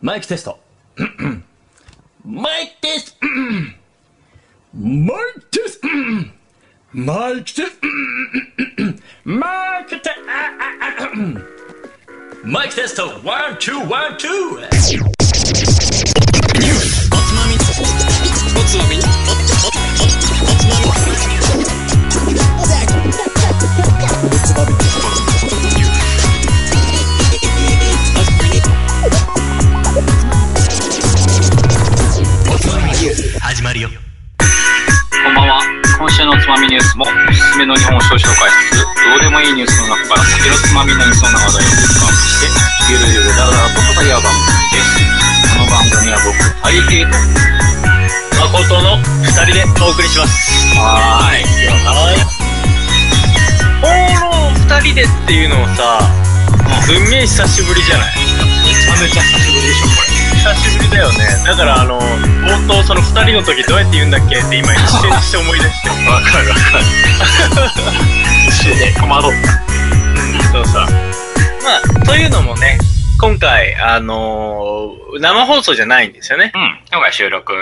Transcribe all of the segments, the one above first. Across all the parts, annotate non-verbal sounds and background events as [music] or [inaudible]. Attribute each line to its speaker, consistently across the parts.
Speaker 1: マイクテスト。 [clears throat] マイクテスト。 [clears throat] マイクテスト。 [clears throat] マイクテスト。 [clears throat] マイクテスト。 [clears throat] マイクテスト。ワン、ツー、ワン、ツー。始まるよ。
Speaker 2: こんばんは。今週のつまみニュースもおすすめの日本酒を紹介しつつ、どうでもいいニュースの中から酒のつまみになりそうな話題をピックアップして、ゆるゆるだらだらと語り合う番組です。この番組は僕、ハリケーと、
Speaker 1: 誠の二人でお送りします。
Speaker 2: はーい。
Speaker 1: はい。
Speaker 3: 放浪二人でっていうのもさ、すんげえ久しぶりじゃない
Speaker 2: めちゃめちゃ久しぶりでしょ、これ。
Speaker 3: 久しぶりだよね。だからあの、冒頭その二人の時どうやって言うんだっけって今一瞬にして思い出して。
Speaker 2: わかるわかる。一瞬で戸惑った。
Speaker 3: そうさ。まあ、というのもね、今回、あのー生放送じゃないんですよね。
Speaker 2: うん。今日が収録。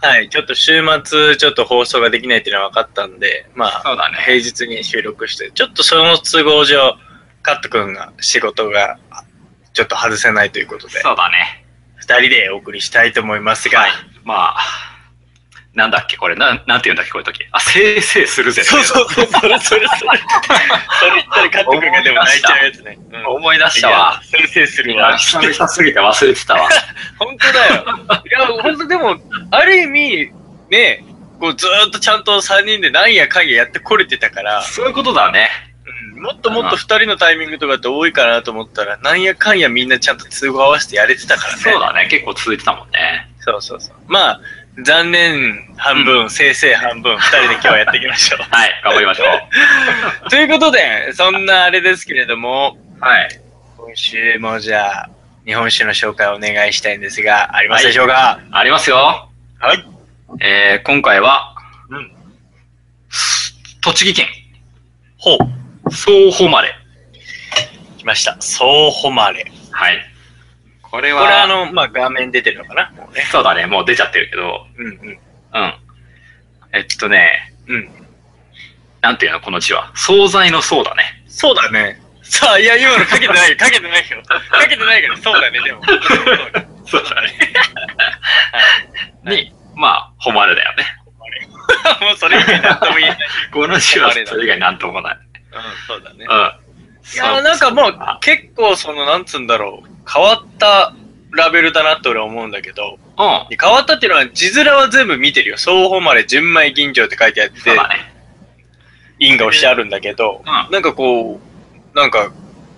Speaker 3: はい、ちょっと週末、ちょっと放送ができないっていうのは分かったんで、まあ、
Speaker 2: そうだね
Speaker 3: 平日に収録して、ちょっとその都合上、カット君が仕事が、ちょっと外せないということで、
Speaker 2: そうだね。
Speaker 3: 二人でお送りしたいと思いますが、
Speaker 2: はい。まあ、なんだっけ、これ。なん、なんて言うんだっけ、こういう時。あ、せいせいするぜ。
Speaker 3: そうそうそう、それそれそれ。それ言ったらカット君がでも泣いちゃうやつね。うん
Speaker 2: 思い出した
Speaker 3: いや。
Speaker 2: わ
Speaker 3: 先生する
Speaker 2: いや
Speaker 3: わ。
Speaker 2: 久々すぎて忘れて [laughs] たわ。
Speaker 3: 本当だよ。いや、本当でも、ある意味、ね、こうずーっとちゃんと3人でなんやかんややってこれてたから、
Speaker 2: そういうことだね。
Speaker 3: うんもっともっと2人のタイミングとかって多いかなと思ったら、なんやかんやみんなちゃんと通合合わせてやれてたからね。
Speaker 2: そうだね。結構続いてたもんね。
Speaker 3: そうそうそう。まあ、残念半分、正々半分、2人で今日はやっていきましょ
Speaker 2: はい。頑張りましょう。
Speaker 3: [laughs]
Speaker 2: [laughs]
Speaker 3: う。ということで、そんなあれですけれども、
Speaker 2: はい。
Speaker 3: 今週もじゃあ、日本酒の紹介をお願いしたいんですが、ありますでしょうか
Speaker 2: ありますよ。
Speaker 3: はい。
Speaker 2: えー、今回は、
Speaker 3: うん
Speaker 2: 栃木県、
Speaker 3: ほう、
Speaker 2: 総誉れ。
Speaker 3: 来ました。そう誉れ。
Speaker 2: はい。これ
Speaker 3: こ
Speaker 2: は、
Speaker 3: れあの、まあ、画面出てるのかなもうね。
Speaker 2: そうだね。もう出ちゃってるけど、
Speaker 3: うん
Speaker 2: うん。えっとね、
Speaker 3: うん。うん。
Speaker 2: なんていうの、この字は。惣菜の惣だね。
Speaker 3: そうだね。さあ、いや、今のかけて [laughs] ない、かけてないよ。かけてないけど、そうだね、でも。
Speaker 2: そうだね。 [laughs] に、まあ、誉れだよね。
Speaker 3: [laughs] もうそれ以外なんとも言えない。
Speaker 2: この字はそれ以外なんともない。
Speaker 3: うん、そうだね
Speaker 2: うん。。い
Speaker 3: いやーなんかもう結構そのなんつうんだろう変わったラベルだなって俺は思うんだけど
Speaker 2: うん。
Speaker 3: 変わったっていうのは字面は全部見てるよ総誉れ純米吟醸って書いてあって
Speaker 2: そうだね。
Speaker 3: 印が押してあるんだけど、
Speaker 2: うん
Speaker 3: なんかこうなんか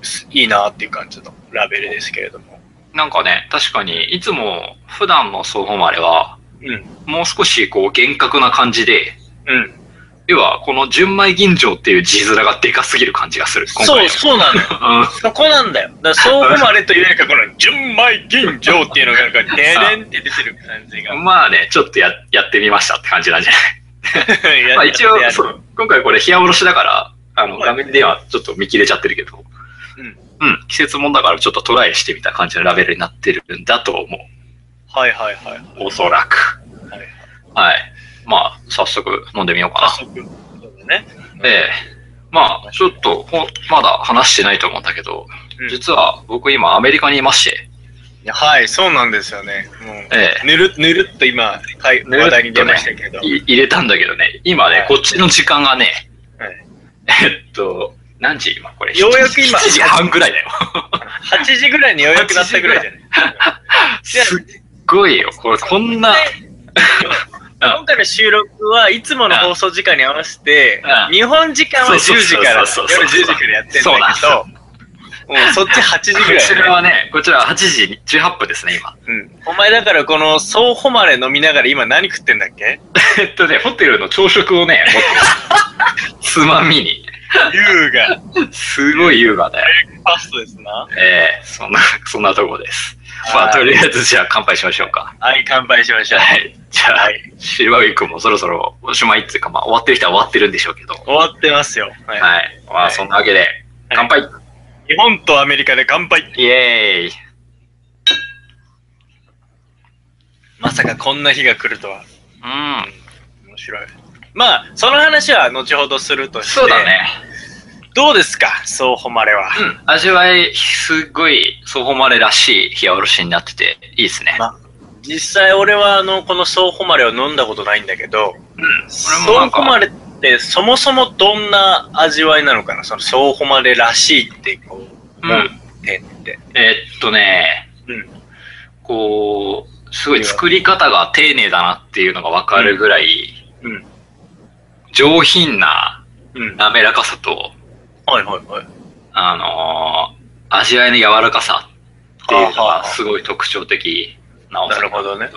Speaker 3: すいいなっていう感じのラベルですけれども
Speaker 2: なんかね、確かに、いつも普段の総誉れは、
Speaker 3: うん
Speaker 2: もう少しこう厳格な感じで、
Speaker 3: うん
Speaker 2: 要はこの純米吟醸っていう字面がでかすぎる感じがする。今
Speaker 3: そ
Speaker 2: 回
Speaker 3: うそうなのよ
Speaker 2: の。うん。
Speaker 3: そこなんだよだから総誉れというよりかこの純米吟醸っていうのがなん
Speaker 2: [laughs]
Speaker 3: かデレンって出てる感じ [laughs] が
Speaker 2: まあね、ちょっとややってみましたって感じなんじゃないまあ一応
Speaker 3: [laughs] やっ、て
Speaker 2: そう今回これ冷やおろしだから、あの、
Speaker 3: はい
Speaker 2: 画面ではちょっと見切れちゃってるけど、
Speaker 3: うん
Speaker 2: うん、季節もんだからちょっとトライしてみた感じのラベルになってるんだと思う。
Speaker 3: はいはいはい
Speaker 2: おそらく。
Speaker 3: はい
Speaker 2: はい。まあ、早速飲んでみようかな。
Speaker 3: 早速そうだね
Speaker 2: ええまあ、ちょっとほ、まだ話してないと思うんだけど、
Speaker 3: うん
Speaker 2: 実は僕今アメリカにいまして、
Speaker 3: いやはい、そうなんですよね。も
Speaker 2: え
Speaker 3: うぬるぬるっと今、はい、
Speaker 2: ぬるっとね
Speaker 3: 話題に出ましたけど。
Speaker 2: えい入れたんだけどね、今ね、
Speaker 3: はい
Speaker 2: こっちの時間がね、
Speaker 3: はい
Speaker 2: えっと、何時今これ
Speaker 3: ようやく今
Speaker 2: 7時半ぐらいだよ。
Speaker 3: 8時ぐらいにようやくなったぐらいじゃない
Speaker 2: すっごいよ。これ、こんな、
Speaker 3: 今回の収録はいつもの放送時間に合わせて
Speaker 2: う、ん
Speaker 3: 日本時間は10時から、夜
Speaker 2: そうそうそうそう
Speaker 3: 10時からやってんだけど、もうそっち8時
Speaker 2: こ
Speaker 3: ぐらい
Speaker 2: ち
Speaker 3: だ
Speaker 2: ら
Speaker 3: ね、
Speaker 2: はね、こちらは8時18分ですね、今。
Speaker 3: うん。お前だからこの、総誉れ飲みながら今何食ってんだっけ
Speaker 2: えっとね、ホテルの朝食をね、持って [laughs] ます。つまみに。
Speaker 3: 優雅。
Speaker 2: すごい優雅だよ。
Speaker 3: パストですな。
Speaker 2: ええそんな、そんなとこです。ま
Speaker 3: は
Speaker 2: あ、
Speaker 3: い
Speaker 2: とりあえずじゃあ乾杯しましょうか。
Speaker 3: はい、乾杯しましょう。
Speaker 2: はい。じゃあ、
Speaker 3: は
Speaker 2: シルバーウィークもそろそろおしまいっていうか、まあ、終わってる人は終わってるんでしょうけど。
Speaker 3: 終わってますよ。はい
Speaker 2: はい。ま
Speaker 3: は
Speaker 2: あ、
Speaker 3: い
Speaker 2: そんなわけで、乾杯
Speaker 3: 日本とアメリカで乾杯
Speaker 2: イエーイ
Speaker 3: まさかこんな日が来るとは。
Speaker 2: うん。
Speaker 3: 面白い。まあ、その話は後ほどするとして。
Speaker 2: そうだね。
Speaker 3: どうですかそう誉れは。
Speaker 2: うん。味わい、すっごい、そう誉れらしい冷やおろしになってて、いいですね。
Speaker 3: ま実際俺はあの、このそう誉れを飲んだことないんだけど、
Speaker 2: 俺も
Speaker 3: そ
Speaker 2: な
Speaker 3: うん
Speaker 2: か
Speaker 3: 誉れってそもそもどんな味わいなのかなそのそう誉れらしいってこう、
Speaker 2: うん
Speaker 3: 思う点って。
Speaker 2: えーっとね、
Speaker 3: うん。
Speaker 2: こう、すごい作り方が丁寧だなっていうのがわかるぐらい、
Speaker 3: うん。
Speaker 2: 上品な
Speaker 3: うん。
Speaker 2: 滑らかさと、
Speaker 3: はいはいはい。
Speaker 2: あのー味わいの柔らかさっていうのがすごい特徴的なお酒んだけ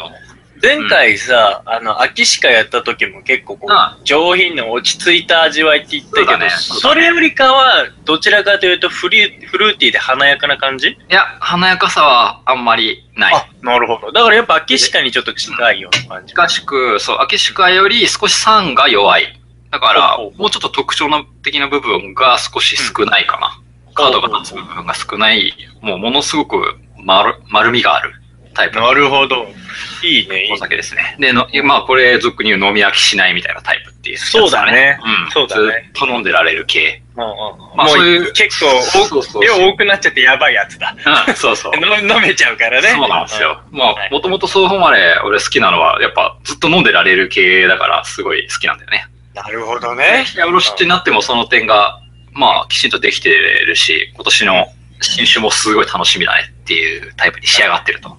Speaker 3: 前回さ、あの、秋しかやった時も結構こう、
Speaker 2: あ
Speaker 3: 上品な落ち着いた味わいって言ったけど、
Speaker 2: そ
Speaker 3: そ,、
Speaker 2: うだね
Speaker 3: れよりかは、どちらかというとフリーフルーティーで華やかな感じ、
Speaker 2: いや、華やかさはあんまりない。
Speaker 3: あ、なるほど。だからやっぱ秋しかにちょっと近いような感じ。
Speaker 2: 近しく、そう、秋シカより少し酸が弱い。だから、
Speaker 3: ほうほ
Speaker 2: も
Speaker 3: う
Speaker 2: うちょっと特徴の的な部分が少し少ないかな。カードが立つ部分が少ない、もうものすごく丸丸みがあるタイプの
Speaker 3: なるほど。いいね、いい
Speaker 2: お酒ですね。で、のまあこれ俗に言う飲み飽きしないみたいなタイプっていう、
Speaker 3: そうだね
Speaker 2: ん。
Speaker 3: そうだね
Speaker 2: ずっと飲んでられる系。ま
Speaker 3: ま
Speaker 2: あ
Speaker 3: あ、
Speaker 2: そ
Speaker 3: そうう
Speaker 2: いう
Speaker 3: 結構
Speaker 2: そうそうそう
Speaker 3: お量多くなっちゃってやばいやつだ。
Speaker 2: うん、そうそう。
Speaker 3: 飲飲めちゃうからね。
Speaker 2: そうなんですよ。ま
Speaker 3: は
Speaker 2: あ、
Speaker 3: い
Speaker 2: もともとそう誉れ、俺好きなのは、やっぱずっと飲んでられる系だから、すごい好きなんだよね。
Speaker 3: うん。なるほど
Speaker 2: え
Speaker 3: ね。
Speaker 2: やおろしってなってもその点が、まあ、きちんとできてるし、今年の新酒もすごい楽しみだねっていうタイプに仕上がってると思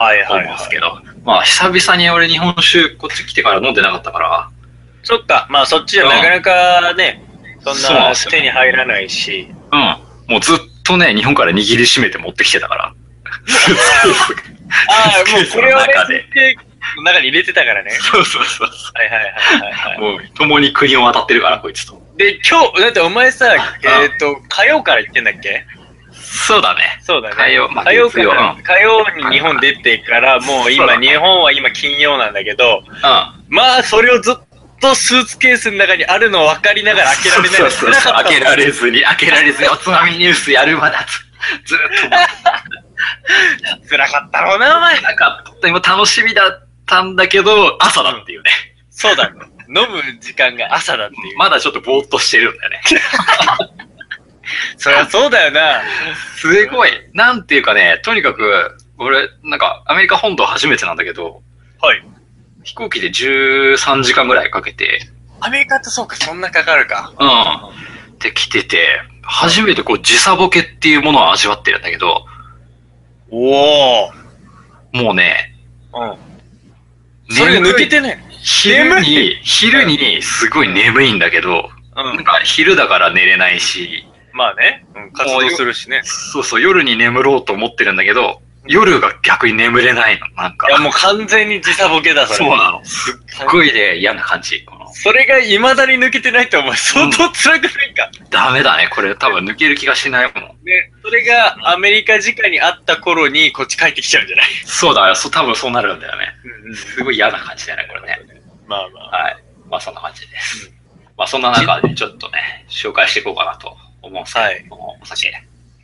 Speaker 3: はいは
Speaker 2: うん
Speaker 3: い、
Speaker 2: で
Speaker 3: は
Speaker 2: す
Speaker 3: い。
Speaker 2: けど、まあ、久々に俺日本酒こっち来てから飲んでなかったから、
Speaker 3: そっか、まあそっちじゃなかなかね、そん
Speaker 2: そうなん
Speaker 3: な
Speaker 2: ですよ
Speaker 3: 手に入らないし。
Speaker 2: うん。もうずっとね、日本から握りしめて持ってきてたから。
Speaker 3: あ [laughs] あ、もう
Speaker 2: ス
Speaker 3: こ
Speaker 2: ケール
Speaker 3: れ
Speaker 2: の
Speaker 3: を
Speaker 2: 中で
Speaker 3: ね、ケーキの中に入れてたからね。
Speaker 2: そうそうそうそ
Speaker 3: はいはいはいはい、
Speaker 2: う。
Speaker 3: は
Speaker 2: もう、共に国を渡ってるから、こいつと。
Speaker 3: い。で、今日、だってお前さ、えっ、と、火曜から行ってんだっけ
Speaker 2: そうだね。
Speaker 3: そうだね。
Speaker 2: 火曜まあ
Speaker 3: 火曜か
Speaker 2: 月曜
Speaker 3: ら
Speaker 2: う、ん
Speaker 3: 火曜に日本出てから、もう
Speaker 2: そうだ
Speaker 3: 今、
Speaker 2: ね
Speaker 3: 日本は今金曜なんだけど、
Speaker 2: うん。
Speaker 3: まあ、それをずっとスーツケースの中にあるのを分かりながら開けられない。
Speaker 2: そうそうそう。開けら
Speaker 3: る。
Speaker 2: れずに、開けられずに、おつまみニュースやるまでず、ずっと
Speaker 3: 辛かったろうな、お前。
Speaker 2: なんか、今楽しみだったんだけど、朝だっていうね。
Speaker 3: そうだ、ね。飲む時間が朝だっていう。
Speaker 2: まだちょっとぼーっとしてるん
Speaker 3: [laughs]
Speaker 2: だよね。
Speaker 3: そりゃそうだよな。
Speaker 2: すごい。なんていうかね、とにかく、俺、なんか、アメリカ本土初めてなんだけど、
Speaker 3: はい。
Speaker 2: 飛行機で13時間ぐらいかけて、
Speaker 3: アメリカってそうか、そんなかかるか。
Speaker 2: うん。って来てて、初めてこう、時差ボケっていうものを味わってるんだけど、
Speaker 3: おお。
Speaker 2: もうね、
Speaker 3: うん。それ抜けてない。
Speaker 2: 昼
Speaker 3: 眠
Speaker 2: に、昼にすごい眠いんだけど、
Speaker 3: う
Speaker 2: なん。か昼だから寝れないし、
Speaker 3: まあね、うん、活動するしね。
Speaker 2: そうそう、夜に眠ろうと思ってるんだけど、夜が逆に眠れないの、なんか。
Speaker 3: いや、もう完全に時差ボケだ、それ。
Speaker 2: そうなの。すっごいね、嫌な感じ。この
Speaker 3: それが未だに抜けてないってお前相当辛くないか、
Speaker 2: ダメだね、これ多分抜ける気がしないもん。
Speaker 3: ね、それがアメリカ時間にあった頃にこっち帰ってきちゃうんじゃない、
Speaker 2: そうだ、そう、多分そうなるんだよね。すごい嫌な感じだね、これね。
Speaker 3: まあまあ。
Speaker 2: はい。まあそんな感じです。まあそんな中でちょっとね、紹介していこうかなと思うんですけど、
Speaker 3: はい
Speaker 2: このお酒。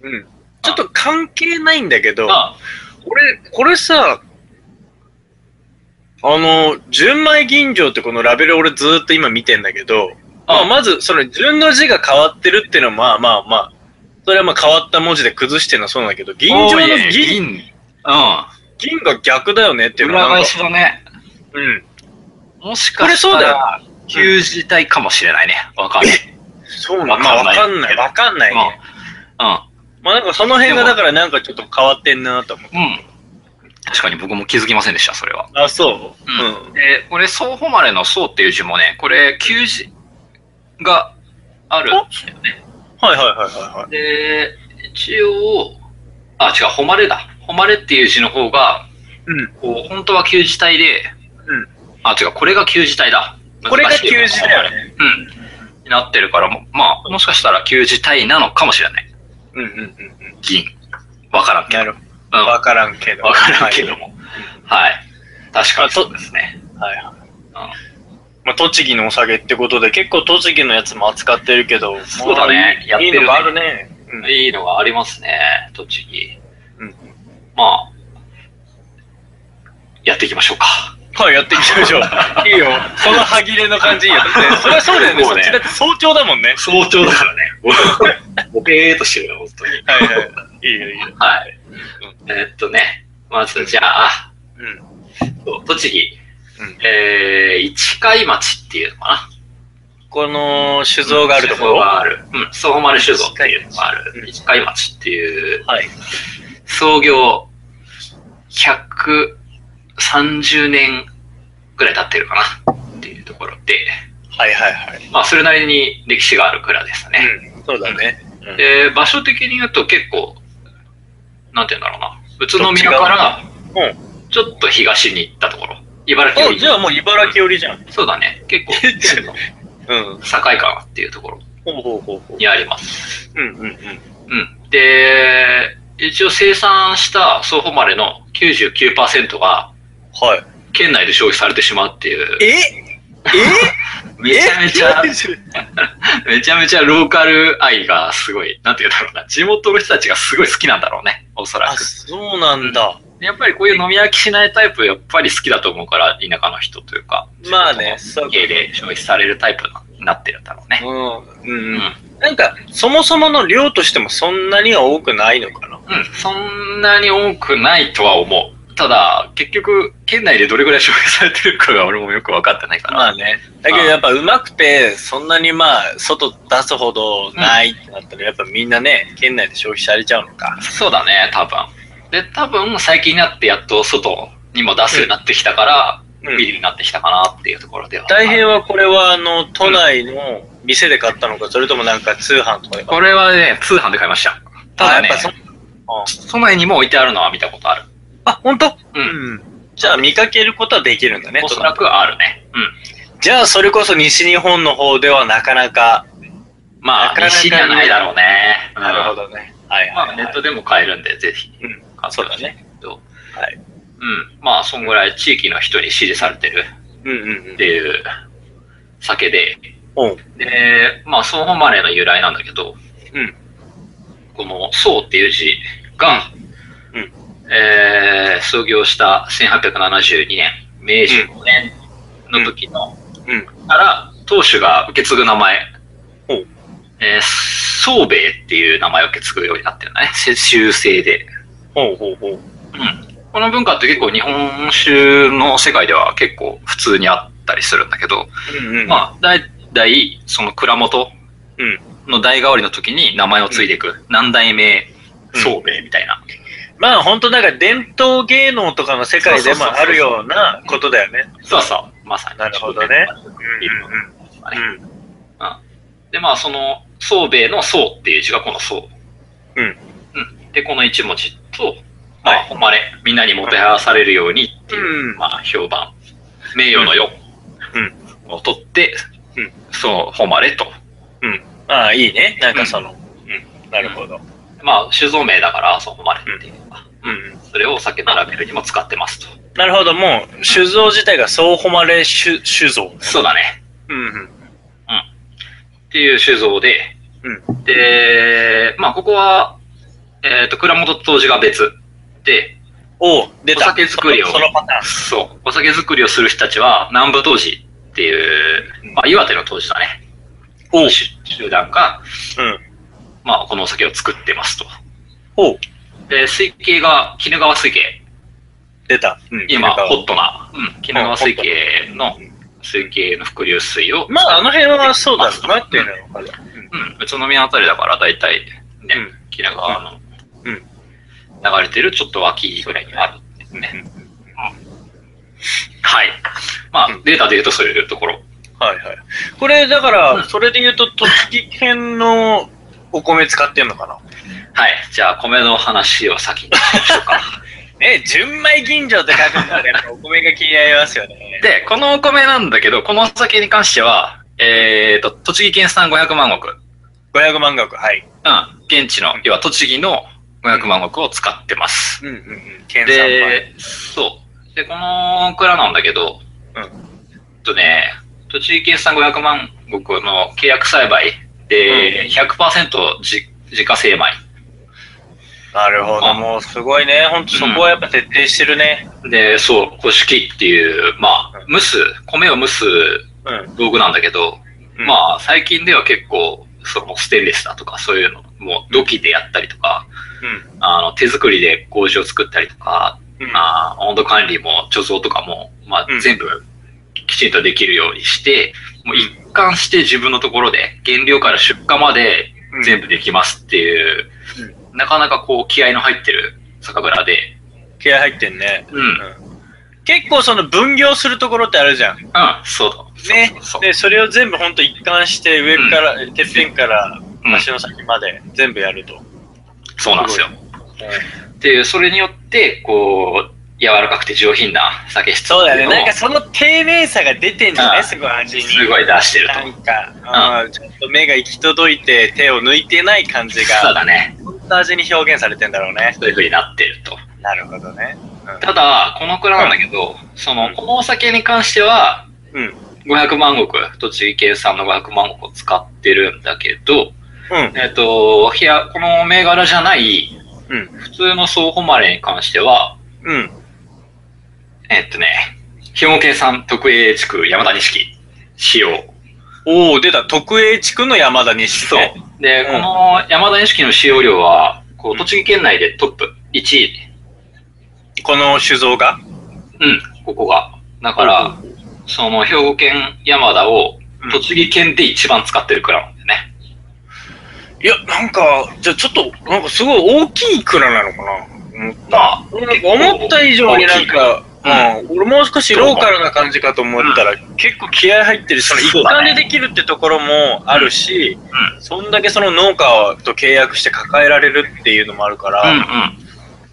Speaker 3: うん。ちょっと関係ないんだけど、
Speaker 2: ま
Speaker 3: 俺、これさ、あの、純米吟醸ってこのラベル俺ずーっと今見てんだけど、まあ、まず、その純の字が変わってるっていうのはまあまあまあ、それはまあ変わった文字で崩してるのはそうなんだけど、
Speaker 2: あ、
Speaker 3: 吟醸
Speaker 2: おーいやい
Speaker 3: の
Speaker 2: や
Speaker 3: 銀、
Speaker 2: 銀。う
Speaker 3: 銀が逆だよねってい
Speaker 2: ん。
Speaker 3: うのは
Speaker 2: 裏
Speaker 3: なん
Speaker 2: 返
Speaker 3: か、
Speaker 2: しだね。
Speaker 3: うん。
Speaker 2: もしかしたら、旧時代かもしれないね。わかんない。
Speaker 3: そうな
Speaker 2: な
Speaker 3: んん
Speaker 2: だ
Speaker 3: だ。わかんない。わかんないね。
Speaker 2: うん。うん。
Speaker 3: まあなんかその辺がだからなんかちょっと変わってんなと思う。
Speaker 2: うん。確かに僕も気づきませんでした、それは。
Speaker 3: あ、そう
Speaker 2: う
Speaker 3: うんん。
Speaker 2: で、これ、そう誉れのそうっていう字もね、これ、旧字があるんだよね。
Speaker 3: はいはいはいはいはい。
Speaker 2: で、一応、あ、違う、誉れだ。誉れっていう字の方が、
Speaker 3: うん。
Speaker 2: こう、本当は旧字体で、
Speaker 3: うん。
Speaker 2: あ、違う、これが旧字体だ。
Speaker 3: これが
Speaker 2: 難しいよ
Speaker 3: 旧字だよね。
Speaker 2: うん。になってるから、もまあ、もしかしたら旧字体なのかもしれない。
Speaker 3: うんうんうんうん。
Speaker 2: 銀。わからんけど。
Speaker 3: なるほ
Speaker 2: うん
Speaker 3: ど。わからんけど。
Speaker 2: わからんけども。はい。確かにそうですね。
Speaker 3: はい。はいはい。まあ、栃木のお酒ってことで、結構栃木のやつも扱ってるけど、
Speaker 2: そうだね
Speaker 3: まあいいいい
Speaker 2: やってるね
Speaker 3: のがあるね。
Speaker 2: うんいいのがありますね、栃木。
Speaker 3: うん。うん。
Speaker 2: まあ、やっていきましょうか。
Speaker 3: はい、やって [laughs] いきましょう。いいよ。その歯切れの感じいいよ。だって、それはそうだよね。
Speaker 2: も
Speaker 3: そうっ
Speaker 2: ね
Speaker 3: ちだって早朝だもんね。
Speaker 2: 早朝だからね。 [laughs] ボケーっとしてるよ、本当に。
Speaker 3: はいはい。 [laughs] いいよ、いいよ。
Speaker 2: はい。えーっとね、まずじゃあ、
Speaker 3: うん。
Speaker 2: そう栃木、
Speaker 3: うん
Speaker 2: えー、市貝町っていうのか
Speaker 3: この酒造
Speaker 2: な。
Speaker 3: があるとこ
Speaker 2: 酒
Speaker 3: ろ。
Speaker 2: 造
Speaker 3: は
Speaker 2: がある。うん、相馬丸酒造っていうのがある。
Speaker 3: うん
Speaker 2: 市貝町っていう、
Speaker 3: い。
Speaker 2: 創業130年ぐらい経ってるかなっていうところで、
Speaker 3: はいはいはい。
Speaker 2: まあ、それなりに歴史がある蔵ですね。
Speaker 3: うん。そうだね。うん
Speaker 2: で、場所的に言うと結構、なんて言うんだろうな。宇都宮から、
Speaker 3: うん。
Speaker 2: ちょっと東に行ったところ。茨城よ
Speaker 3: お、
Speaker 2: り
Speaker 3: じゃあもう茨城寄りじゃん。
Speaker 2: そうだね。
Speaker 3: [laughs]
Speaker 2: 結構、県の境
Speaker 3: うん。
Speaker 2: 川っていうところ
Speaker 3: ほうほうほうほう。
Speaker 2: にあります。
Speaker 3: うんうんうん。
Speaker 2: うん。で、一応生産した総誉れの99%が、
Speaker 3: はい。
Speaker 2: 県内で消費されてしまうっていう、
Speaker 3: [laughs] ええ
Speaker 2: めちゃめちゃ、めちゃめちゃローカル愛がすごい、なんて言うんだろうな。地元の人たちがすごい好きなんだろうね。おそら
Speaker 3: あ、 [laughs]
Speaker 2: く。
Speaker 3: そうなんだ。
Speaker 2: やっぱりこういう飲み飽きしないタイプ、やっぱり好きだと思うから、田舎の人というか。
Speaker 3: まあねそうか
Speaker 2: 家で消費されるタイプになってるんだろうね。
Speaker 3: うん。う
Speaker 2: うんん。
Speaker 3: う
Speaker 2: う
Speaker 3: ん。なんか、そもそもの量としてもそんなには多くないのかな。
Speaker 2: ん。そんなに多くないとは思う。ただ、結局、県内でどれぐらい消費されてるかが [laughs] 俺もよく分かってないから。
Speaker 3: まあね。だけどやっぱうまくて、そんなにまあ、外出すほどないってなったら、やっぱみんなね、県内で消費されちゃうのか。
Speaker 2: そうだね、多分。で、多分、最近になってやっと外にも出すようになってきたから、
Speaker 3: うん
Speaker 2: ビリになってきたかなっていうところでは。
Speaker 3: 大変はこれは、あの、都内の店で買ったのか、それともなんか通販とかで買った
Speaker 2: これはね、通販で買いました。ただね
Speaker 3: あやっぱそ、
Speaker 2: 都内にも置いてあるのは見たことある。
Speaker 3: あ、本当？
Speaker 2: うん。
Speaker 3: ん。じゃあ見かけることはできるんだね。
Speaker 2: おそらくあるね。うん。
Speaker 3: じゃあそれこそ西日本の方ではなかなか。
Speaker 2: ま
Speaker 3: な
Speaker 2: あ、
Speaker 3: かなか
Speaker 2: 西にはないだろうね。ど。
Speaker 3: どね。はいはい、
Speaker 2: ま
Speaker 3: は
Speaker 2: あ、
Speaker 3: い。
Speaker 2: ネットでも買えるんで、ぜひ。
Speaker 3: うん。あ、そうだね。はい。
Speaker 2: うん。まあ、そんぐらい地域の人に支持されてる
Speaker 3: うんうんうん
Speaker 2: って。いう酒で。
Speaker 3: おう
Speaker 2: で、まあ、総本マネーの由来なんだけど、
Speaker 3: うん。
Speaker 2: この、宋っていう字が、
Speaker 3: うん
Speaker 2: えー、創業した1872年、明治5年の時の、
Speaker 3: うん。
Speaker 2: から、当主が受け継ぐ名前、
Speaker 3: ほう
Speaker 2: えー、宗兵衛っていう名前を受け継ぐようになってるんだね。せ修正で。
Speaker 3: ほうほうほう。
Speaker 2: うん。この文化って結構日本酒の世界では結構普通にあったりするんだけど、
Speaker 3: うんうん。
Speaker 2: まあ、代々、その蔵元
Speaker 3: うん。
Speaker 2: の代替わりの時に名前を継いでいく、何代目宗兵衛みたいな。
Speaker 3: まあ本当なんか伝統芸能とかの世界でもあるようなことだよね。
Speaker 2: そうそう、まさに。
Speaker 3: なるほどね
Speaker 2: いるよね
Speaker 3: うん。
Speaker 2: で、まあ、その、宗兵衛の宗っていう字がこの宗。
Speaker 3: うん
Speaker 2: うん。で、この一文字と、ま
Speaker 3: はい
Speaker 2: あ、誉れ、みんなにもてはやされるようにっていう、
Speaker 3: うん
Speaker 2: まあ、評判、名誉の世
Speaker 3: うん
Speaker 2: を取って、
Speaker 3: うん
Speaker 2: そう、誉れと。
Speaker 3: うん。ああ、いいね。なんかその。うん。なるほど。
Speaker 2: まあ、酒造名だから、そう、誉れっていうのが、
Speaker 3: うん。
Speaker 2: それをお酒のラベルにも使ってますと。
Speaker 3: なるほど。もう、酒造自体が総誉れ酒酒造。
Speaker 2: そうだね。
Speaker 3: うんうん。
Speaker 2: っていう酒造で、
Speaker 3: うん。
Speaker 2: で、まあ、ここは、えっ、と、蔵元と当時が別で、
Speaker 3: おう、出た。
Speaker 2: お酒作りを
Speaker 3: そのそのパターン。
Speaker 2: そう。お酒作りをする人たちは、南部当時っていう、まあ、岩手の当時だね。
Speaker 3: おう。
Speaker 2: 集集団が、
Speaker 3: うん。
Speaker 2: まあ、このお酒を作ってますと。
Speaker 3: おう。
Speaker 2: で、水系が、鬼怒川水系。
Speaker 3: 出た。うん
Speaker 2: 今、ホ
Speaker 3: ほ
Speaker 2: ットな、うん、鬼怒川水系の、水系の伏流水を。
Speaker 3: まあ、あの辺はそうだろうなっていうのは分かる。
Speaker 2: うん、宇都宮あたりだから、だいたい、ね
Speaker 3: うん、
Speaker 2: 鬼怒川の、
Speaker 3: うん
Speaker 2: 流れてるちょっと脇ぐらいにあるんですね。はい。まあ、データで言うとそういうところ。
Speaker 3: はいはい。これ、だから、それで言うと、栃木県のお米使ってんのかな
Speaker 2: はい。じゃあ、米の話を先にしましょうか。
Speaker 3: ね、純米吟醸って書くんだから、お米が気になりますよね。
Speaker 2: で、このお米なんだけど、このお酒に関しては、えっ、と、栃木県産500万石。
Speaker 3: 500万石、はい。
Speaker 2: うん。現地の、要は栃木の500万石を使ってます。
Speaker 3: うんうんうん。県産米。
Speaker 2: で、そう。で、この蔵なんだけど、
Speaker 3: うん
Speaker 2: えっとね、栃木県産500万石の契約栽培で、100%自自家製米。
Speaker 3: なるほど。
Speaker 2: あ
Speaker 3: もうすごいね。ほんとそこはやっぱ徹底してるね。
Speaker 2: で、そう、古式っていう、まあ、蒸す、米を蒸す
Speaker 3: うん。
Speaker 2: 道具なんだけど、
Speaker 3: うん
Speaker 2: まあ、最近では結構、そのステンレスだとか、そういうの、もう土器でやったりとか、あの、手作りで麹を作ったりとか、
Speaker 3: うん。うん。
Speaker 2: まあ、温度管理も貯蔵とかも、まあ
Speaker 3: うん、
Speaker 2: 全部きちんとできるようにして、もう一貫して自分のところで、原料から出荷まで
Speaker 3: うん
Speaker 2: 全部できますっていう、なかなかこう、気合の入ってる酒蔵で、
Speaker 3: 気合入ってんね。
Speaker 2: うん、うん、
Speaker 3: 結構その分業するところってあるじゃん。
Speaker 2: そうだ。
Speaker 3: ね
Speaker 2: そうそう。
Speaker 3: で、それを全部ほんと一貫して上から、てっぺんから
Speaker 2: うん
Speaker 3: 足の先まで全部やると。
Speaker 2: そうなんですよ
Speaker 3: す。
Speaker 2: で、それによって、こう、柔らかくて上品な酒質
Speaker 3: そうだね。なんか
Speaker 2: す
Speaker 3: その丁寧さが出てんじゃな
Speaker 2: あ
Speaker 3: い
Speaker 2: あ
Speaker 3: すごい味に。
Speaker 2: ごい出してると。
Speaker 3: なんか、あーちょっと目が行き届いて手を抜いてない感じ
Speaker 2: そう
Speaker 3: が、
Speaker 2: だね。
Speaker 3: 本当味に表現されてんだろうね。
Speaker 2: そういう風になってると。
Speaker 3: なるほどね。
Speaker 2: ただ、この蔵なんだけど、その、このお酒に関しては、
Speaker 3: うん。うん。
Speaker 2: 500万石、栃木県産の500万石を使ってるんだけど、えっ、と、ひや、この銘柄じゃない、
Speaker 3: うん
Speaker 2: 普通の総誉れに関しては、
Speaker 3: うん。
Speaker 2: えっ、とね、兵庫県産特営地区山田錦使用。
Speaker 3: おお出た。特営地区の山田錦、
Speaker 2: そう
Speaker 3: ね。。
Speaker 2: で、
Speaker 3: うん
Speaker 2: この山田錦の使用量は、こ
Speaker 3: う
Speaker 2: うん栃木県内でトップ1位。
Speaker 3: そう。この酒造が
Speaker 2: うん、ここが。だから、その兵庫県山田を
Speaker 3: うん
Speaker 2: 栃木県で一番使ってる蔵なんだよね。
Speaker 3: いや、なんか、じゃあちょっと、なんかすごい大きい蔵なのかな思った。
Speaker 2: まあ、
Speaker 3: なんか思った以上になんか、うん、俺もう少しローカルな感じかと思ったら、結構気合入ってるし、その一
Speaker 2: そうだ
Speaker 3: 貫
Speaker 2: ね
Speaker 3: でできるってところもあるし、
Speaker 2: う
Speaker 3: そんだけその農家と契約して抱えられるっていうのもあるから、
Speaker 2: うん。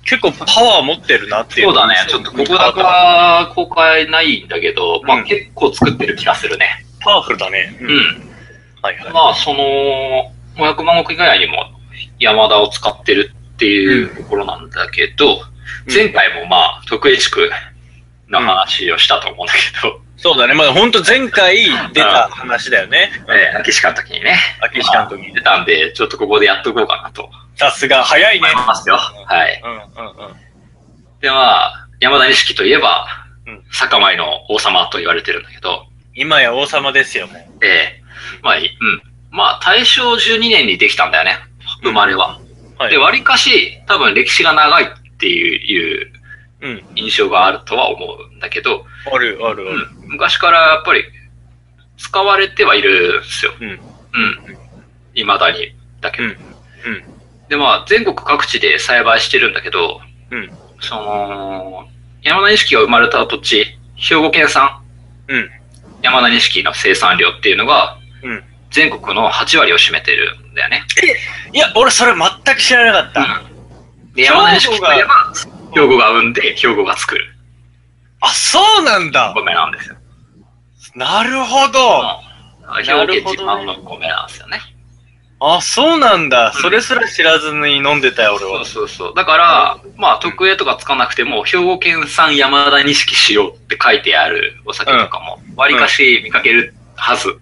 Speaker 3: 結構パワー持ってるなっていう。
Speaker 2: そうだね。ちょっとここだけは公開ないんだけど、ま
Speaker 3: う
Speaker 2: あ
Speaker 3: ん
Speaker 2: 結構作ってる気がするね。
Speaker 3: パワフルだね。
Speaker 2: う。
Speaker 3: うんはいはい。
Speaker 2: まあ、その、500万石以外にも山田を使ってるっていうところなんだけど、
Speaker 3: うん
Speaker 2: 前回もまあ、特営地区の話をしたと思うんだけど、
Speaker 3: そうだね。まあほんと前回出た話だよね。
Speaker 2: えー、秋鹿の時にね、
Speaker 3: 秋石監督に。
Speaker 2: 出たんで、ちょっとここでやっとこうかなと
Speaker 3: さすが、早いね
Speaker 2: 思い。ますよ。はい。
Speaker 3: うんうんうん。
Speaker 2: で、まあ、山田錦といえば
Speaker 3: うん、
Speaker 2: 酒米の王様と言われてるんだけど、
Speaker 3: 今や王様ですよ、もう。
Speaker 2: えー、まあ、いうん。まあ、大正12年にできたんだよね、生まれは。
Speaker 3: はい
Speaker 2: で、割かし、多分歴史が長いっていういう
Speaker 3: うん。
Speaker 2: 印象があるとは思うんだけど、
Speaker 3: あるあるある。
Speaker 2: うん、昔からやっぱり使われてはいるんですよ。
Speaker 3: うん。
Speaker 2: うん。未だに。だけど。
Speaker 3: うんうん
Speaker 2: で、まあ、全国各地で栽培してるんだけど、
Speaker 3: うん。
Speaker 2: その、山田錦が生まれた土地、兵庫県産、
Speaker 3: うん。
Speaker 2: 山田錦の生産量っていうのが、
Speaker 3: うん
Speaker 2: 全国の8割を占めてるんだよね。
Speaker 3: いや、俺それ全く知らなかった。
Speaker 2: うんで、山田錦といえば、兵庫が生んで、兵庫が作る
Speaker 3: あ、そうなんだ。
Speaker 2: 米なんですよ。
Speaker 3: なるほど。
Speaker 2: 兵庫県自慢の米なんですよね。
Speaker 3: あ、そうなんだ。
Speaker 2: うん
Speaker 3: それすら知らずに飲んでたよ、俺
Speaker 2: そ
Speaker 3: は
Speaker 2: う。そうそう。だから、まあ、特営とかつかなくても、兵庫県産山田錦しようって書いてあるお酒とかも、割かし見かけるはず。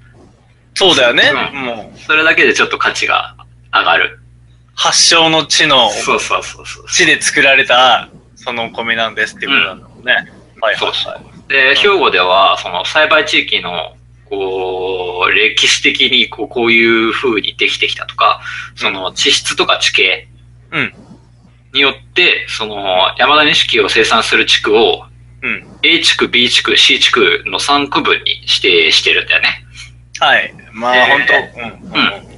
Speaker 3: そうだよね。
Speaker 2: う
Speaker 3: もう、
Speaker 2: それだけでちょっと価値が上がる。
Speaker 3: 発祥の地の、
Speaker 2: そうそうそうそう。
Speaker 3: 地で作られた、そのお米なんですっていうことなんだもんね。はいはい
Speaker 2: そう
Speaker 3: は
Speaker 2: そ
Speaker 3: い。
Speaker 2: で、兵庫では、その栽培地域の、こう、歴史的にこうこういう風にできてきたとか、その地質とか地形
Speaker 3: うん。
Speaker 2: によって、その山田錦を生産する地区を
Speaker 3: うん。
Speaker 2: A 地区、B 地区、C 地区の3区分に指定してるんだよね。
Speaker 3: はい。まあ、
Speaker 2: え
Speaker 3: ほんと
Speaker 2: ー。
Speaker 3: うんうん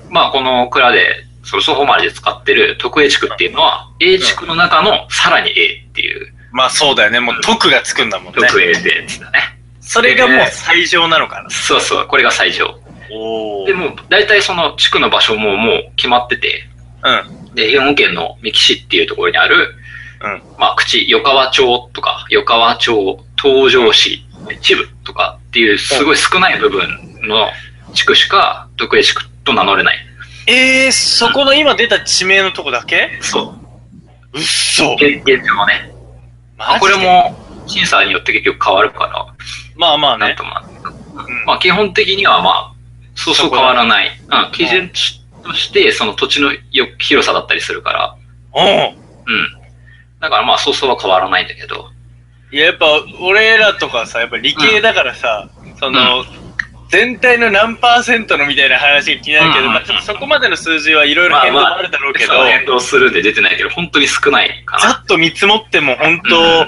Speaker 3: うん。
Speaker 2: まあ、この蔵で、そのソホマで使ってる特 A 地区っていうのは、A 地区の中のさらに A っていう、
Speaker 3: まあ、そうだよね。もう、徳がつくんだもんね。
Speaker 2: 特 A でってだね。
Speaker 3: それがもう最上なのかな。
Speaker 2: そうそう、これが最上。
Speaker 3: おお。
Speaker 2: で、もう、大体その地区の場所ももう決まってて、
Speaker 3: うん。
Speaker 2: で、兵庫県の三木市っていうところにある、
Speaker 3: うん
Speaker 2: まあ、口、与川町とか、与川町、東条市、一部とかっていう、すごい少ない部分の地区しか、特営地区と名乗れない。
Speaker 3: えー、そこの今出た地名のとこだけ
Speaker 2: そう
Speaker 3: っそ。。
Speaker 2: 現現状はね。まあ、これも、審査によって結局変わるから、
Speaker 3: まあまあ
Speaker 2: なん
Speaker 3: ね
Speaker 2: と。もなる
Speaker 3: うん
Speaker 2: まあ、基本的にはまあ、そうそう変わらない。うん、基準として、その土地のよ広さだったりするから、
Speaker 3: うん。
Speaker 2: うん。だからまあ、そうそうは変わらないんだけど。
Speaker 3: いや、やっぱ、俺らとかさ、やっぱ理系だからさ、その、全体の何パーセントのみたいな話が気になるけど、
Speaker 2: うん
Speaker 3: まあ、ちょっとそこまでの数字はいろいろ変動もあるだろうけど、
Speaker 2: まあまあ変動するんで出てないけど、本当に少ないか
Speaker 3: ざ
Speaker 2: な。
Speaker 3: っと見積もっても本当、
Speaker 2: う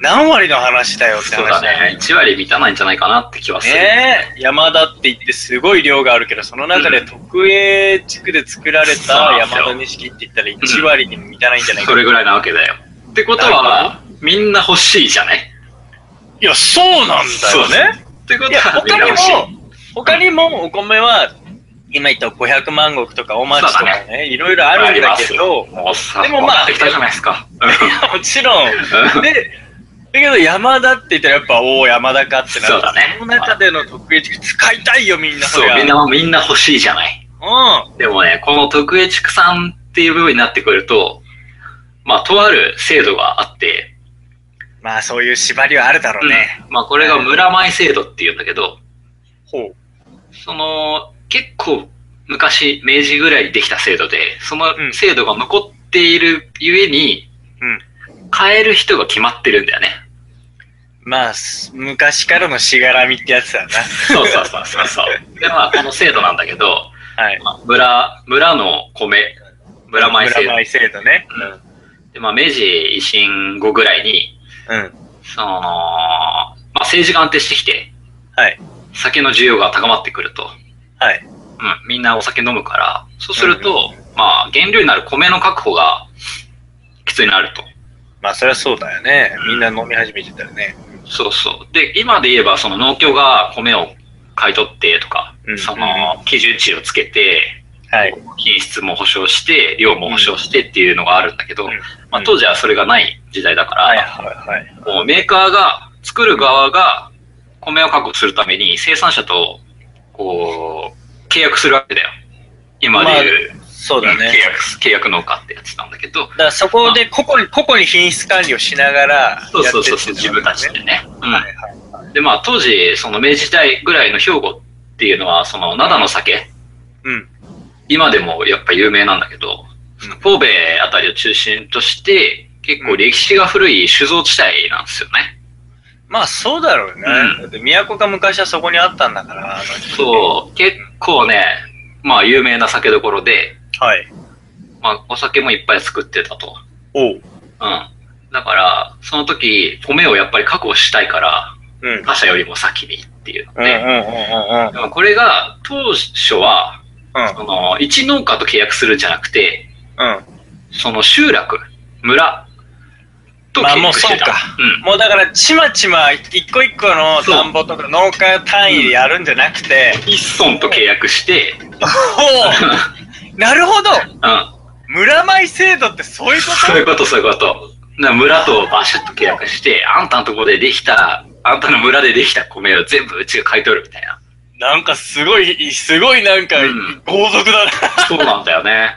Speaker 3: 何割の話だよって
Speaker 2: そう
Speaker 3: 話
Speaker 2: だ
Speaker 3: だよね。
Speaker 2: ね。1割満たないんじゃないかなって気はする。
Speaker 3: ねえ、山田って言ってすごい量があるけど、その中で特営地区で作られ
Speaker 2: そう
Speaker 3: た
Speaker 2: なんですよ
Speaker 3: 山田錦って言ったら1割にも満たないんじゃないか
Speaker 2: それぐらいなわけだよ。ってこと
Speaker 3: なる
Speaker 2: は、みんな欲しいじゃないっ
Speaker 3: いや、そうなん
Speaker 2: そう
Speaker 3: だよね。
Speaker 2: てこと
Speaker 3: いや、
Speaker 2: は、みん
Speaker 3: 他
Speaker 2: な
Speaker 3: に
Speaker 2: 欲しい。
Speaker 3: も、他にもお米は、今言った500万石とかお町とか
Speaker 2: そうだ
Speaker 3: ね、いろいろあるんだけど、
Speaker 2: もうさ、
Speaker 3: で
Speaker 2: で
Speaker 3: も
Speaker 2: も
Speaker 3: まあ
Speaker 2: まあ、できたじゃないですか。
Speaker 3: [laughs] もちろん、
Speaker 2: うん
Speaker 3: で、だけど山田って言ったらやっぱ、おお、山田かってなる。
Speaker 2: そうだね
Speaker 3: その中での特営地区使いたいよ、みんな。
Speaker 2: そ
Speaker 3: りゃ
Speaker 2: う、みんなもみんな欲しいじゃない。
Speaker 3: う
Speaker 2: でもね、この特営畜産っていう部分になってくると、まあ、とある制度があって、
Speaker 3: ん。まあ、そういう縛りはあるだろうね。
Speaker 2: まあ、これが村前制度っていうんだけど、
Speaker 3: ほう。
Speaker 2: その、結構昔、明治ぐらいにできた制度で、その
Speaker 3: うん
Speaker 2: 制度が残っているゆえに、
Speaker 3: うん
Speaker 2: 変える人が決まってるんだよね。
Speaker 3: まあ、す昔からのしがらみってやつだな。
Speaker 2: そうそうそうそうそう。で、まあ、この制度なんだけど、
Speaker 3: [laughs] はい。
Speaker 2: まあ、村、村の米、村米制
Speaker 3: 村
Speaker 2: 度。
Speaker 3: 前制度ね。
Speaker 2: うんで、まあ、明治維新後ぐらいに、
Speaker 3: うん。
Speaker 2: その、まあ、政治が安定してきて、
Speaker 3: はい。
Speaker 2: 酒の需要が高まってくると。
Speaker 3: はい。
Speaker 2: うん、みんなお酒飲むから、そうすると、まあ、原料になる米の確保が、きついなると。
Speaker 3: まあ、そりゃそうだよね。みんな飲み始めてたらね。
Speaker 2: そうそう。で、今で言えば、その農協が米を買い取ってとか、
Speaker 3: うん
Speaker 2: その、基準値をつけて、
Speaker 3: はい。
Speaker 2: 品質も保証して、量も保証してっていうのがあるんだけど、
Speaker 3: うん
Speaker 2: まあ、当時はそれがない時代だから、
Speaker 3: はいはいはい。
Speaker 2: もうメーカーが、作る側が米を確保するために生産者と、こう、契約するわけだよ。今で言う、
Speaker 3: そうだね
Speaker 2: 契。約す、契約農家ってやつなんだけど、
Speaker 3: だからそこで個々に、個々に品質管理をしながらやって
Speaker 2: そうそうそう
Speaker 3: っ
Speaker 2: そう、
Speaker 3: て
Speaker 2: 自
Speaker 3: こと
Speaker 2: 分
Speaker 3: だ
Speaker 2: た
Speaker 3: ね
Speaker 2: ちでね。
Speaker 3: はいはい。
Speaker 2: うん。で、まあ当時、その明治時代ぐらいの兵庫っていうのは、その灘の酒、
Speaker 3: うん。
Speaker 2: 今でもやっぱ有名なんだけど
Speaker 3: うん、
Speaker 2: 神戸あたりを中心として、結構歴史が古い酒造地帯なんですよね。
Speaker 3: まあそうだろうね。
Speaker 2: うん
Speaker 3: だって都が昔はそこにあったんだから。
Speaker 2: そう、結構ね、まあ有名な酒どころで、
Speaker 3: う。はい。
Speaker 2: まあお酒もいっぱい作ってたと。
Speaker 3: おう。
Speaker 2: うん。だから、その時、米をやっぱり確保したいから、
Speaker 3: うん。
Speaker 2: 他社よりも先にっていうの
Speaker 3: うんうんうん
Speaker 2: ね。
Speaker 3: うんうん。
Speaker 2: でもこれが、当初は、
Speaker 3: うん
Speaker 2: その、一農家と契約するんじゃなくて、
Speaker 3: うん。
Speaker 2: その集落、村、と
Speaker 3: まあ
Speaker 2: 契約してた。
Speaker 3: もうそうもうだから、ちまちま、一個一個の田んぼとか農家単位でやるんじゃなくて、
Speaker 2: うん。一村と契約して、
Speaker 3: おおなるほど
Speaker 2: うん。
Speaker 3: 村米制度ってそういうこ
Speaker 2: そういうこと、そういうこと。な村とバシッと契約して、あんたのとこでできた、あんたの村でできた米を全部うちが買い取るみたいな。
Speaker 3: となんかすごい、すごいなんか
Speaker 2: うん、
Speaker 3: 豪族だな。
Speaker 2: そうなんだ
Speaker 3: [laughs]
Speaker 2: よね。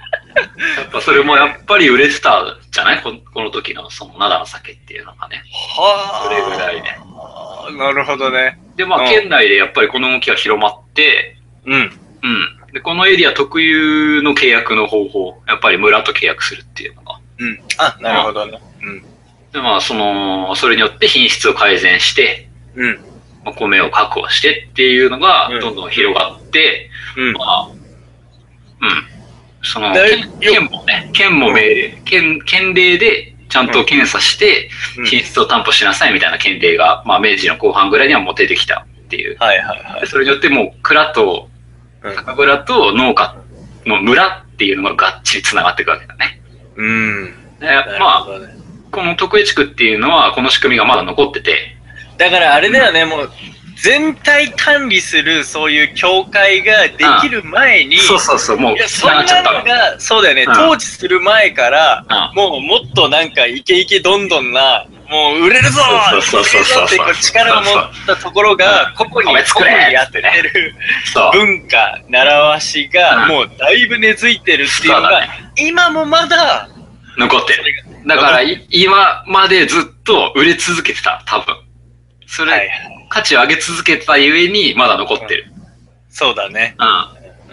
Speaker 2: やっぱそれもやっぱり売れてたじゃないこのこの時のその灘の酒っていうのがね。
Speaker 3: はあ。
Speaker 2: それぐらいね。
Speaker 3: なるほどね。
Speaker 2: で、ま
Speaker 3: うん
Speaker 2: あ県内でやっぱりこの動きが広まって、
Speaker 3: うん。
Speaker 2: うん。で、このエリア特有の契約の方法、やっぱり村と契約するっていうのが。
Speaker 3: うん。あ、なるほどね。
Speaker 2: で、まあその、それによって品質を改善して、
Speaker 3: うん。うん。
Speaker 2: まあ米を確保してっていうのが
Speaker 3: うん
Speaker 2: どんどん広がって、
Speaker 3: うん。
Speaker 2: まあ、うん。その、
Speaker 3: だい
Speaker 2: 県県もね、県も命令、県、県令でちゃんと検査して
Speaker 3: うん、
Speaker 2: 品質を担保しなさいみたいな県令が、まあ、明治の後半ぐらいにはもう出てきたっていう。
Speaker 3: はいはいはい
Speaker 2: で。それによってもう、蔵と
Speaker 3: うん、
Speaker 2: 高蔵と農家の村っていうのががっちり繋がっていくわけだね。
Speaker 3: うん。
Speaker 2: で
Speaker 3: まあ
Speaker 2: まあ、、この徳江地区っていうのは、この仕組みがまだ残ってて、
Speaker 3: だからあれだよね、もう、全体管理するそういう協会ができる前に、
Speaker 2: そうそうそう、もう
Speaker 3: いや、そん
Speaker 2: 繋が
Speaker 3: な
Speaker 2: っちゃった
Speaker 3: の
Speaker 2: の。
Speaker 3: が、そうだよね、
Speaker 2: うん
Speaker 3: 統治する前から、
Speaker 2: う
Speaker 3: もうもっとなんかイケイケどんどんな、もう売れるぞ
Speaker 2: そうそうそうそう
Speaker 3: 売れるぞってこう力を持ったところが、
Speaker 2: うん
Speaker 3: ここに、
Speaker 2: お前
Speaker 3: こ
Speaker 2: 作
Speaker 3: こ
Speaker 2: れ
Speaker 3: にやってる
Speaker 2: そう。
Speaker 3: 文化、習わしが、
Speaker 2: うん
Speaker 3: もうだいぶ根付いてるっていうの
Speaker 2: そう
Speaker 3: が
Speaker 2: だ、
Speaker 3: 今もまだ、
Speaker 2: 残ってる。だから、い今までずっと売れ続けてた、多分。それ、
Speaker 3: はいはい
Speaker 2: 価値を上げ続けたゆえに、まだ残ってる。
Speaker 3: そうだね。
Speaker 2: うん。
Speaker 3: うん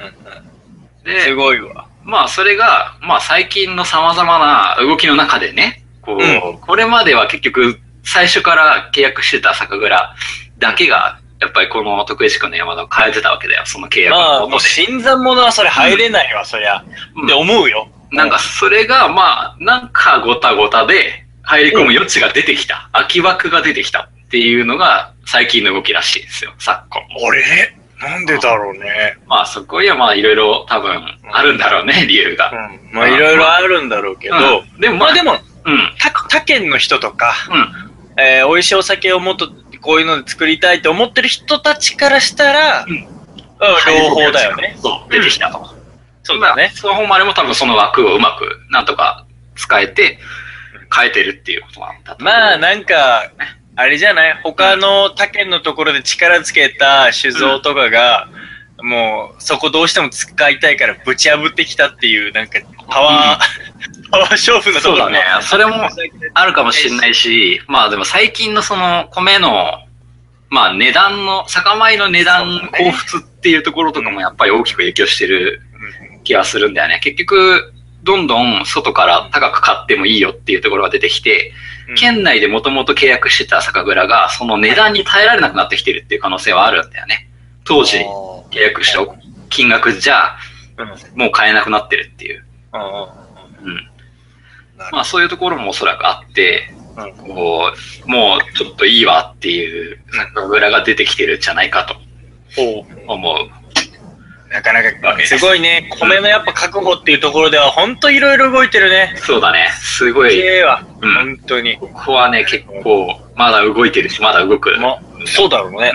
Speaker 3: うん、す
Speaker 2: で、
Speaker 3: ごいわ。
Speaker 2: まあそれが、まあ最近の様々な動きの中でね、こう、
Speaker 3: う
Speaker 2: これまでは結局最初から契約してた酒蔵だけが、やっぱりこの徳江地区の山田を変えてたわけだよ、その契約
Speaker 3: まあ、
Speaker 2: の
Speaker 3: も
Speaker 2: も
Speaker 3: う
Speaker 2: とで。
Speaker 3: 新参者はそれ入れないわ、そりゃ。
Speaker 2: うん
Speaker 3: って思うよ。
Speaker 2: なんかそれが、まあ、なんかごたごたで入り込む余地が出てきた。空き枠が出てきたっていうのが最近の動きらしいですよ、昨今。
Speaker 3: あれなんでだろうね。
Speaker 2: まあそこにはまあいろいろ多分あるんだろうね、理由が。
Speaker 3: うん。まあ、いろいろあるんだろうけど、
Speaker 2: うんでも
Speaker 3: まあでも、
Speaker 2: うん。うん。
Speaker 3: 他他県の人とか、えー美味しいお酒をもっとこういうので作りたいと思ってる人たちからしたら、
Speaker 2: うん
Speaker 3: うん両方だよね。。
Speaker 2: そう、出てきたと。
Speaker 3: そうだね
Speaker 2: まあ。その本丸も多分その枠をうまく、なんとか使えて、変えてるっていうことなんだと思う
Speaker 3: まあ、なんか、あれじゃない他の他県のところで力つけた酒造とかが、もう、そこどうしても使いたいからぶち破ってきたっていう、なんか、パワー、パワー勝負のとこ
Speaker 2: そう
Speaker 3: ろ。
Speaker 2: だね。それもあるかもしれないいし、まあでも最近のその米の、まあ値段の、酒米の値段
Speaker 3: そうだね
Speaker 2: 高騰っていうところとかもやっぱり大きく影響してる気がするんだよね。結局、どんどん外から高く買ってもいいよっていうところが出てきて、
Speaker 3: うん
Speaker 2: 県内でもともと契約してた酒蔵が、その値段に耐えられなくなってきてるっていう可能性はあるんだよね。当時契約した金額じゃ、
Speaker 3: うん
Speaker 2: もう買えなくなってるっていう。うん
Speaker 3: なるほど
Speaker 2: まあそういうところもおそらくあって、こう、もうちょっといいわっていう酒蔵が出てきてるんじゃないかと
Speaker 3: おう
Speaker 2: 思う。
Speaker 3: なかなか、すごいね、米のやっぱ確保っていうところでは、ほんといろいろ動いてるね。
Speaker 2: そうだね。すごい、
Speaker 3: 経営は、
Speaker 2: うん
Speaker 3: ほんとに。
Speaker 2: ここはね、結構、まだ動いてるし、まだ動く。
Speaker 3: ま、そうだろうね。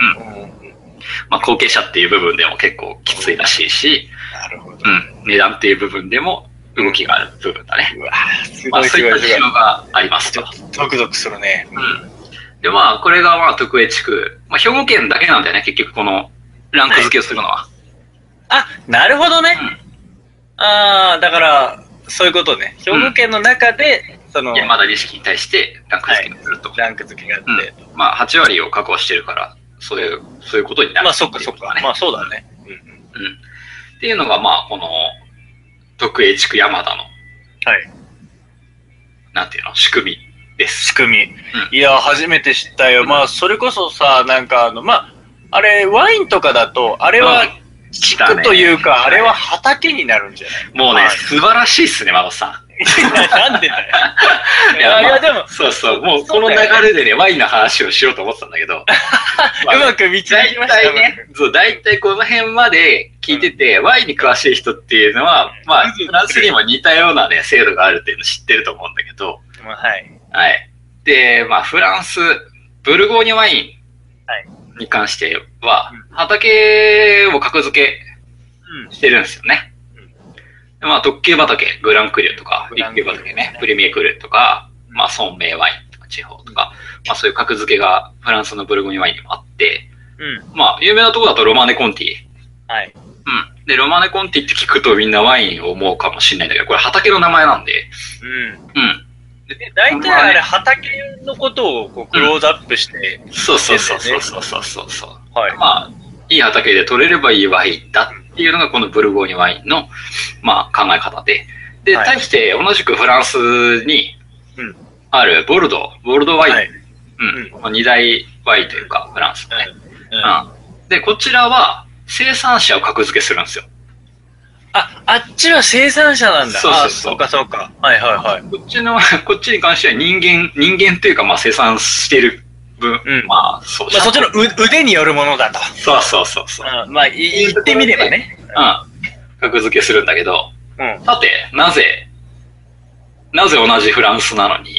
Speaker 2: まあ後継者っていう部分でも結構きついらしいし、
Speaker 3: なるほど。
Speaker 2: うん、値段っていう部分でも動きがある部分だね。
Speaker 3: うわす
Speaker 2: ま
Speaker 3: ご
Speaker 2: あ
Speaker 3: い
Speaker 2: そう
Speaker 3: す
Speaker 2: いっ
Speaker 3: ごいすご
Speaker 2: た事
Speaker 3: い
Speaker 2: 情。がありますと。
Speaker 3: ドクドクするね。
Speaker 2: うん。で、まあ、これが、まあ、徳江地区。まあ、兵庫県だけなんだよね、結局、この、ランク付けをするのは。
Speaker 3: あ、なるほどね。ああ、だから、そういうことね。兵庫県の中で、その、
Speaker 2: 山田錦に対して、ランク付けをすると。
Speaker 3: ランク付けがあって。
Speaker 2: うん。まあ、8割を確保してるから、そういう、そういうことになる。
Speaker 3: まあ、そっかそっか。まあ、そうだね。
Speaker 2: うん。っていうのが、まあ、この、徳江地区山田の、
Speaker 3: はい。
Speaker 2: なんていうの、仕組みです。
Speaker 3: 仕組み。いや、初めて知ったよ。まあ、それこそさ、なんかあの、まあ、あれ、ワインとかだと、あれは
Speaker 2: うん、
Speaker 3: 地区というか、あれは畑になるんじゃない [laughs]
Speaker 2: もうね、
Speaker 3: はい
Speaker 2: 素晴らしいっすね、孫さん。
Speaker 3: なんでだよ。いや、い
Speaker 2: まあ
Speaker 3: やでも、
Speaker 2: そうそう、もうこの流れでね、ワインの話をしようと思ってたん
Speaker 3: [laughs]
Speaker 2: だけど。まあ
Speaker 3: うまく導きま
Speaker 2: 大
Speaker 3: した
Speaker 2: 体ね、そう、大体この辺まで聞いてて、ワインに詳しい人っていうのは、まあ、フランスにも似たようなね、制度があるっていうの知ってると思うんだけど、
Speaker 3: まあはい。
Speaker 2: はい。で、まあ、フランス、ブルゴーニュワイ
Speaker 3: はい
Speaker 2: ンに関しては、畑を格付けしてるんですよね。でまあ、特級畑、グランクリューとか、
Speaker 3: グラ
Speaker 2: 一
Speaker 3: ンク
Speaker 2: 級
Speaker 3: リューね
Speaker 2: 畑ね、プレミエクリューとか、まあ、村名ワインとか、地方とか、まあ、そういう格付けがフランスのブルゴーニュワインにもあって、
Speaker 3: うん。うん。
Speaker 2: まあ、有名なとこだとロマネコンティ。
Speaker 3: はい。
Speaker 2: うん。で、ロマネコンティって聞くとみんなワインを思うかもしれないんだけど、これ畑の名前なんで。
Speaker 3: うん。
Speaker 2: うん。
Speaker 3: で大体あれ、畑のことをこうクローズアップして、
Speaker 2: そうそうそうそうそうそうそうそう。
Speaker 3: はい。
Speaker 2: まあ、いい畑で取れればいいワインだっていうのがこのブルゴーニュワインの、まあ、考え方で。で、
Speaker 3: はい
Speaker 2: 対して同じくフランスに
Speaker 3: うん
Speaker 2: あるボルドー、ボルドーワイン。
Speaker 3: はい
Speaker 2: うん。この二大ワインというか、フランスのね。
Speaker 3: うん
Speaker 2: うん。で、こちらは生産者を格付けするんですよ。
Speaker 3: あ、あっちは生産者なんだ。
Speaker 2: そうそうそう
Speaker 3: あかそうか。はいはいはい。
Speaker 2: こっちの、 [laughs] こっちに関しては人間、人間というか、まあ生産してる分、
Speaker 3: うん
Speaker 2: まあそう
Speaker 3: まあそっちのう腕によるものだと。
Speaker 2: そうそうそうそう。
Speaker 3: うんまあい言ってみればね。
Speaker 2: うん。格付けするんだけど、
Speaker 3: うん。
Speaker 2: さて、なぜ、なぜ同じフランスなのに、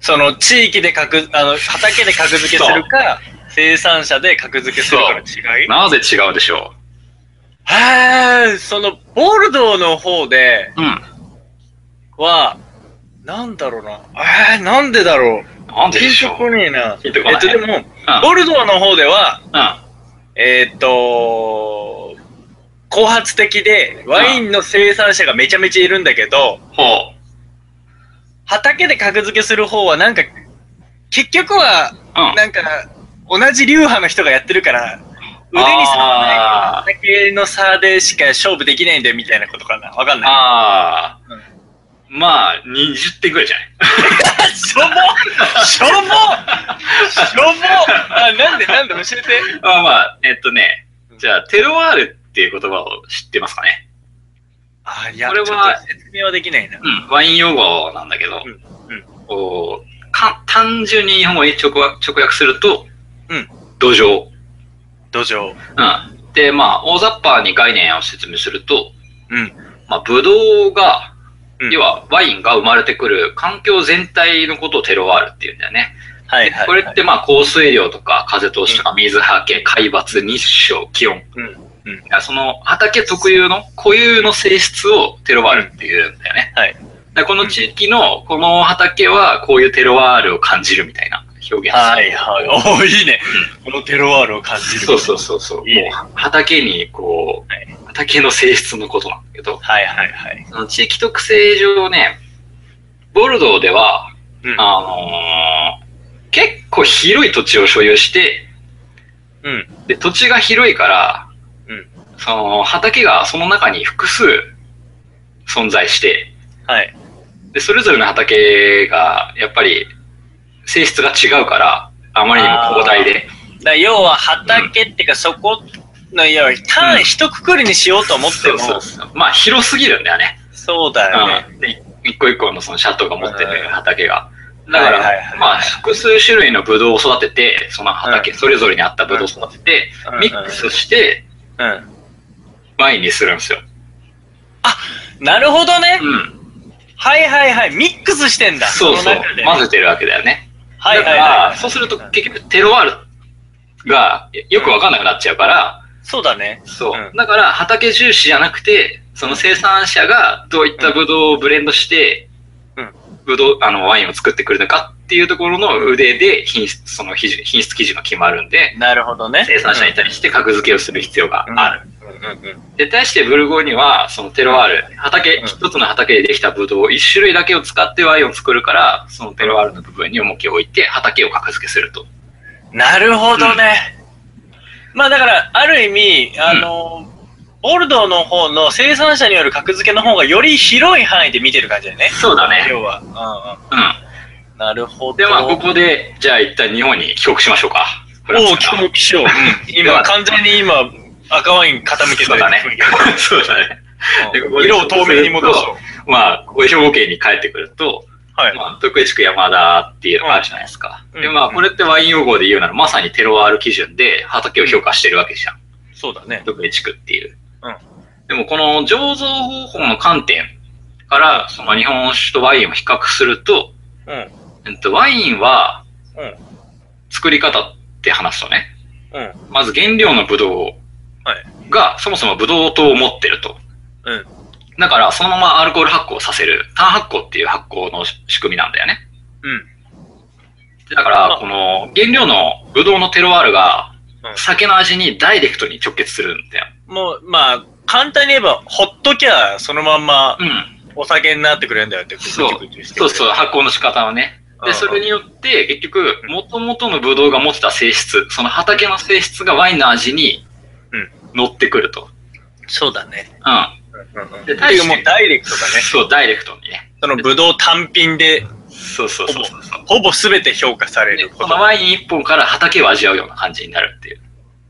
Speaker 3: その地域で格、あの、畑で格付けするか、生産者で格付けするかの違い
Speaker 2: なぜ違うでしょ
Speaker 3: へえ、その、ボルドーの方で
Speaker 2: ううん。
Speaker 3: は、なんだろうな。えー、なんでだろう。
Speaker 2: なんでで
Speaker 3: ピン
Speaker 2: しょ
Speaker 3: と
Speaker 2: うう
Speaker 3: こねえな。
Speaker 2: ピンとこ
Speaker 3: え
Speaker 2: ない
Speaker 3: っと、でも、
Speaker 2: ん。
Speaker 3: ボルドーの方では、
Speaker 2: うん。
Speaker 3: えーっと、後発的で、ワインの生産者がめちゃめちゃいるんだけど、
Speaker 2: ほ
Speaker 3: 畑で格付けする方はなんか、結局は、
Speaker 2: う。うん。
Speaker 3: なんか、同じ流派の人がやってるから、腕に差がないから
Speaker 2: あ、
Speaker 3: 竹の差でしか勝負できないんだよみたいなことかな。わかんない。
Speaker 2: ああ、まあ、20点ぐらいじゃない
Speaker 3: [laughs] しょぼしょぼしょぼあ、なんでなんで教えて。
Speaker 2: あまあ、えっとね、じゃあ、テロワールっていう言葉を知ってますかね。
Speaker 3: あ、いや、
Speaker 2: これは
Speaker 3: ちょっと説明はできないな。
Speaker 2: うん、ワイン用語なんだけど、
Speaker 3: うんうん
Speaker 2: こうか単純に日本語に直訳直訳すると、
Speaker 3: うん
Speaker 2: 土壌。
Speaker 3: 土壌。
Speaker 2: うん。で、まあ、大雑把に概念を説明すると、
Speaker 3: うん。
Speaker 2: まあ、ブドウが、
Speaker 3: うん
Speaker 2: 要はワインが生まれてくる環境全体のことをテロワールっていうんだよね。
Speaker 3: はいはい。
Speaker 2: これってまあ降水量とか風通しとか水はけ、海抜、日照、気温。
Speaker 3: うんうん
Speaker 2: だからその畑特有の固有の性質をテロワールっていうんだよね。
Speaker 3: はい
Speaker 2: だからこの地域のこの畑はこういうテロワールを感じるみたいな表現
Speaker 3: はいはい。おーいいね。このテロワールを感じる。
Speaker 2: そうそうそうそう。
Speaker 3: いいね
Speaker 2: もう畑にこう、畑の性質のことなんだけど、
Speaker 3: はいはいはい。
Speaker 2: その地域特性上ね、ボルドーでは
Speaker 3: うん。
Speaker 2: あのー結構広い土地を所有して、
Speaker 3: うん
Speaker 2: で、土地が広いから、
Speaker 3: うん
Speaker 2: その、畑がその中に複数存在して、
Speaker 3: はい。
Speaker 2: で、それぞれの畑が、やっぱり、性質が違うから、あまりにも広大で。
Speaker 3: だから要は畑っていうか、そこの、いや、単位一括りにしようと思っても、
Speaker 2: そうそうまあ、広すぎるんだよね。
Speaker 3: そうだよね。
Speaker 2: うん。で一個一個のそのシャトーが持ってる畑が。
Speaker 3: ん
Speaker 2: だから、
Speaker 3: はいはいはい
Speaker 2: まあ、複数種類のブドウを育てて、その畑、それぞれに合ったブドウを育てて、
Speaker 3: うん
Speaker 2: ミックスして、
Speaker 3: うん。
Speaker 2: ワインにするんですよ。
Speaker 3: なるほどね
Speaker 2: う。ん。
Speaker 3: はいはいはい。ミックスしてんだ。
Speaker 2: そうそ
Speaker 3: の
Speaker 2: う
Speaker 3: 中で。
Speaker 2: 混ぜてるわけだよね。
Speaker 3: はいはい
Speaker 2: だか
Speaker 3: は
Speaker 2: ら、そうすると結局テロワールがよくわかんなくなっちゃうから、
Speaker 3: い。そうだね。
Speaker 2: そうう。だから、畑重視じゃなくて、その生産者がどういったブドウをブレンドして
Speaker 3: うん、
Speaker 2: ブドウ、あの、ワインを作ってくるのかっていうところの腕で品質、その品質品質基準が決まるんで、
Speaker 3: なるほどね。
Speaker 2: 生産者に対して格付けをする必要がある。
Speaker 3: うんうん
Speaker 2: で、対してブルゴーニュは、そのテロワール、畑、
Speaker 3: うん
Speaker 2: 一つの畑でできたブドウを一種類だけを使ってワインを作るから、そのテロワールの部分に重きを置いて畑を格付けすると。
Speaker 3: うんなるほどね。まあだから、ある意味、あの、ボルドーの方の生産者による格付けの方がより広い範囲で見てる感じだよね。
Speaker 2: そうだね。
Speaker 3: 要は。うん
Speaker 2: うん。
Speaker 3: うん。なるほど。
Speaker 2: で、まあ、ここで、じゃあ一旦日本に帰国しましょうか。フランス
Speaker 3: おお、
Speaker 2: か
Speaker 3: 帰
Speaker 2: ら
Speaker 3: 国し [laughs] よう。今、完全に今、赤ワイン傾けて
Speaker 2: そうだね。 [laughs] そうだね。でここで
Speaker 3: 色を透明に戻そう。
Speaker 2: まあ、ここで兵庫県に帰ってくると、
Speaker 3: はい。
Speaker 2: まあ、徳江地区山田っていうのがあるじゃないですか。
Speaker 3: うん
Speaker 2: で、まあ、これってワイン用語で言うなら、まさにテロワール基準で畑を評価してるわけじゃん。
Speaker 3: そうだね。
Speaker 2: 特に地区っていう。
Speaker 3: うん
Speaker 2: でもこの醸造方法の観点から、その日本酒とワインを比較すると、
Speaker 3: うん。うん。
Speaker 2: えっと、ワインは
Speaker 3: うん。
Speaker 2: 作り方って話すとね、
Speaker 3: うん。
Speaker 2: まず原料のブド
Speaker 3: はい。
Speaker 2: ウがそもそもブドウ糖を持ってると。
Speaker 3: うん。
Speaker 2: だからそのままアルコール発酵させる、単発酵っていう発酵の仕組みなんだよね。
Speaker 3: うん。
Speaker 2: だか
Speaker 3: ま
Speaker 2: ら
Speaker 3: あ、
Speaker 2: この原料のブドウのテロワールが
Speaker 3: うん
Speaker 2: 酒の味にダイレクトに直結するんだよ。
Speaker 3: もう、まあ、簡単に言えば、ほっときゃ、そのまんま
Speaker 2: うん。
Speaker 3: お酒になってくれるんだよって、
Speaker 2: そう
Speaker 3: グチグチしてくれ
Speaker 2: そう
Speaker 3: る
Speaker 2: そう、発酵の仕方をね。
Speaker 3: うんう
Speaker 2: で、
Speaker 3: ん
Speaker 2: それによって、結局、元々のブドウが持ってた性質、その畑の性質がワインの味に
Speaker 3: うん
Speaker 2: 乗ってくると。
Speaker 3: そうだね。
Speaker 2: う
Speaker 3: うん
Speaker 2: ん。
Speaker 3: で、
Speaker 2: で、
Speaker 3: 大し
Speaker 2: 対
Speaker 3: て
Speaker 2: して、
Speaker 3: もうダイレクトだね。
Speaker 2: そう、ダイレクトにね。
Speaker 3: その、ぶどう単品で、
Speaker 2: そうそうそうそうそう。
Speaker 3: ほぼ全て評価され
Speaker 2: で
Speaker 3: るこ
Speaker 2: ことの。ワイン一本から畑を味わうような感じになるっていう。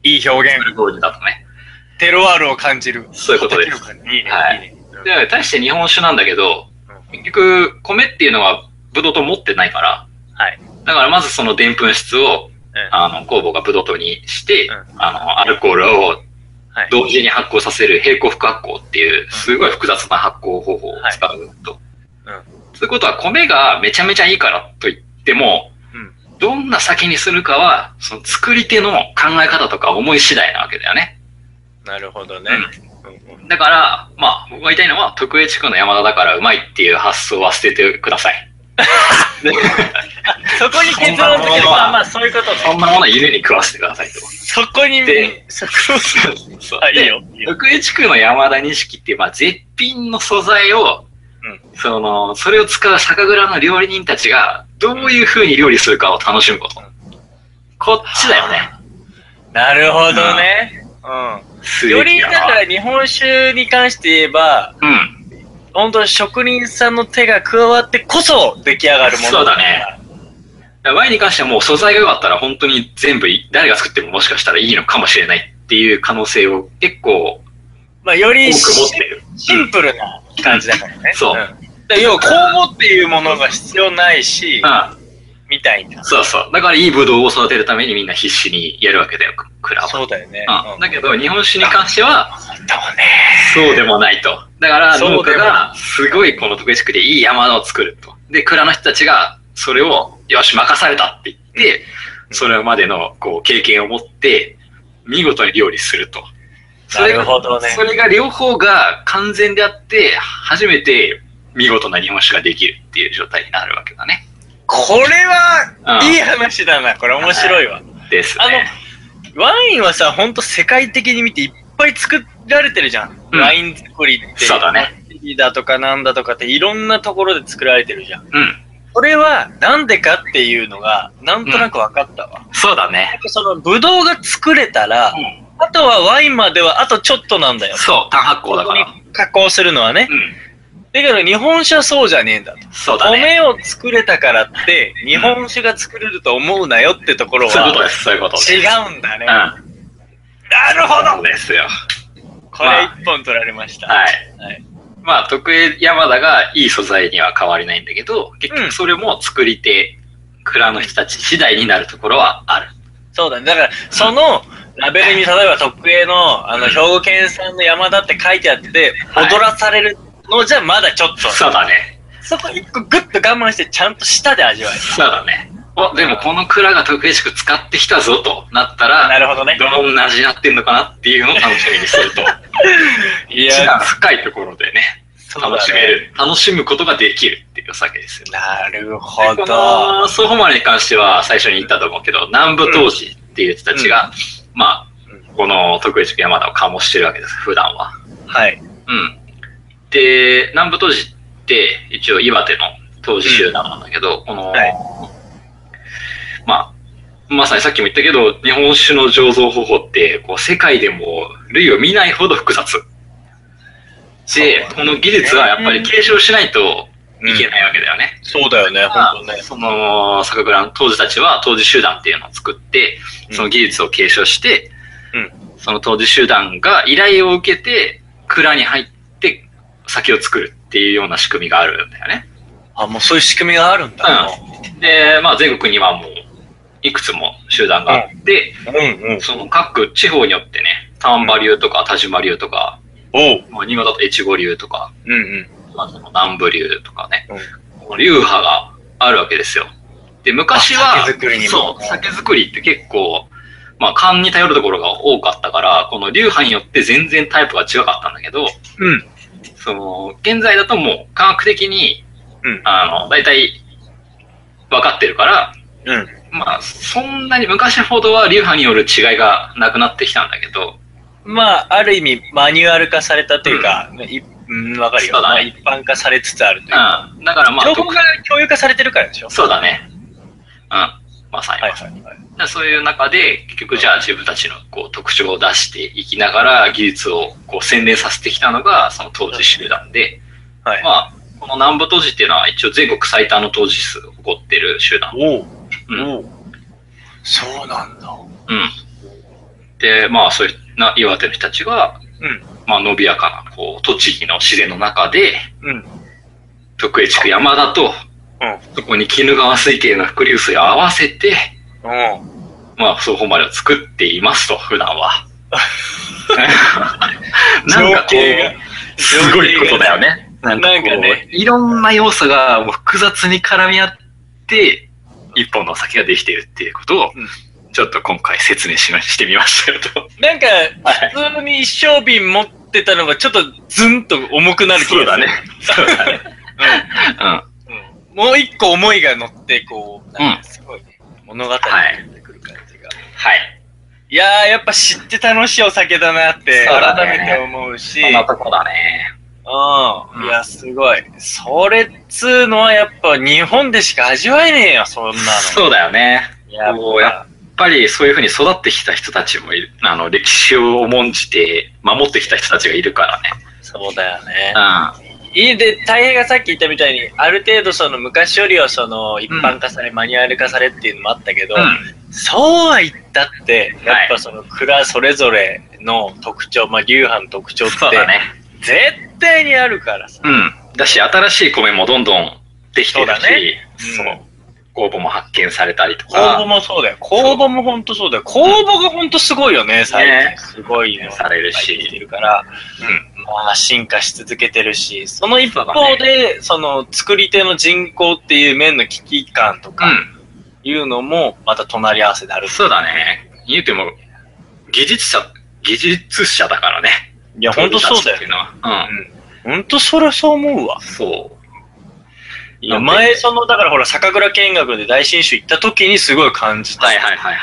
Speaker 3: いい表現
Speaker 2: ブ。ルゴーニュだとね。
Speaker 3: テロワールを感じる。
Speaker 2: そういうことで
Speaker 3: ほ
Speaker 2: す
Speaker 3: っきゃ感じるいいね、
Speaker 2: はいい
Speaker 3: いね。
Speaker 2: で、対して日本酒なんだけど、結局、米っていうのはブドウと持ってないから、
Speaker 3: はい。
Speaker 2: だからまずその澱粉質を
Speaker 3: うん
Speaker 2: あの、酵母がブドウ糖にして、
Speaker 3: うん
Speaker 2: あの、アルコールを
Speaker 3: はい
Speaker 2: 同時に発酵させる平行複発酵っていう、すごい複雑な発酵方法を使うと。
Speaker 3: はいうん
Speaker 2: そういうことは、米がめちゃめちゃいいからと言っても、
Speaker 3: うん
Speaker 2: どんな酒にするかは、その作り手の考え方とか思い次第なわけだよね。
Speaker 3: なるほどね。うんうん
Speaker 2: だから、まあ、僕が言いたいのは、徳江地区の山田だからうまいっていう発想は捨ててくだ
Speaker 3: [laughs]
Speaker 2: さい。で
Speaker 3: そこに結論付け
Speaker 2: そんなもの
Speaker 3: ば、
Speaker 2: は
Speaker 3: まあまあ、そういうこと
Speaker 2: そん
Speaker 3: ね。
Speaker 2: なものは犬に食わせてくださいと。
Speaker 3: そこに
Speaker 2: で、
Speaker 3: そこ、
Speaker 2: そ
Speaker 3: [laughs]
Speaker 2: う
Speaker 3: あ、いいよ。いいよ
Speaker 2: 福江地区の山田錦っていう、まあ、絶品の素材を、
Speaker 3: う
Speaker 2: その、それを使う酒蔵の料理人たちが、どういう風に料理するかを楽しむこと。こっちだよね。
Speaker 3: なるほどね。う
Speaker 2: す
Speaker 3: ん。
Speaker 2: べ
Speaker 3: よ
Speaker 2: き
Speaker 3: り、
Speaker 2: や
Speaker 3: だ
Speaker 2: な
Speaker 3: から日本酒に関して言えば、
Speaker 2: うん。
Speaker 3: 本当に職人さんの手が加わってこそ出来上がるもの
Speaker 2: そうだね。ワインに関してはもう素材が良かったら本当に全部い誰が作ってももしかしたらいいのかもしれないっていう可能性を結構
Speaker 3: まあ、よ
Speaker 2: 多
Speaker 3: り
Speaker 2: く持っ
Speaker 3: シ
Speaker 2: て
Speaker 3: ン
Speaker 2: る。
Speaker 3: シンプルな感じだからね。
Speaker 2: そうん
Speaker 3: だから要は公募っていうものが必要ないし
Speaker 2: う、ん。
Speaker 3: みたいな。
Speaker 2: そうそう。だからいいブドウを育てるためにみんな必死にやるわけだよ、クラブ
Speaker 3: そうだよね。
Speaker 2: は。う。
Speaker 3: うんん
Speaker 2: だけど日本酒に関しては
Speaker 3: だもんね。
Speaker 2: そうでもないと。だから
Speaker 3: そ
Speaker 2: 農
Speaker 3: うで
Speaker 2: 家
Speaker 3: も
Speaker 2: がすごいこの徳地区でいい山を作ると。で、蔵の人たちがそれを、よし、任されたって言って、それまでのこう経験を持って、見事に料理すると。それが
Speaker 3: なるほどね
Speaker 2: それが両方が完全であって、初めて見事な日本酒ができるっていう状態になるわけだね。
Speaker 3: これは、
Speaker 2: うん
Speaker 3: いい話だな。これ面白いわ。
Speaker 2: です
Speaker 3: あ
Speaker 2: ね。
Speaker 3: の、ワインはさ、ほんと世界的に見ていっぱい作られてるじゃん。
Speaker 2: うん
Speaker 3: ワイン作りって。
Speaker 2: そうだね。
Speaker 3: だとかなんだとかっていろんなところで作られてるじゃん。
Speaker 2: うん。
Speaker 3: これはなんでかっていうのがなんとなく分かったわ。
Speaker 2: そうだね。
Speaker 3: そのブドウが作れたら、
Speaker 2: うん
Speaker 3: あとはワインまではあとちょっとなんだよ。
Speaker 2: そう、単発酵だから。
Speaker 3: 加工するのはね
Speaker 2: う。ん。
Speaker 3: だけど日本酒はそうじゃねえんだと。
Speaker 2: そうだね。
Speaker 3: 米を作れたからって日本酒が作れると思うなよってところ
Speaker 2: そういうこと
Speaker 3: は
Speaker 2: です、そういうことです。
Speaker 3: 違うんだね。な
Speaker 2: うん。
Speaker 3: るほど
Speaker 2: そうですよ。
Speaker 3: これ一本取られました。
Speaker 2: はい。
Speaker 3: はい。
Speaker 2: まあ、徳江山田がいい素材には変わりないんだけど、結
Speaker 3: うん
Speaker 2: 局それも作り手、蔵の人たち次第になるところはある。
Speaker 3: そうだね。だから、その、ラベルに、例えば、特営の、あの、兵庫県産の山田って書いてあって、
Speaker 2: はい
Speaker 3: 踊らされるのじゃ、まだちょっと。
Speaker 2: そうだね。
Speaker 3: そこ一個グッと我慢して、ちゃんと舌で味わえる。
Speaker 2: そうだね。お、でもこの蔵が徳江地区使ってきたぞとなったら、
Speaker 3: なるほどね。
Speaker 2: どんな味になってんのかなっていうのを楽しみに
Speaker 3: [laughs]
Speaker 2: すると、
Speaker 3: い
Speaker 2: 一段深いところでね、
Speaker 3: そうだね
Speaker 2: 楽しめる、楽しむことができるっていうお酒ですよね。
Speaker 3: なるほ
Speaker 2: こ
Speaker 3: ど。
Speaker 2: のソホマルに関しては最初に言ったと思うけど、南部当時っていう人たちが、まあ、この徳江地区山田を醸してるわけです、普段は。
Speaker 3: はい。
Speaker 2: うん。で、南部当時って一応岩手の当時集団なんだけど、この、
Speaker 3: はい
Speaker 2: まあ、まさにさっきも言ったけど、日本酒の醸造方法って、こう、世界でも類を見ないほど複雑。で、この技術はやっぱり継承しないといけないわけだよね。
Speaker 3: そうだよね、
Speaker 2: ま
Speaker 3: ほんとね
Speaker 2: あ。その、酒蔵の当時たちは当時集団っていうのを作って、その技術を継承して、
Speaker 3: うん
Speaker 2: その当時集団が依頼を受けて、蔵に入って酒を作るっていうような仕組みがあるんだよね。
Speaker 3: あ、もうそういう仕組みがあるんだ。
Speaker 2: で、まあ全国にはもう、いくつも集団があって、
Speaker 3: うんうん。
Speaker 2: その各地方によってね、丹波流とか田島流とか、
Speaker 3: おう。
Speaker 2: まあ新潟だと越後流とか、
Speaker 3: うんうん。
Speaker 2: まあ、その南部流とかね
Speaker 3: うん、
Speaker 2: この流派があるわけですよ。で、昔は、
Speaker 3: あ酒造りにも
Speaker 2: そう、酒造りって結構、まあ、勘に頼るところが多かったから、この流派によって全然タイプが違かったんだけど、
Speaker 3: うん。
Speaker 2: その、現在だともう科学的に、
Speaker 3: うん
Speaker 2: あの、大体、分かってるから、
Speaker 3: うん。
Speaker 2: まあ、そんなに昔ほどは流派による違いがなくなってきたんだけど、
Speaker 3: まあ、ある意味、マニュアル化されたというか、ねいうん、わかるよ。
Speaker 2: そうだね
Speaker 3: まあ、一般化されつつあるというか。
Speaker 2: うん。だからまあ、
Speaker 3: 情報が共有化されてるからでしょ
Speaker 2: そうだね。うん。まさにまさに。
Speaker 3: はいはいはい。
Speaker 2: だからそういう中で、結局じゃあ自分たちのこう特徴を出していきながら、技術をこう洗練させてきたのが、その当時集団で、
Speaker 3: はい。
Speaker 2: まあ、この南部当時っていうのは一応全国最多の当時数を誇ってる集団。
Speaker 3: おう
Speaker 2: うん。
Speaker 3: おうそうなんだ。
Speaker 2: うん。で、まあそういうな岩手の人たちが、
Speaker 3: うん。
Speaker 2: まあ伸びやかな、こう、栃木の自然の中で、
Speaker 3: うん。
Speaker 2: 徳江地区山田と、そこに鬼怒川水系の伏流水を合わせて、
Speaker 3: うん。うん。
Speaker 2: まあ、そう、誉れを作っていますと、普段
Speaker 3: [laughs]
Speaker 2: は。なんかこ
Speaker 3: 情景
Speaker 2: う、すごいことだよね。なんかこ
Speaker 3: な
Speaker 2: う
Speaker 3: んかね
Speaker 2: いろんな要素がもう複雑に絡み合って、一本の酒ができているっていうことを
Speaker 3: うん、
Speaker 2: ちょっと今回説明しましてみましたよと。
Speaker 3: なんか
Speaker 2: は、
Speaker 3: 普通に一升瓶持ってたのがちょっとズンと重くなる気がす
Speaker 2: そう
Speaker 3: る。
Speaker 2: だね。。そうだね。
Speaker 3: [laughs] うん。もう一個思いが乗って、こう、なんかすごいね、物語に
Speaker 2: はい
Speaker 3: 出てくる感じが。
Speaker 2: はい。
Speaker 3: いやー、やっぱ知って楽しいお酒だなって、
Speaker 2: そうだ
Speaker 3: 改
Speaker 2: ね
Speaker 3: めて思うし。
Speaker 2: そんなとこだね。
Speaker 3: うん。いや、すごい。それっつうのはやっぱ日本でしか味わえねえよ、そんなの。
Speaker 2: そうだよね。
Speaker 3: やっぱ
Speaker 2: こうやっぱりそういうふうに育ってきた人たちもいる、あの、歴史を重んじて守ってきた人たちがいるからね。
Speaker 3: そうだよね。
Speaker 2: う
Speaker 3: いいで、大平がさっき言ったみたいに、ある程度その昔よりはその一般化され、マニュアル化されっていうのもあったけど、
Speaker 2: ん。
Speaker 3: そうは言ったって、やっ
Speaker 2: は
Speaker 3: ぱ
Speaker 2: い
Speaker 3: その蔵それぞれの特徴、まあ流派の特徴
Speaker 2: う
Speaker 3: っ
Speaker 2: ん。
Speaker 3: て
Speaker 2: そう、だね。
Speaker 3: 絶対にあるからさ。
Speaker 2: うん。だし、新しい米もどんどんできてる
Speaker 3: そう
Speaker 2: し、
Speaker 3: だね
Speaker 2: そう
Speaker 3: うん
Speaker 2: 酵母も発見されたりと
Speaker 3: 公募
Speaker 2: か、
Speaker 3: もそうだよ。公募も本当そうだよ。公募が本当すごいよね、最
Speaker 2: ね
Speaker 3: 近。すごいの
Speaker 2: されるし
Speaker 3: いっぱい出てるから、まあ進化し続けてるし、その一方で、その作り手の人口っていう面の危機感と
Speaker 2: う
Speaker 3: か、
Speaker 2: ん。
Speaker 3: いうのも、また隣り合わせである。
Speaker 2: そうだね。言うても、技術者、技術者だからね。
Speaker 3: いや、ほんとそうだ
Speaker 2: 当時たちってい
Speaker 3: よ。
Speaker 2: のは。うん。
Speaker 3: ほんとそれそう思うわ。
Speaker 2: そう。
Speaker 3: いや、
Speaker 2: なんで
Speaker 3: 前、その、だからほら、酒蔵見学で大新州行った時にすごい感じた。
Speaker 2: はいはいはいはいはい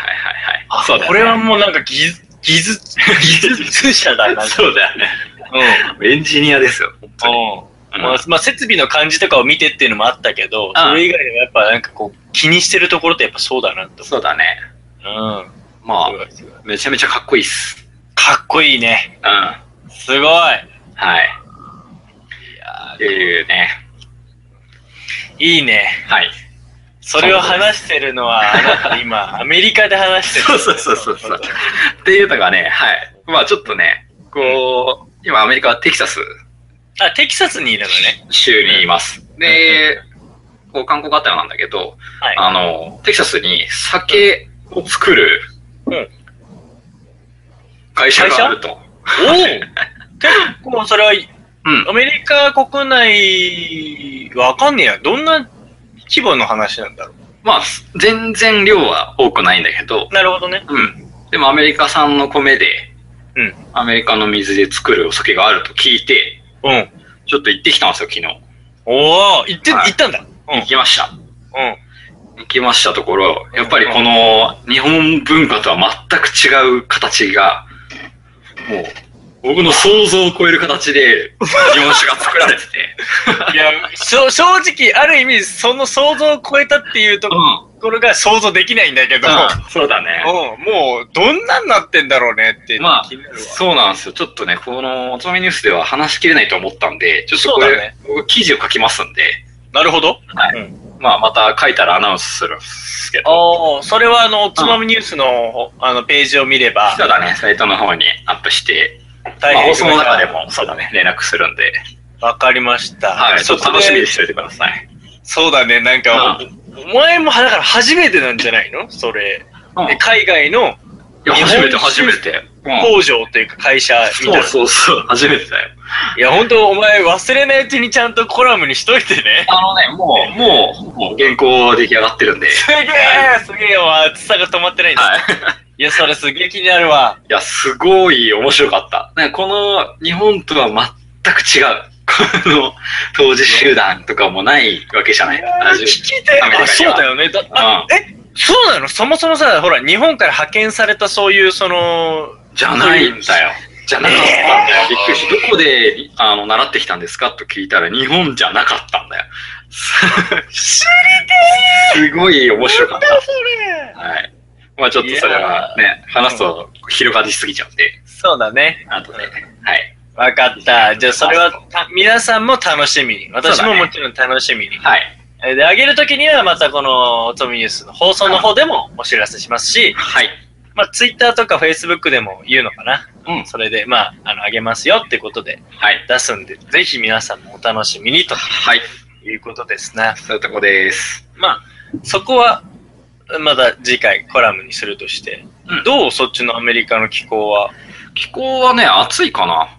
Speaker 2: は
Speaker 3: あ
Speaker 2: い。そうだ
Speaker 3: これはもうなんか技
Speaker 2: [laughs]
Speaker 3: 術、技術、技術者だな。
Speaker 2: そうだよね。
Speaker 3: うん。
Speaker 2: エンジニアですよ、本当
Speaker 3: う
Speaker 2: に。
Speaker 3: ん。まあ、まあ、設備の感じとかを見てっていうのもあったけど、
Speaker 2: ああ
Speaker 3: それ以外でもやっぱなんかこう、気にしてるところってやっぱそうだなと
Speaker 2: そうだね。
Speaker 3: 思う。うん。
Speaker 2: まあ、めちゃめちゃかっこいいっす。
Speaker 3: かっこいいね。
Speaker 2: うん。は
Speaker 3: すごい。い
Speaker 2: い。っていうね。
Speaker 3: いいね。
Speaker 2: はい。
Speaker 3: それを話してるのは、あなた今、アメリカで話してる。
Speaker 2: そうそうそうそうそう。っていうのがね、はい。まあちょっとね、こう、今アメリカはテキサス
Speaker 3: あ、テキサスにいるのね。
Speaker 2: 州にいます。で、こう観光があったようなんだけど、
Speaker 3: はい。
Speaker 2: あの、テキサスに酒を作る
Speaker 3: うん
Speaker 2: 会社があると。
Speaker 3: おお結構それは、
Speaker 2: うん。
Speaker 3: アメリカ国内、わかんねえや。どんな規模の話なんだろ
Speaker 2: まあ、全然量は多くないんだけど
Speaker 3: う。、なるほどね。
Speaker 2: うん。でもアメリカ産の米で、
Speaker 3: うん
Speaker 2: アメリカの水で作るお酒があると聞いて、
Speaker 3: うん。
Speaker 2: ちょっと行ってきたんですよ、昨日。
Speaker 3: おお行って、
Speaker 2: はい
Speaker 3: 行ったんだ。うん。う
Speaker 2: 行きました。
Speaker 3: ん。
Speaker 2: 行きましたところ、やっぱりこの日本文化とは全く違う形が、もう、僕の想像を超える形で、日本酒が作られてて。
Speaker 3: いや、正直、ある意味、その想像を超えたっていうと
Speaker 2: うん。
Speaker 3: ころが想像できないんだけど、
Speaker 2: そうだね。
Speaker 3: うん、もう、どんなになってんだろうねって、
Speaker 2: まあ
Speaker 3: 気になるわ。、
Speaker 2: そうなんですよ。ちょっとね、このおつまみニュースでは話しきれないと思ったんで、ちょっとこ
Speaker 3: そうだ
Speaker 2: れ
Speaker 3: ね、
Speaker 2: 僕記事を書きますんで、
Speaker 3: なるほど。
Speaker 2: まあまた書いたらアナウンスするんですけど、
Speaker 3: おおそれは、あの、おつまみニュースの、あの、ページを見れば、
Speaker 2: そうだね、サイトの方にアップして、
Speaker 3: 大
Speaker 2: まあ
Speaker 3: 変
Speaker 2: 放送の中でも、そうだね、連絡するんで、
Speaker 3: わかりました。
Speaker 2: はい、ちょっと楽しみに
Speaker 3: す。
Speaker 2: しておいてください。
Speaker 3: そうだね、なんか、お前も、だから初めてなんじゃないのそれ。
Speaker 2: うん
Speaker 3: で海外の
Speaker 2: いや、
Speaker 3: 日本
Speaker 2: 初めて、
Speaker 3: 酒
Speaker 2: 初めて。
Speaker 3: 工場というか会社みたい
Speaker 2: そ
Speaker 3: な。
Speaker 2: うそうそう、初めてだよ。
Speaker 3: いや、本当お前忘れないうちにちゃんとコラムにしといてね。
Speaker 2: あのね、もう、もう、もう原稿出来上がってるん
Speaker 3: [laughs]
Speaker 2: で。
Speaker 3: すげえすげえよ、暑さが止まってないんだ。
Speaker 2: はい。
Speaker 3: いや、それすげえ気になるわ。
Speaker 2: いや、すごい面白かった。なんかこの日本とは全く違う。この当時集団とかもないわけじゃない。
Speaker 3: 聞きたい。
Speaker 2: アメリカには
Speaker 3: あ、そうだよね。だあえそうなのそもそもさ、ほら、日本から派遣されたそういう、その、
Speaker 2: じゃないんだよ。じゃなかったんだよ。びっくりし、どこであの習ってきたんですかと聞いたら日本じゃなかったんだよ。
Speaker 3: 知
Speaker 2: すごい面白かっ
Speaker 3: それ
Speaker 2: た。はい。まあちょっとそれはね、話すと広がりすぎちゃうんで、
Speaker 3: そうだね。
Speaker 2: あとね。はい。
Speaker 3: わかった。じゃあ、それはた、皆さんも楽しみに。私
Speaker 2: そう
Speaker 3: も
Speaker 2: だね
Speaker 3: もちろん楽しみに。
Speaker 2: はい。
Speaker 3: えーで、あげるときには、またこの、おとみニュースの放送の方でもお知らせしますし、
Speaker 2: はい。
Speaker 3: まあ、ツイッターとかフェイスブックでも言うのかな。
Speaker 2: うん
Speaker 3: それで、まあ、あの、あげますよってことで
Speaker 2: はい。
Speaker 3: 出すんで、ぜひ皆さんもお楽しみにと
Speaker 2: はい。
Speaker 3: いうことですね。
Speaker 2: そういうとこです。
Speaker 3: まあ、そこは、まだ次回コラムにするとして、
Speaker 2: うん
Speaker 3: どうそっちのアメリカの気候は、
Speaker 2: 気候はね、暑いかな。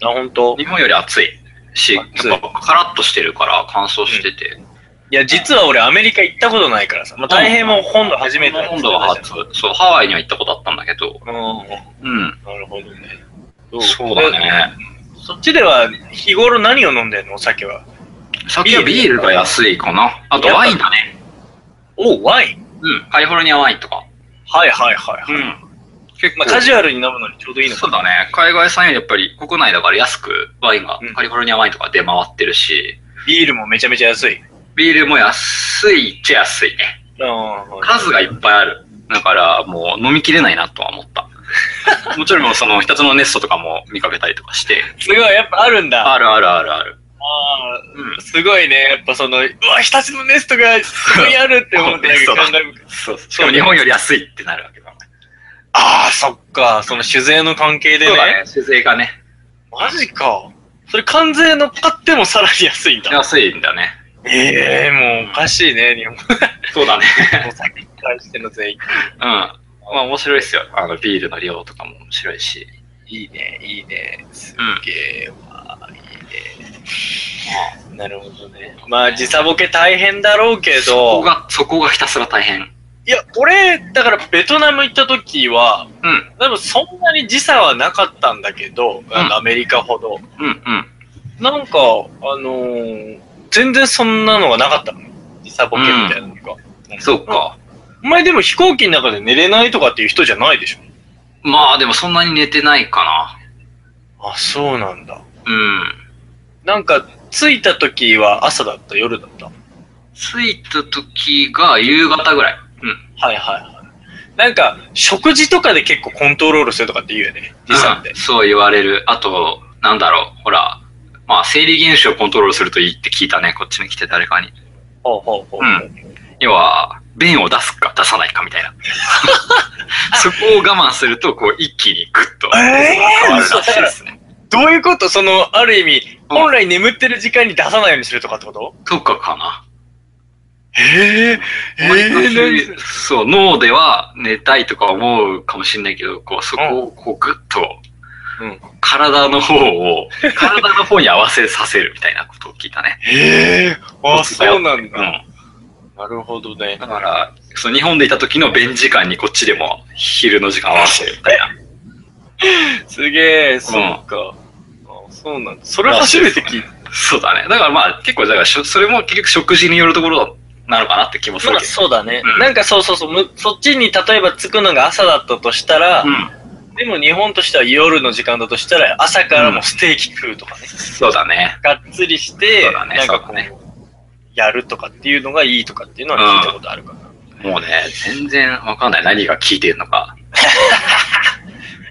Speaker 3: あ、本当
Speaker 2: 日本より暑いし、やっ
Speaker 3: 暑い
Speaker 2: ぱカラッとしてるから乾燥してて。
Speaker 3: いや、実は俺アメリカ行ったことないからさ、まあ、大変もう本土初めて
Speaker 2: 今度は初。そう、ハワイには行ったことあったんだけど。
Speaker 3: うん、
Speaker 2: うん。
Speaker 3: なるほどね。ど
Speaker 2: そうだ。ね。
Speaker 3: そっちでは日頃何を飲んでんのお酒は。
Speaker 2: 先はビールが安いかな。あとワインだね。
Speaker 3: おワイン
Speaker 2: うん。カリフォルニアワインとか。
Speaker 3: はいはいはいはい。
Speaker 2: ん。結構、
Speaker 3: まあ、カジュアルに飲むのにちょうどいいのか
Speaker 2: そうだね。海外産よりやっぱり国内だから安くワインが
Speaker 3: うん、
Speaker 2: カリフォルニアワインとか出回ってるし、
Speaker 3: ビールもめちゃめちゃ安い。
Speaker 2: ビールも安いっちゃ安いね。
Speaker 3: うん。
Speaker 2: 数がいっぱいある。だから、もう飲みきれないなとは
Speaker 3: [laughs]
Speaker 2: 思った。もちろん、その、一つのネストとかも見かけたりとかして、
Speaker 3: すごい、やっぱあるんだ。
Speaker 2: あるあるあるある。
Speaker 3: あーすごいね、やっぱその、うわ、日立のネストが、ここにあるって思って、なんか感慨深い
Speaker 2: [laughs] そうそう。しかも日本より安いってなるわけだね。
Speaker 3: ああ、そっか、その酒税の関係でね。
Speaker 2: ね、酒税がね、
Speaker 3: マジか。それ関税乗っかってもさらに安いんだ。
Speaker 2: 安いんだね。
Speaker 3: ええもうおかしいね、日本。
Speaker 2: そうだね。
Speaker 3: お酒に対しての税金。
Speaker 2: うん。まあ面白いですよ。あの、ビールの量とかも面白いし。
Speaker 3: いいね、いいね。す
Speaker 2: うん
Speaker 3: げえわ、いいね。なるほどね。まあ、時差ボケ大変だろうけ
Speaker 2: そこ
Speaker 3: ど、
Speaker 2: が、そこがひたすら大変。
Speaker 3: いや、俺、だからベトナム行った時は、
Speaker 2: うん。
Speaker 3: 多分そんなに時差はなかったんだけど、あのアメリカほど。
Speaker 2: うんうん。
Speaker 3: なんか、あのー全然そんなのがなかったの。時差ボケみたいなのが。
Speaker 2: そうか。
Speaker 3: お前でも飛行機の中で寝れないとかっていう人じゃないでしょ
Speaker 2: まあでもそんなに寝てないか
Speaker 3: あ、そうなんだ。
Speaker 2: な。うん。
Speaker 3: なんか、着いた時は朝だった、夜だった。は
Speaker 2: 着いた時が夕方ぐらい。うん。
Speaker 3: いはいはい。なんか、食事とかで結構コントロールするとかって言うよね、時差って
Speaker 2: うん。そう言われる。あと、なんだろう。ほら、まあ生理現象をコントロールするといいって聞いたね。こっちに来て誰かに。
Speaker 3: ほうほうほう。
Speaker 2: う要は、便を出すか出さないかみたい [laughs] な。そこを我慢すると、こう一気にグッと
Speaker 3: えー
Speaker 2: 変わるらしいですね。
Speaker 3: どういうことその、ある意味、
Speaker 2: うん
Speaker 3: 本来眠ってる時間に出さないようにするとかってこと
Speaker 2: とかかな。
Speaker 3: へええ
Speaker 2: 割とそう、脳では寝たいとか思うかもしれないけど、こう、そこをこうグッと、
Speaker 3: うん
Speaker 2: 体の方を、体の方に合わせさせるみたいなことを聞いたね。
Speaker 3: えあ、そうなん
Speaker 2: う
Speaker 3: だ。
Speaker 2: ん。
Speaker 3: なるほどね。
Speaker 2: だから、その日本でいた時の便時間にこっちでも昼の時間合わせるみたいな。
Speaker 3: すげえ、そうか。あそうなんだ。それ初めて聞いた。
Speaker 2: そうだね。だからまあ結構、だからしょそれも結局食事によるところなのかなって気もする
Speaker 3: まあ
Speaker 2: けど。
Speaker 3: そうだね、
Speaker 2: うん
Speaker 3: なんかそうそうそう、むそっちに例えば着くのが朝だったとしたら、
Speaker 2: うん。
Speaker 3: でも日本としては夜の時間だとしたら、朝からもステーキ食うとかね、
Speaker 2: そうだね。
Speaker 3: がっつりして
Speaker 2: そう、だね
Speaker 3: なんかこ
Speaker 2: そう
Speaker 3: う、
Speaker 2: だね
Speaker 3: やるとかっていうのがいいとかっていうのは聞いたことあるかな。
Speaker 2: もうね、全然わかんない。何が効いてるのか。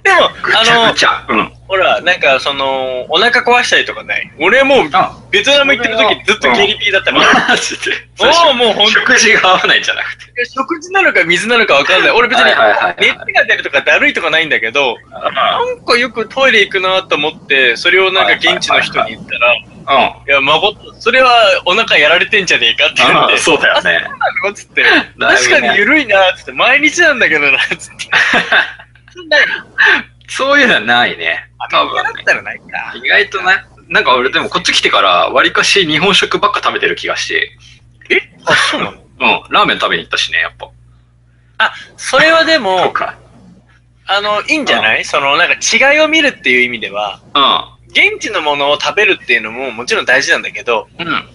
Speaker 3: でも、
Speaker 2: ぐちゃ
Speaker 3: あ
Speaker 2: ぐちゃ。うん。
Speaker 3: の、ほら、なんかその、お腹壊したりとかない。俺もう、
Speaker 2: あ、
Speaker 3: ベトナム行ってる時ずっとゲリピーだったから、
Speaker 2: マジで。
Speaker 3: おーもうほんと
Speaker 2: 食事が合わないんじゃなくて。
Speaker 3: 食事なのか水なのかわかんない。俺別に
Speaker 2: はいはいはいはい、
Speaker 3: 熱が出るとかだるいとかないんだけど、なんかよくトイレ行くなと思って、それをなんか現地の人に言ったら、い
Speaker 2: うん。
Speaker 3: や、孫と、それはお腹やられてんじゃねえかって言って、
Speaker 2: そうだよね。
Speaker 3: うなのつって、
Speaker 2: だいぶね
Speaker 3: 確かに緩いなっつって、毎日なんだけどなっつって。そんな、
Speaker 2: そういうのはないね。多
Speaker 3: 嫌
Speaker 2: 分
Speaker 3: だったらないか。
Speaker 2: 意外とね、なんか俺でもこっち来てから、わりかし日本食ばっか食べてる気がして。
Speaker 3: えあ、そうなの
Speaker 2: うん。ラーメン食べに行ったしね、やっぱ。
Speaker 3: あ、それはでも、
Speaker 2: か。
Speaker 3: あの、いいんじゃないその、なんか違いを見るっていう意味では、
Speaker 2: う
Speaker 3: 現地のものを食べるっていうのももちろん大事なんだけど、
Speaker 2: ん。うん。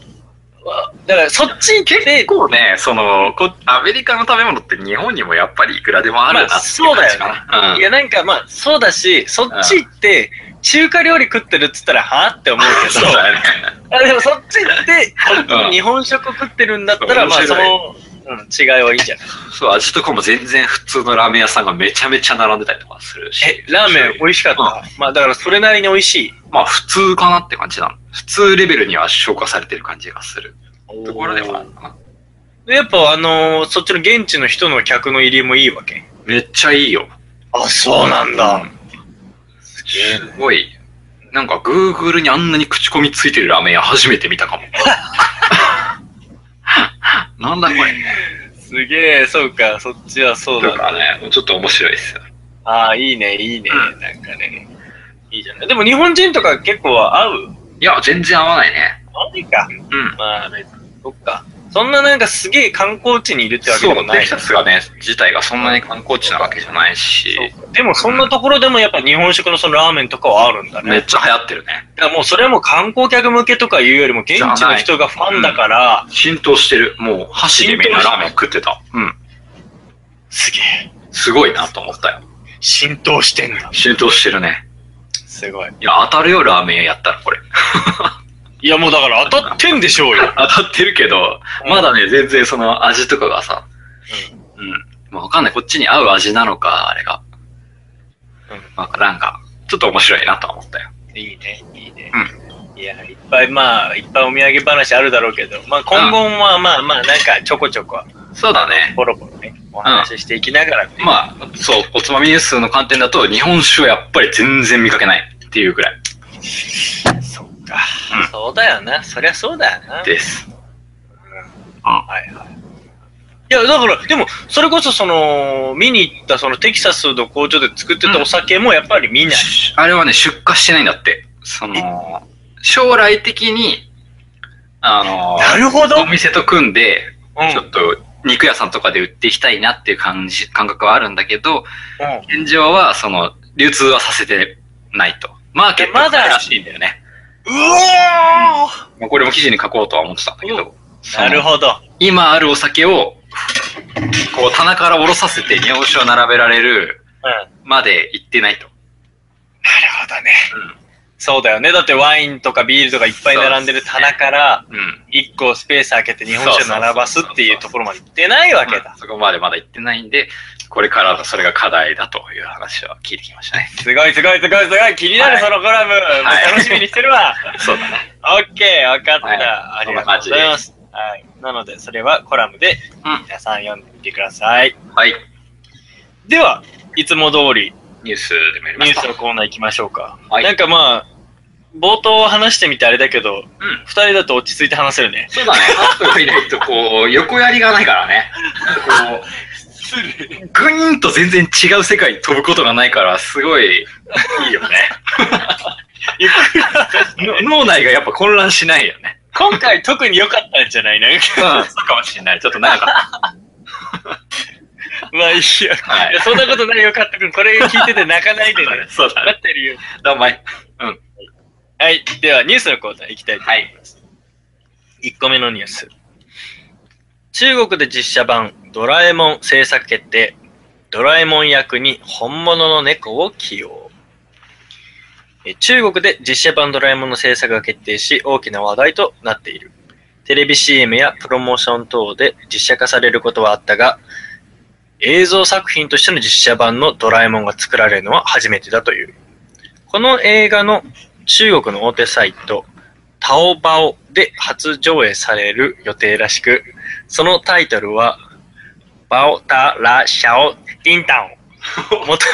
Speaker 3: だからそっち行って
Speaker 2: 結、構ね、そのこ、アメリカの食べ物って日本にもやっぱりいくらでもあるなって
Speaker 3: まあそうだよね
Speaker 2: 感
Speaker 3: い
Speaker 2: じかな。
Speaker 3: やなんかまあそうだし、そっち行って、中華料理食ってるっつったら、はぁって思う
Speaker 2: うん。
Speaker 3: け
Speaker 2: そう
Speaker 3: ど、
Speaker 2: だよね。
Speaker 3: あでもそっち行って、
Speaker 2: うん
Speaker 3: 日本食食ってるんだったら、まあ
Speaker 2: 面
Speaker 3: そ
Speaker 2: 白い
Speaker 3: の、うん、違いはいいんじゃない
Speaker 2: そう、味とかも全然普通のラーメン屋さんがめちゃめちゃ並んでたりとかするし。
Speaker 3: え、ラーメン美味しかった、まあだからそれなりに美味しい。
Speaker 2: まあ普通かなって感じなの。普通レベルには消化されてる感じがする。ところではあるかな。
Speaker 3: でやっぱあのーそっちの現地の人の客の入りもいいわけ
Speaker 2: めっちゃいいよ。
Speaker 3: あ、そうなんだ。
Speaker 2: すごい。なんか Google にあんなに口コミついてるラーメン屋初めて見たかも。 [laughs] なんだこれ。
Speaker 3: すげえ、そうか、そっちはそうだ
Speaker 2: とかね、ちょっと面白いですよ。
Speaker 3: ああ、いいね、いいね、
Speaker 2: う
Speaker 3: なんかね。いいじゃない。でも日本人とか結構合う
Speaker 2: いや、全然合わないね。
Speaker 3: マジか。
Speaker 2: うん。
Speaker 3: まあ、別にそっか。そんななんかすげえ観光地にいるってわけ
Speaker 2: そ
Speaker 3: でも
Speaker 2: う、
Speaker 3: な
Speaker 2: テ
Speaker 3: い。
Speaker 2: キサスがね、自体がそんなに観光地なわけじゃないし、
Speaker 3: そうでもそんなところでもやっぱ日本食のそのラーメンとかはあるんだ
Speaker 2: め
Speaker 3: ね
Speaker 2: っ。ちゃ流行ってるね。
Speaker 3: だからもうそれはもう観光客向けとかいうよりも現地の人がファンだから、
Speaker 2: 浸透してる。もう箸でみんなラーメン食ってた。うん。
Speaker 3: すげえ、
Speaker 2: すごいなと思ったよ。
Speaker 3: 浸透してんだ。
Speaker 2: 浸透してるね。
Speaker 3: すごい。
Speaker 2: いや、当たるよ、ラーメン屋やったら、これ。
Speaker 3: いやもうだから当たってんでしょうよ。
Speaker 2: 当たってるけど、
Speaker 3: うん
Speaker 2: まだね、全然その味とかがさ、うん、まあわかんない。こっちに合う味なのか、あれが。まあなんか、ちょっと面白いなとは思ったよ。
Speaker 3: いいね、いいね。いや、いっぱい、まあ、いっぱいお土産話あるだろうけど、まあ、今後もまあまあまあ、なんかちょこちょこ、
Speaker 2: そうだね。
Speaker 3: ポロポロね、お話ししていきながら、
Speaker 2: まあ、そう、おつまみニュースの観点だと、日本酒はやっぱり全然見かけないっていうぐらい
Speaker 3: そっか、そうだよな、そりゃそうだよな。
Speaker 2: です。
Speaker 3: はいはい。いや、だから、でも、それこそ、その、見に行った、その、テキサスの工場で作ってたお酒も、やっぱり見ない。
Speaker 2: あれはね、出荷してないんだって。その、将来的に、あの、
Speaker 3: なるほど
Speaker 2: お店と組んで、
Speaker 3: うん。
Speaker 2: ちょっと肉屋さんとかで売っていきたいなっていう感じ、感覚はあるんだけど、
Speaker 3: うん
Speaker 2: 現状は、その、流通はさせてないと。マーケット
Speaker 3: まだ
Speaker 2: がらしいんだよね。
Speaker 3: うおー
Speaker 2: まあ、これも記事に書こうとは思ってたんだけど。その
Speaker 3: なるほど。
Speaker 2: 今あるお酒を、こう、棚から下ろさせて、日本酒を並べられる
Speaker 3: うん。なる
Speaker 2: まで行ってないと。
Speaker 3: ほどね。そうだよね。だって、ワインとかビールとかいっぱい並んでる棚から、
Speaker 2: うん。うん。
Speaker 3: 一個スペース開けて日本酒を並ばすっていうところまで行ってないわけ
Speaker 2: ま
Speaker 3: だ
Speaker 2: あ。そこまでまだ行ってないんで、これからがそれが課題だという話は聞いてきましたね。
Speaker 3: すごいすごいすごいすごい気になる
Speaker 2: はい
Speaker 3: そのコラム、
Speaker 2: い
Speaker 3: 楽しみにしてる
Speaker 2: [laughs]
Speaker 3: わ
Speaker 2: そうだね。
Speaker 3: オッケーわかった、
Speaker 2: はい
Speaker 3: ありがとうございますはいなのでそれはコラムで
Speaker 2: うん
Speaker 3: 皆さん読んでみてください、
Speaker 2: はい。
Speaker 3: ではいつも通り
Speaker 2: ニュースでもやりま
Speaker 3: ニュ
Speaker 2: し
Speaker 3: ー
Speaker 2: た。
Speaker 3: スのコーナー行きましょうか、
Speaker 2: はい
Speaker 3: なんかまあ冒頭話してみてあれだけど
Speaker 2: うん。
Speaker 3: 二人だと落ち着いて話せるね
Speaker 2: そうだね。ハットがいないと、こう、横やりがないからね。なんかこう、ぐーんと全然違う世界に飛ぶことがないから、すごい、いいよね。
Speaker 3: ゆっくり
Speaker 2: [laughs] の脳内がやっぱ混乱しないよね。
Speaker 3: 今回特に良かったんじゃないなんか
Speaker 2: うん。そうかもしれない。ちょっと長かった。
Speaker 3: まあいいや,、
Speaker 2: はい
Speaker 3: い、やそんなことないよかったくんこれ聞いてて泣かないでね
Speaker 2: [laughs] そうだ
Speaker 3: 待
Speaker 2: ね。
Speaker 3: ってるよ
Speaker 2: どうもはい。うん。
Speaker 3: [laughs] はい。では、ニュースのコーナー行きたいと思
Speaker 2: はい
Speaker 3: います。1個目のニュース。中国で実写版、ドラえもん制作決定。ドラえもん役に本物の猫を起用。え中国で実写版ドラえもんの制作が決定し、大きな話題となっている。テレビ CM やプロモーション等で実写化されることはあったが、映像作品としての実写版のドラえもんが作られるのは初めてだという。この映画の中国の大手サイト、タオバオで初上映される予定らしく、そのタイトルは、バオタラシャオリンタオ。も [laughs] と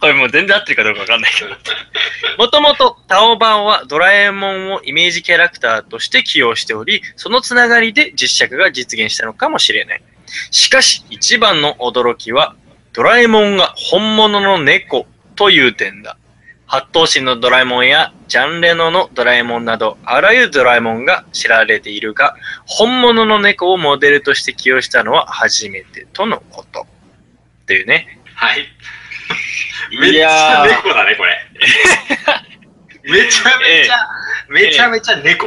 Speaker 3: これもう全然合ってるかどうかわかんないけど。もともとタオバオはドラえもんをイメージキャラクターとして起用しており、そのつながりで実写化が実現したのかもしれない。しかし、一番の驚きは、ドラえもんが本物の猫という点だ。八頭身のドラえもんやジャンレノのドラえもんなどあらゆるドラえもんが知られているが本物の猫をモデルとして起用したのは初めてとのことっていうね
Speaker 2: はい。めっ
Speaker 3: い
Speaker 2: ちゃ
Speaker 3: やー
Speaker 2: 猫だね、こ [laughs] れ。めちゃめちゃ、めちゃめちゃ猫。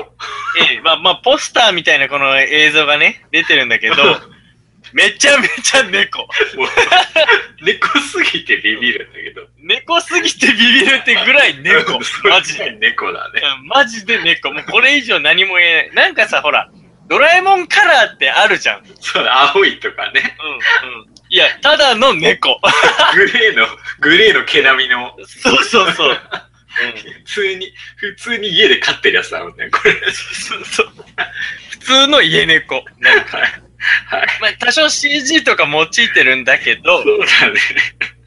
Speaker 3: ええまあまあポスターみたいなこの映像がね出てるんだけ [laughs] どめちゃめちゃ猫
Speaker 2: もう猫すぎてビビるんだけど。
Speaker 3: 猫すぎてビビるってぐらい [laughs]
Speaker 2: [laughs]
Speaker 3: 猫マジで
Speaker 2: 猫だね。
Speaker 3: うんマジで猫もうこれ以上何も言えないなんかさほらドラえもんカラーってあるじゃんうんうん
Speaker 2: そうだ、青いとかね。
Speaker 3: いやただの猫
Speaker 2: グレーの、グレーの毛並みの、
Speaker 3: そうそうそう。
Speaker 2: 普通に、普通に家で飼ってるやつだもんね、これ。
Speaker 3: そうそう。普通の家猫。なんか、
Speaker 2: はい。
Speaker 3: まあ、多少 CG とか用いてるんだけど、
Speaker 2: そうだね。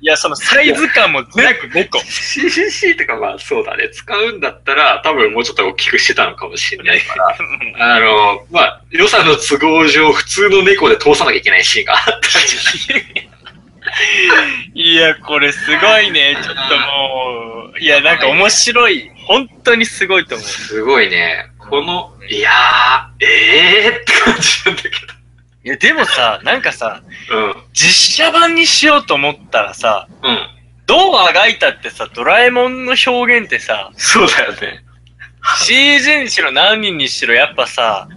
Speaker 3: いや、そのサイズ感も全部猫。
Speaker 2: CCC とかまあそうだね。使うんだったら、多分もうちょっと大きくしてたのかもしれないから。あの、まあ、予算の都合上、普通の猫で通さなきゃいけないシーンがあったんじゃない
Speaker 3: いや、これすごいね。ちょっともう、いや、なんか面白い。本当にすごいと思う。
Speaker 2: すごいね。この、いやー、ええー、って感じなんだけ
Speaker 3: いや、でもさ、なんかさ、
Speaker 2: ど。うん。
Speaker 3: 実写版にしようと思ったらさ、
Speaker 2: うん。
Speaker 3: どうあがいたってさ、ドラえもんの表現ってさ、
Speaker 2: そうだよね。
Speaker 3: CG にしろ何人にしろやっぱさ、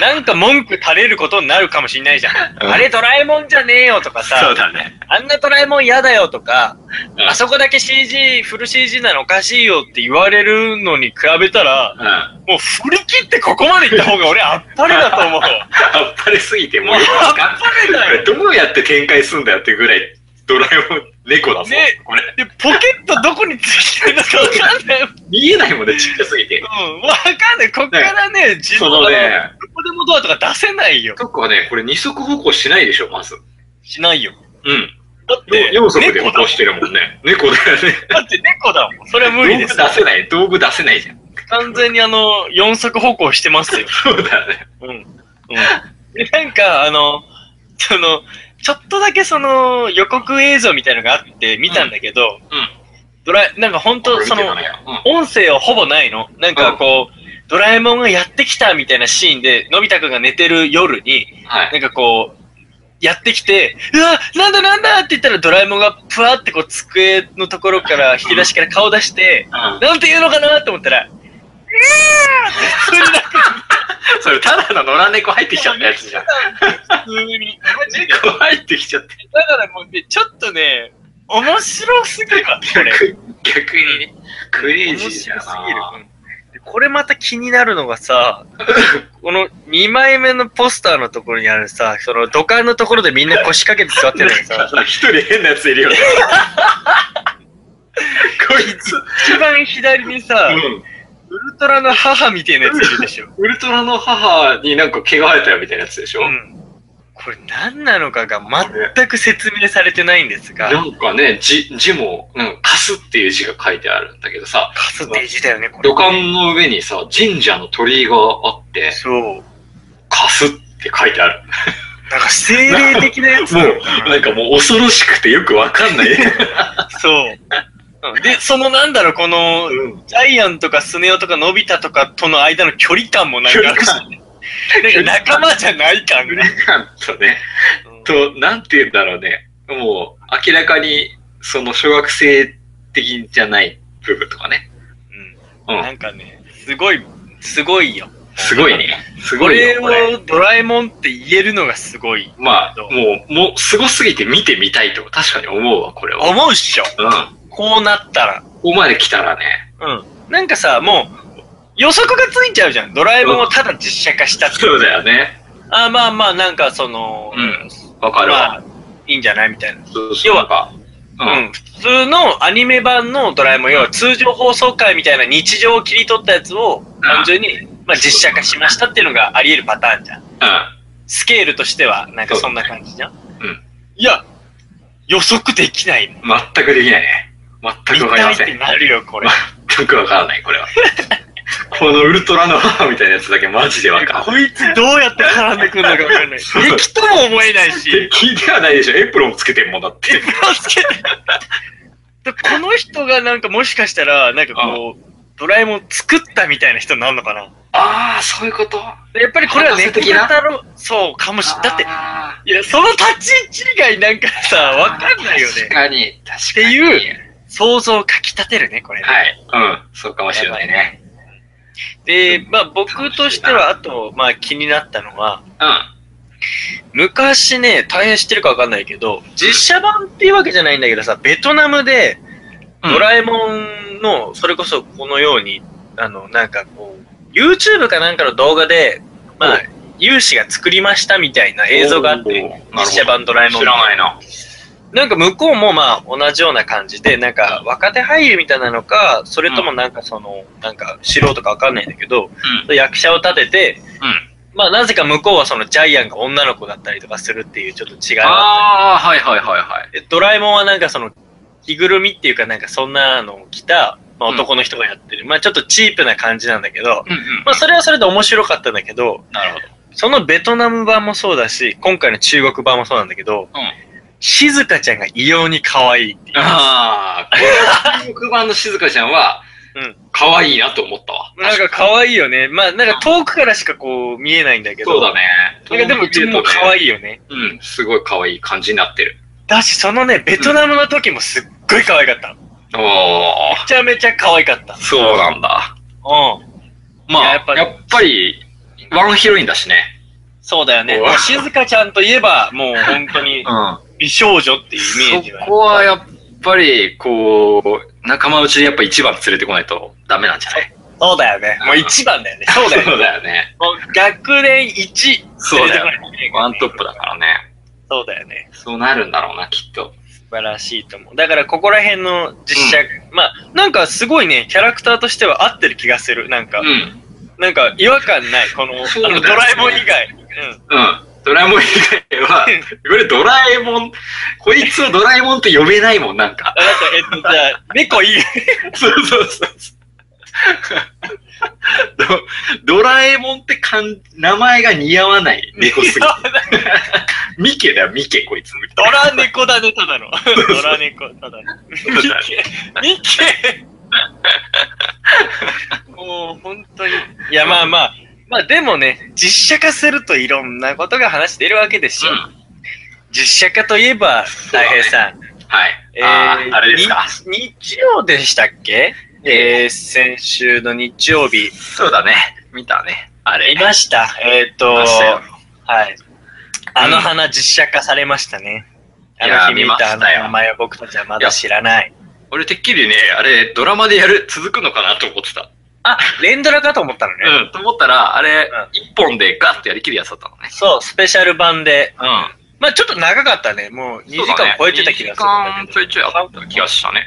Speaker 3: なんか文句垂れることになるかもしんないじゃん。
Speaker 2: うん
Speaker 3: あれドラえもんじゃねえよとかさ、
Speaker 2: そうだね。
Speaker 3: あんなドラえもん嫌だよとか、
Speaker 2: うん
Speaker 3: あそこだけ CG、フル CG なのおかしいよって言われるのに比べたら、
Speaker 2: うん。あ
Speaker 3: もう振り切ってここまで行った方が俺あっぱれだと
Speaker 2: [laughs]
Speaker 3: 思う。
Speaker 2: っぱれすぎて、もう、
Speaker 3: あっぱれだよ
Speaker 2: どうやって展開すんだよってぐらい、ドラえもん、猫だぞ、
Speaker 3: ね
Speaker 2: これ。
Speaker 3: で、ポケットどこについてるのかわかんない。うん、
Speaker 2: 見えないもんね、ちっちゃすぎて。
Speaker 3: わかんない。こっからね、自
Speaker 2: そ
Speaker 3: 分
Speaker 2: の
Speaker 3: は
Speaker 2: ね、
Speaker 3: どこでもドアとか出せないよ。
Speaker 2: とかね、これ二足歩行しないでしょ、まず。
Speaker 3: しないよ。
Speaker 2: うん。
Speaker 3: だっ
Speaker 2: よ
Speaker 3: て、
Speaker 2: 四足で
Speaker 3: 猫
Speaker 2: 歩
Speaker 3: だもん
Speaker 2: 行してるもんね。猫だよね。
Speaker 3: だって猫だもん。それは無理です。
Speaker 2: 道具出せない、道具出せないじゃん。
Speaker 3: 完全にあの、四足歩行してますよ。
Speaker 2: そうだよ [laughs] ね。
Speaker 3: うん。うん。で、 [laughs] なんか、あの、その、ちょっとだけその、予告映像みたいのがあって見たんだけど、
Speaker 2: うんうん
Speaker 3: ドラえ、なんか本当その、
Speaker 2: これ見てたねうん
Speaker 3: 音声はほぼないのなんかこう、ドラえもんがやってきたみたいなシーンで、のび太くんが寝てる夜に、
Speaker 2: はい。
Speaker 3: なんかこう、やってきて、うわ、なんだなんだって言ったらドラえもんがプワってこう机のところから引き出しから顔出して、
Speaker 2: う
Speaker 3: なんて言うのかなと思ったら、うわーって普通になんか
Speaker 2: ん。それ、ただの野良猫入ってきちゃったやつじゃん。
Speaker 3: 普通に。
Speaker 2: [laughs] 猫入ってきちゃって。
Speaker 3: だからもうね、ちょっとね、面白すぎるわ、これ。
Speaker 2: 逆逆にね、クレイ
Speaker 3: 面
Speaker 2: ジ
Speaker 3: 白
Speaker 2: ー
Speaker 3: す
Speaker 2: だな
Speaker 3: ぎる。うんでこれまた気になるのがさ、この2枚目のポスターのところにあるさ、その土管のところでみんな腰掛けて座ってるのに
Speaker 2: [laughs] なん
Speaker 3: さ、
Speaker 2: か一人変なやついるよね。 [laughs] こいつ、
Speaker 3: 一番左にさ、
Speaker 2: うん、
Speaker 3: ウルトラの母みたいなやついるでしょ。
Speaker 2: ウルトラの母になんか毛が生えたよみたいなやつでしょ、
Speaker 3: うん。これ何なのかが全く説明されてないんです
Speaker 2: な
Speaker 3: が、
Speaker 2: んかね、字字も、うん、カスっていう字が書いてあるんだけどさ、
Speaker 3: カスデージだよね、これ。
Speaker 2: 土管の上にさ、神社の鳥居があって、
Speaker 3: そう。
Speaker 2: カスって書いてある。
Speaker 3: なんか精霊的なや [laughs] つ
Speaker 2: も
Speaker 3: な
Speaker 2: う
Speaker 3: のか、な
Speaker 2: なんかもう恐ろしくてよくわかんない。
Speaker 3: [laughs] そう。うんで、そのなんだろう、この、ジャイアンとかスネ夫とかのび太とかとの間の距離感もなんかあるし、なんか仲間じゃない感が。
Speaker 2: なんとね、と、なんて言うんだろうね。もう、明らかに、その、小学生的じゃない部分とかね。う。
Speaker 3: うんなんんかね、すごい、すごいよ。
Speaker 2: すごいね。す
Speaker 3: こ
Speaker 2: ごい
Speaker 3: れ
Speaker 2: よ、これ。
Speaker 3: をドラえもんって言えるのがすごい。
Speaker 2: まあ、もう、もう、すごすぎて見てみたいと、確かに思うわ、これは。
Speaker 3: 思うっしょ。
Speaker 2: うん。
Speaker 3: こうなったら。
Speaker 2: ここまで来たらね。
Speaker 3: うん。なんかさ、もう、予測がついちゃうじゃん。ドラえもんをただ実写化したって。
Speaker 2: そうだよね。
Speaker 3: あまあまあ、なんかその、
Speaker 2: うんわかる
Speaker 3: ま
Speaker 2: わ。
Speaker 3: あ、いいんじゃないみたいな。
Speaker 2: そう
Speaker 3: 要は
Speaker 2: は、う。
Speaker 3: うんん、普通のアニメ版のドラえもん、要は通常放送回みたいな日常を切り取ったやつを単純に、まあ、実写化しましたっていうのがあり得るパターンじゃん。スケールとしては、なんかそんな感じじゃん。
Speaker 2: うん。
Speaker 3: いや、予測できないもん。
Speaker 2: うん。全くできないね。全
Speaker 3: 見
Speaker 2: くわか
Speaker 3: た
Speaker 2: り
Speaker 3: い
Speaker 2: ま
Speaker 3: っ
Speaker 2: せ
Speaker 3: て
Speaker 2: ん。
Speaker 3: なるよ、 [laughs] これ。
Speaker 2: 全くわからな
Speaker 3: [laughs]
Speaker 2: い、これは。このウルトラの母みたいなやつだけマジでわかんない。
Speaker 3: こいつどうやって絡んでくるのかわかんない。 [laughs]
Speaker 2: そう
Speaker 3: 敵とも思えないし、エ
Speaker 2: 敵ではないでしょ。エプロンつけてんもんだって。
Speaker 3: プロンつけて。でこの人がなんかもしかしたら、なんかこう、ドラえもん作ったみたいな人になるのかな
Speaker 2: ああ、そういうこと
Speaker 3: やっぱりこれは
Speaker 2: 博士
Speaker 3: 猫
Speaker 2: 的な
Speaker 3: 型の、そうかもし、だって、
Speaker 2: あ
Speaker 3: いや、その立ち位置以外なんかさ、
Speaker 2: ー
Speaker 3: わかんないよ
Speaker 2: 確
Speaker 3: ね。
Speaker 2: かに、確かに。って
Speaker 3: いう。想像をかき立てるね、これ。
Speaker 2: はい。うん。そうかもしれないね。
Speaker 3: で、まあ僕としては、あと、まあ気になったのは、
Speaker 2: うん。
Speaker 3: 昔ね、大変知ってるかわかんないけど、実写版っていうわけじゃないんだけどさ、ベトナムで、
Speaker 2: うん
Speaker 3: ドラえもんの、それこそこのように、あの、なんかこう、YouTube かなんかの動画で、まあ、有志が作りましたみたいな映像があって、
Speaker 2: おー、
Speaker 3: 実写版ドラえもんの
Speaker 2: 知らないな。
Speaker 3: なんか向こうもまあ同じような感じで、なんか若手俳優みたいなのか、それともなんかその、なんか素人かわかんないんだけど、役者を立てて、
Speaker 2: うん。
Speaker 3: まあなぜか向こうはそのジャイアンが女の子だったりとかするっていうちょっと違いがあ
Speaker 2: ああ、はいはいはいはい。
Speaker 3: って、ドラえもんはなんかその着ぐるみっていうかなんかそんなのを着た、まあ、男の人がやってる、まあちょっとチープな感じなんだけど、
Speaker 2: うんうん
Speaker 3: まあそれはそれで面白かったんだけど、
Speaker 2: なるほど。
Speaker 3: そのベトナム版もそうだし、今回の中国版もそうなんだけど、
Speaker 2: うん
Speaker 3: 静香ちゃんが異様に可愛いっていう。
Speaker 2: ああ、これは、黒板の静香ちゃんは、
Speaker 3: うん
Speaker 2: 可愛いなと思ったわ。
Speaker 3: なんか可愛いよね。まあ、なんか遠くからしかこう見えないんだけど。
Speaker 2: そうだね。
Speaker 3: なんかでも、うちも可
Speaker 2: い。
Speaker 3: 愛いよね。
Speaker 2: うん、すごい可愛い感じになってる。
Speaker 3: だし、そのね、ベトナムの時もすっごい可愛かった。め
Speaker 2: おー。
Speaker 3: ちゃめちゃ可愛かった。
Speaker 2: そうなんだ。
Speaker 3: うん。
Speaker 2: まあ、
Speaker 3: いや
Speaker 2: や
Speaker 3: やっ
Speaker 2: っ
Speaker 3: ぱ
Speaker 2: ぱ
Speaker 3: り
Speaker 2: り、ワンヒロインだしね。
Speaker 3: そうだよね。
Speaker 2: う
Speaker 3: も
Speaker 2: わ
Speaker 3: う静香ちゃんといえば、もう本当に
Speaker 2: うん。
Speaker 3: 美少女っていうイメージは
Speaker 2: そ。こはやっぱり、こう、仲間内でやっぱ一番連れてこないとダメなんじゃない
Speaker 3: そうだよね。もう一番だよね。そうだよ
Speaker 2: [laughs] そう
Speaker 3: ね。
Speaker 2: だよね。
Speaker 3: もう学年一。
Speaker 2: そうだよね
Speaker 3: 連れてこないといけない
Speaker 2: ワントップだからね。
Speaker 3: そうだよね。
Speaker 2: そうなるんだろうな、きっと。
Speaker 3: 素晴らしいと思う。だからここら辺の実写、まあ、なんかすごいね、キャラクターとしては合ってる気がする。なんか、
Speaker 2: うん。
Speaker 3: なんか違和感ない。この、
Speaker 2: そうだ
Speaker 3: あ
Speaker 2: よ
Speaker 3: の
Speaker 2: ね
Speaker 3: ドラえもん以外。うん。
Speaker 2: うん。ドラえもん以外は、これドラえもん、こいつをドラえもんって呼べないもん、なんか。
Speaker 3: あ、だって、えっと、じゃあ、猫いい。
Speaker 2: そうそうそうそう。ドドラえもんってかん名前が似合わない猫すぎて。ミケだよ、ミケ、こいつ。
Speaker 3: [laughs] ドラ猫だね、ただの。ドラ猫、ただの。ミケ、ミケもう、本当に。いや、まあまあ、まあでもね、実写化するといろんなことが話してるわけですよ。
Speaker 2: うん
Speaker 3: 実写化といえば、
Speaker 2: だ
Speaker 3: 大
Speaker 2: ね
Speaker 3: 平さん。
Speaker 2: はい。あーあれですか。
Speaker 3: に日曜でしたっけえー、先週の日曜日。
Speaker 2: そうだね。見たね。あれ
Speaker 3: い。ました。えっ、と、
Speaker 2: 見ましたよ
Speaker 3: はい。あの花実写化されましたね。
Speaker 2: い
Speaker 3: あ
Speaker 2: やー
Speaker 3: の日見
Speaker 2: 見ま
Speaker 3: たあ
Speaker 2: し
Speaker 3: の
Speaker 2: たよ
Speaker 3: 名前は僕たちはまだ知らない。
Speaker 2: 俺てっきりね、あれ、ドラマでやる、続くのかなと思ってた。
Speaker 3: あ、連ドラかと思ったのね。
Speaker 2: うん、と思ったら、あれ
Speaker 3: うん、
Speaker 2: 一本でガッとやりきるやつだったのね。
Speaker 3: そう、スペシャル版で。
Speaker 2: う
Speaker 3: まあちょっと長かったね。もう2
Speaker 2: ん。
Speaker 3: 時間超えてた気がする
Speaker 2: 2
Speaker 3: んだ
Speaker 2: 時間
Speaker 3: け
Speaker 2: ち
Speaker 3: ど。
Speaker 2: ょいちょいあった気がしたね。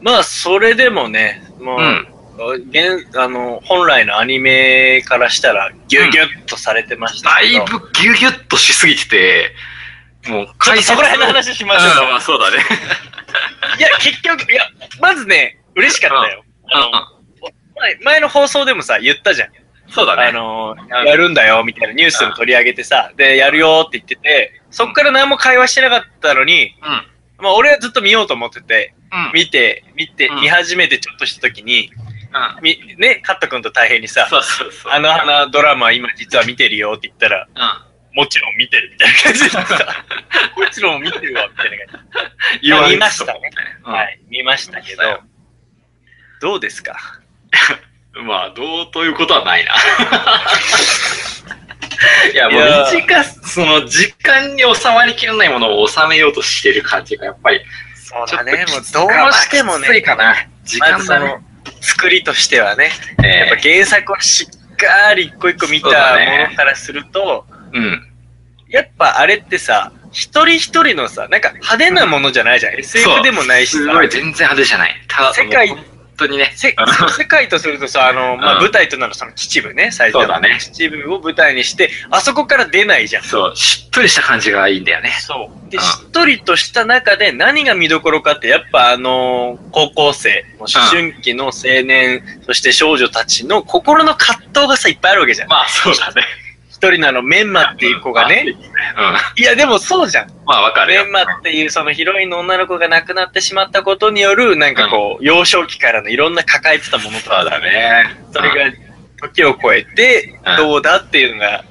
Speaker 3: まあそれでもね、もう、
Speaker 2: うん。うん。
Speaker 3: 現あの本来のアニメからしたらギュギュッとされてました
Speaker 2: だ
Speaker 3: け
Speaker 2: い
Speaker 3: ど。
Speaker 2: ぶギュギュッとしすぎてて、もう
Speaker 3: ちょっと
Speaker 2: 解説
Speaker 3: そこら辺の話しましょう
Speaker 2: うんまあそうだね。
Speaker 3: いや、結局、いや、まずね、嬉しかったよ。あの前前の放送でもさ、言ったじゃん。
Speaker 2: そうだ
Speaker 3: あ
Speaker 2: ね。
Speaker 3: の、やるんだよ、みたいなニュースも取り上げてさ、で、やるよって言ってて、そっから何も会話してなかったのに、
Speaker 2: うん。うん。
Speaker 3: まあ俺はずっと見ようと思ってて、
Speaker 2: うん
Speaker 3: 見て、見て、
Speaker 2: うん
Speaker 3: 見始めてちょっとした時に、みね、カット君と大変にさ、
Speaker 2: そうそうそう。
Speaker 3: あの花ドラマ今実は見てるよって言ったら、
Speaker 2: う
Speaker 3: もちろん見てるみたいな感じで
Speaker 2: [laughs]
Speaker 3: さ、もちろん見てるわみたいな感
Speaker 2: ん。言われ
Speaker 3: 見ましたねじ。は
Speaker 2: はい。
Speaker 3: い、見ましたけど、どうですか
Speaker 2: まあ、どうということはない [laughs] な。いや、も
Speaker 3: いや
Speaker 2: う短す、その、時間に収まりきらないものを収めようとしてる感じが、やっぱり、
Speaker 3: そう
Speaker 2: ちょっときついか
Speaker 3: どう
Speaker 2: な
Speaker 3: しても
Speaker 2: きつい
Speaker 3: ね、
Speaker 2: かな。時
Speaker 3: ま
Speaker 2: 間
Speaker 3: ずそ
Speaker 2: だ
Speaker 3: の
Speaker 2: ね。、
Speaker 3: 作りとしてはね、やっぱ
Speaker 2: え
Speaker 3: 原作をしっかり一個一個見た
Speaker 2: そうだね
Speaker 3: ものからすると、
Speaker 2: ーうん。
Speaker 3: やっぱあれってさ、一人一人のさ、なんか派手なものじゃないじゃん。
Speaker 2: そ
Speaker 3: SF
Speaker 2: う
Speaker 3: でもないし
Speaker 2: す
Speaker 3: さ
Speaker 2: ご、い、全然派手じゃない。ただ、
Speaker 3: 世界
Speaker 2: もう本当にね。
Speaker 3: せ世界とするとさ、あの、ま
Speaker 2: う
Speaker 3: あ、
Speaker 2: ん
Speaker 3: 舞台となるその秩父ね、最初
Speaker 2: そうだね
Speaker 3: 秩父を舞台にして、あそこから出ないじゃん。
Speaker 2: そう、しっとりした感じがいいんだよね。
Speaker 3: そう。で、
Speaker 2: うん
Speaker 3: しっとりとした中で何が見どころかって、やっぱあのー高校生、もう思春期の青年、そして少女たちの心の葛藤がさ、いっぱいあるわけじゃん。
Speaker 2: まあ、そうだね。
Speaker 3: 一人のあの、メンマっていう子がね。
Speaker 2: う
Speaker 3: いや、でもそうじゃん。
Speaker 2: ん。まあ、わかる
Speaker 3: メ
Speaker 2: よ。
Speaker 3: ンマっていうそのヒロインの女の子が亡くなってしまったことによる、なんかこう、幼少期からのいろんな抱えてたものと
Speaker 2: そう
Speaker 3: か、
Speaker 2: だね。
Speaker 3: それが時を超えて
Speaker 2: うん、
Speaker 3: どうだっていうのが、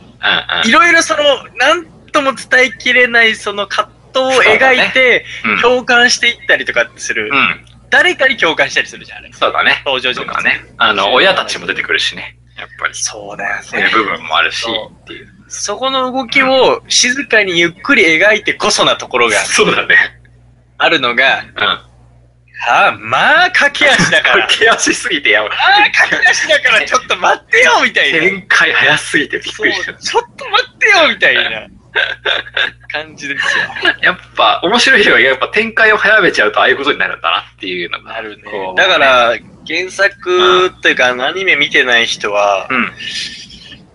Speaker 2: うん。
Speaker 3: いろいろその、なんとも伝えきれないその葛藤を描いて、
Speaker 2: うん。うん。
Speaker 3: 共感していったりとかする。
Speaker 2: うん。
Speaker 3: 誰かに共感したりするじゃん、あれ。
Speaker 2: そうだね。
Speaker 3: 登場
Speaker 2: そう
Speaker 3: 人
Speaker 2: か
Speaker 3: 物。
Speaker 2: ね。あの、親たちも出てくるしね。やっぱり。
Speaker 3: そうだよ
Speaker 2: そういう部分もあるし、
Speaker 3: そ
Speaker 2: っていう。
Speaker 3: そこの動きを静かにゆっくり描いてこそなところが
Speaker 2: そうだね。
Speaker 3: あるのが、
Speaker 2: うん。
Speaker 3: ああ、まあ、駆け足だから。
Speaker 2: [laughs]
Speaker 3: あ
Speaker 2: 駆け足すぎてやばい。
Speaker 3: あ、駆け足だからちょっと待ってよ、みたいな。
Speaker 2: 展開早すぎてびっ
Speaker 3: そ
Speaker 2: く
Speaker 3: う
Speaker 2: りした。
Speaker 3: ちょっと待ってよ、みたい
Speaker 2: [laughs]
Speaker 3: な感じですよ。
Speaker 2: やっぱ、面白い人がやっぱ展開を早めちゃうとああいうことになるんだなっていうのが。
Speaker 3: なるね
Speaker 2: こ。う
Speaker 3: だから、原作というか、あのアニメ見てない人は
Speaker 2: う、ん。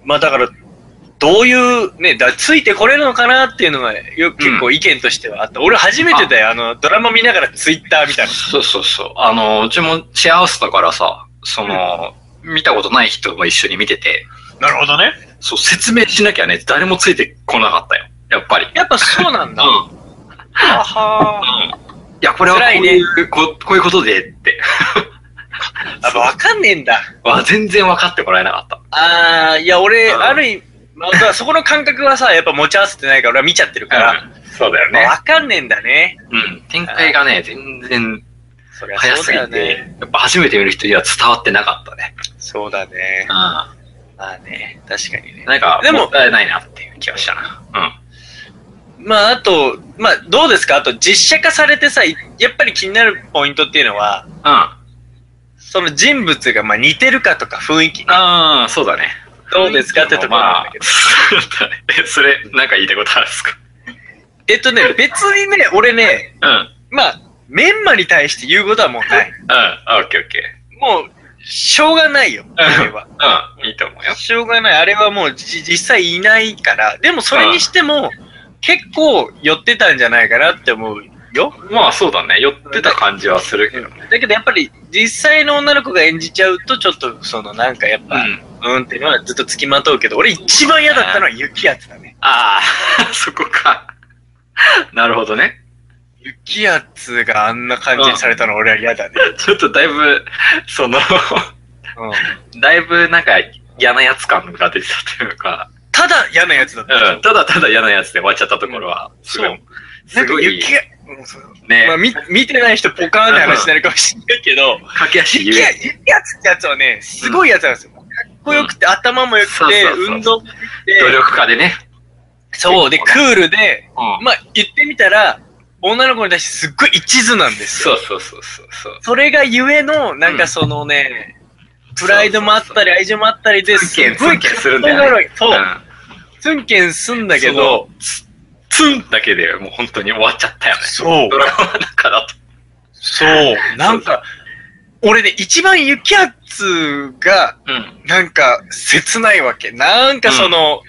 Speaker 3: まあだから、どういう、ね、だついてこれるのかなっていうのがよ結構意見としてはあった。俺初めてだよ、あの、ドラマ見ながらツイッター見たの。
Speaker 2: そうそうそう。あの、うちもシェアハウスだからさ、その、見たことない人も一緒に見てて、
Speaker 3: なるほどね。
Speaker 2: そう、説明しなきゃね、誰もついてこなかったよ。やっぱり。
Speaker 3: やっぱそうなんだ。
Speaker 2: うん。
Speaker 3: はは
Speaker 2: いや、これはこう
Speaker 3: 辛いね
Speaker 2: いう、ここういうことでって。
Speaker 3: やっぱわかんねえんだ。
Speaker 2: わ全然分かってもらえなかった。
Speaker 3: あー、いや、俺、
Speaker 2: うん
Speaker 3: ある意味、まあ、だからそこの感覚はさ、やっぱ持ち合わせてないから俺は見ちゃってるから、
Speaker 2: うんそうだよ
Speaker 3: まあわ、かんねえんだね。
Speaker 2: うん。展開がね、全然
Speaker 3: そりゃ
Speaker 2: 早
Speaker 3: そう
Speaker 2: す
Speaker 3: だ
Speaker 2: ぎ
Speaker 3: よ
Speaker 2: て、
Speaker 3: ね。
Speaker 2: やっぱ初めて見る人には伝わってなかったね。
Speaker 3: そうだね。
Speaker 2: う
Speaker 3: まあね、確かにね。
Speaker 2: なんか、
Speaker 3: でも
Speaker 2: もったいないなっていう気はしたな。うん。
Speaker 3: まあ、あと、まあ、どうですかあと、実写化されてさ、いやっぱり気になるポイントっていうのは、
Speaker 2: うん。
Speaker 3: その人物がまあ似てるかとか雰囲気、
Speaker 2: ああ、そうだね。
Speaker 3: どうですかってところなんだけど。
Speaker 2: そうだねえ [laughs] それ、なんか言いたいことあるんですか
Speaker 3: えっ [laughs] とね、別にね、俺ね、
Speaker 2: うん。うん。
Speaker 3: まあ、メンマに対して言うことはもうない。
Speaker 2: あ、オッケーオッケー。
Speaker 3: もう、しょうがないよ、あれは。
Speaker 2: うん。いいと思うよ。
Speaker 3: しょうがない。あれはもうじ実際いないから。でもそれにしても、結構寄ってたんじゃないかなって思うよ。
Speaker 2: まあ、そうだね。寄ってた感じはするけどね。
Speaker 3: だけどやっぱり実際の女の子が演じちゃうと、ちょっとそのなんかやっぱ、うん、。っていうのはずっとつきまとうけど、俺一番嫌だったのは雪やつだね。
Speaker 2: ああ、 [laughs] そこか。なるほどね。
Speaker 3: 雪やつがあんな感じにされたの俺は嫌だね。
Speaker 2: ちょっとだいぶ、その、
Speaker 3: うん
Speaker 2: だいぶなんか嫌なやつ感が出てたというか、
Speaker 3: ただ嫌なやつだった。
Speaker 2: うん、ただただ嫌なやつで終わっちゃったところは、すご
Speaker 3: そう
Speaker 2: い、
Speaker 3: な
Speaker 2: す
Speaker 3: んか
Speaker 2: ごい、
Speaker 3: 雪や、うんそう
Speaker 2: ね、
Speaker 3: まあ見見てない人ポカーンって話になるかもしれないけど、
Speaker 2: 駆け足
Speaker 3: 雪
Speaker 2: 言
Speaker 3: や
Speaker 2: え。
Speaker 3: 雪やつってやつはね、すごいやつなんですよ。かっこよくて、頭もよくて、
Speaker 2: そうそうそう
Speaker 3: 運動もでき
Speaker 2: 努
Speaker 3: て、
Speaker 2: 力家でね。
Speaker 3: そう、で、クールで、
Speaker 2: うん。
Speaker 3: まあ、言ってみたら、女の子に対してすっごい一途なんです
Speaker 2: そ
Speaker 3: よ。
Speaker 2: うそうそうそうそう。
Speaker 3: それがゆえの、なんかそのね、プライドもあったり、愛情もあったりで、
Speaker 2: ツンケン
Speaker 3: すごい
Speaker 2: ツンケンするんだよ
Speaker 3: 葛藤
Speaker 2: ね
Speaker 3: があるわけそう、
Speaker 2: ん
Speaker 3: ツンケンすんだけど、、
Speaker 2: そのツンツンだけでもう本当に終わっちゃったよね。
Speaker 3: そう
Speaker 2: ドラマの中だと。
Speaker 3: そう、なんか、俺ね、一番雪圧が、
Speaker 2: うん。
Speaker 3: なんか、切ないわけ。なんかその、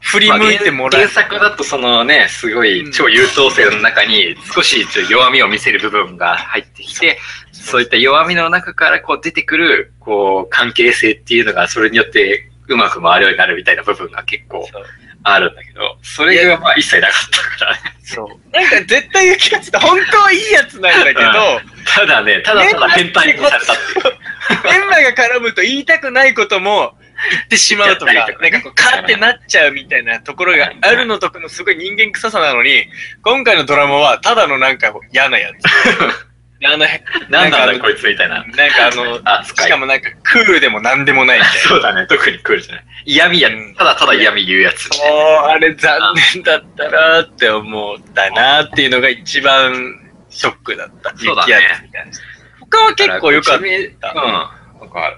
Speaker 3: 振り向いてもらえ
Speaker 2: 原作だとそのね、すごい超優等生の中に少しちょっと弱みを見せる部分が入ってきて、そういった弱みの中からこう出てくる、こう、関係性っていうのがそれによってうまく回るようになるみたいな部分が結構
Speaker 3: そう
Speaker 2: あるんだけど、それがまあ一切なかったからね。
Speaker 3: そう。なんか絶対雪やつって本当はいいやつなんだけど、
Speaker 2: ただね、ただただ変態にされたっていう。
Speaker 3: メンマが絡むと言いたくないことも言ってしまうとか、な
Speaker 2: 言っ
Speaker 3: ん
Speaker 2: ちゃった
Speaker 3: か
Speaker 2: りとかね
Speaker 3: こう、カーってなっちゃうみたいなところがあるのとかのすごい人間臭さなのに、今回のドラマはただのなんか嫌なや
Speaker 2: [laughs]
Speaker 3: つ。あの、
Speaker 2: なんなんだこ
Speaker 3: い
Speaker 2: いつみたいな。
Speaker 3: なんかあの、
Speaker 2: 扱い
Speaker 3: しかもなんかクールでもなんでもないみたいな。
Speaker 2: そうだね、特に来るじゃない。嫌味や
Speaker 3: うん、
Speaker 2: ただただ嫌味言うやつ。
Speaker 3: もう、あれ残念だったなって思ったなっていうのが一番ショックだった。
Speaker 2: そうだね
Speaker 3: 雪圧に関して他は結構良かっ
Speaker 2: だからこううん。わかる。